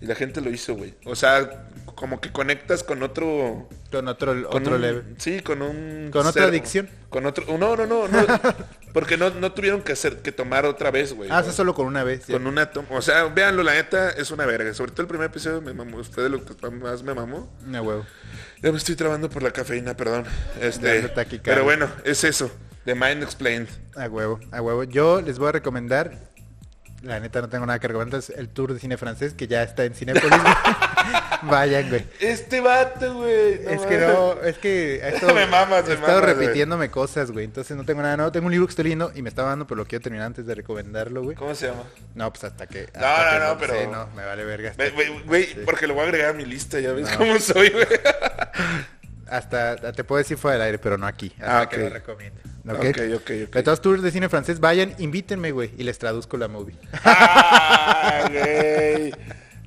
S2: Y la gente lo hizo, güey. O sea, como que conectas con otro...
S1: Con otro,
S2: Con
S1: otro
S2: un-
S1: level.
S2: Sí, con un...
S1: Con otra
S2: ser-
S1: adicción.
S2: Con otro... No, no, no. no porque no, no tuvieron que, hacer, que tomar otra vez, güey.
S1: Ah,
S2: O-
S1: eso solo con una vez. ya.
S2: con una toma. O sea, véanlo, la neta es una verga. Sobre todo el primer episodio me mamó. Fue de lo que más me mamó.
S1: Una huevo.
S2: Ya me estoy trabando por la cafeína, perdón.
S1: Ya
S2: Este,
S1: ando taquicardia.
S2: pero bueno, es eso. The Mind Explained.
S1: A huevo, a huevo. Yo les voy a recomendar, la neta no tengo nada que recomendar, es el tour de cine francés que ya está en Cinepolis. Vayan, güey.
S2: Este vato, güey.
S1: es que no, es que ha
S2: Me mamas, me
S1: he estado
S2: mamas, güey.
S1: repitiéndome cosas, güey. Entonces no tengo nada nuevo. Tengo un libro que estoy leyendo y me estaba dando, pero lo quiero terminar antes de recomendarlo, güey.
S2: ¿Cómo se llama?
S1: No, pues hasta que. hasta
S2: no,
S1: que
S2: no,
S1: lo-
S2: pero-
S1: sí, no, me vale verga. Hasta,
S2: Güey, Güey, güey, porque lo voy a agregar a mi lista, ya ves
S1: No.
S2: cómo soy, güey.
S1: hasta- te puedo decir fuera del aire, pero no aquí. Hasta
S2: Ah,
S1: que
S2: ok.
S1: lo recomiende.
S2: Ok, ok, ok.
S1: Entonces, tours de cine francés, vayan, invítenme, güey, y les traduzco la movie.
S2: Ah, güey.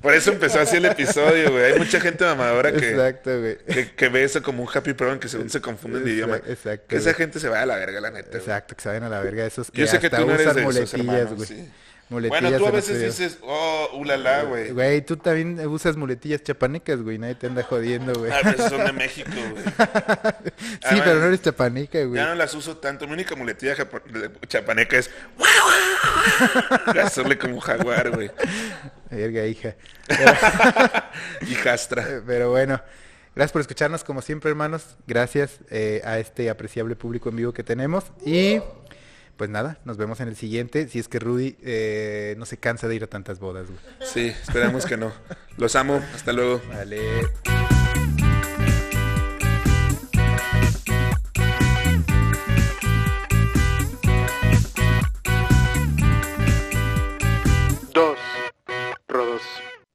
S2: Por eso empezó así el episodio, güey. Hay mucha gente mamadora que,
S1: Exacto, güey.
S2: que, que ve eso como un happy problem que según se confunde el
S1: Exacto,
S2: idioma.
S1: exacto,
S2: Que esa
S1: güey.
S2: gente se va a la verga, la neta. güey.
S1: Exacto, que se vayan a la verga esos que
S2: Yo sé que
S1: hasta
S2: tú no eres
S1: usan
S2: de esos
S1: muletillas,
S2: hermanos,
S1: güey.
S2: sí.
S1: Muletillas
S2: Bueno, tú a
S1: en los
S2: veces
S1: videos.
S2: dices, oh, ulala, güey.
S1: Güey, tú también usas muletillas chapanecas, güey. Nadie te anda jodiendo, güey.
S2: A veces son de México, güey.
S1: sí,
S2: Ah, bueno.
S1: pero no eres chapaneca, güey.
S2: Ya no las uso tanto. Mi única muletilla japo- de- chapaneca es... de hacerle como jaguar, güey.
S1: Verga, hija.
S2: Hijastra.
S1: Eh, Pero bueno, gracias por escucharnos como siempre, hermanos. Gracias eh, a este apreciable público en vivo que tenemos. Y pues nada, nos vemos en el siguiente. Si es que Rudy eh, no se cansa de ir a tantas bodas, güey.
S2: Sí, esperamos que no. Los amo. Hasta luego.
S1: Vale.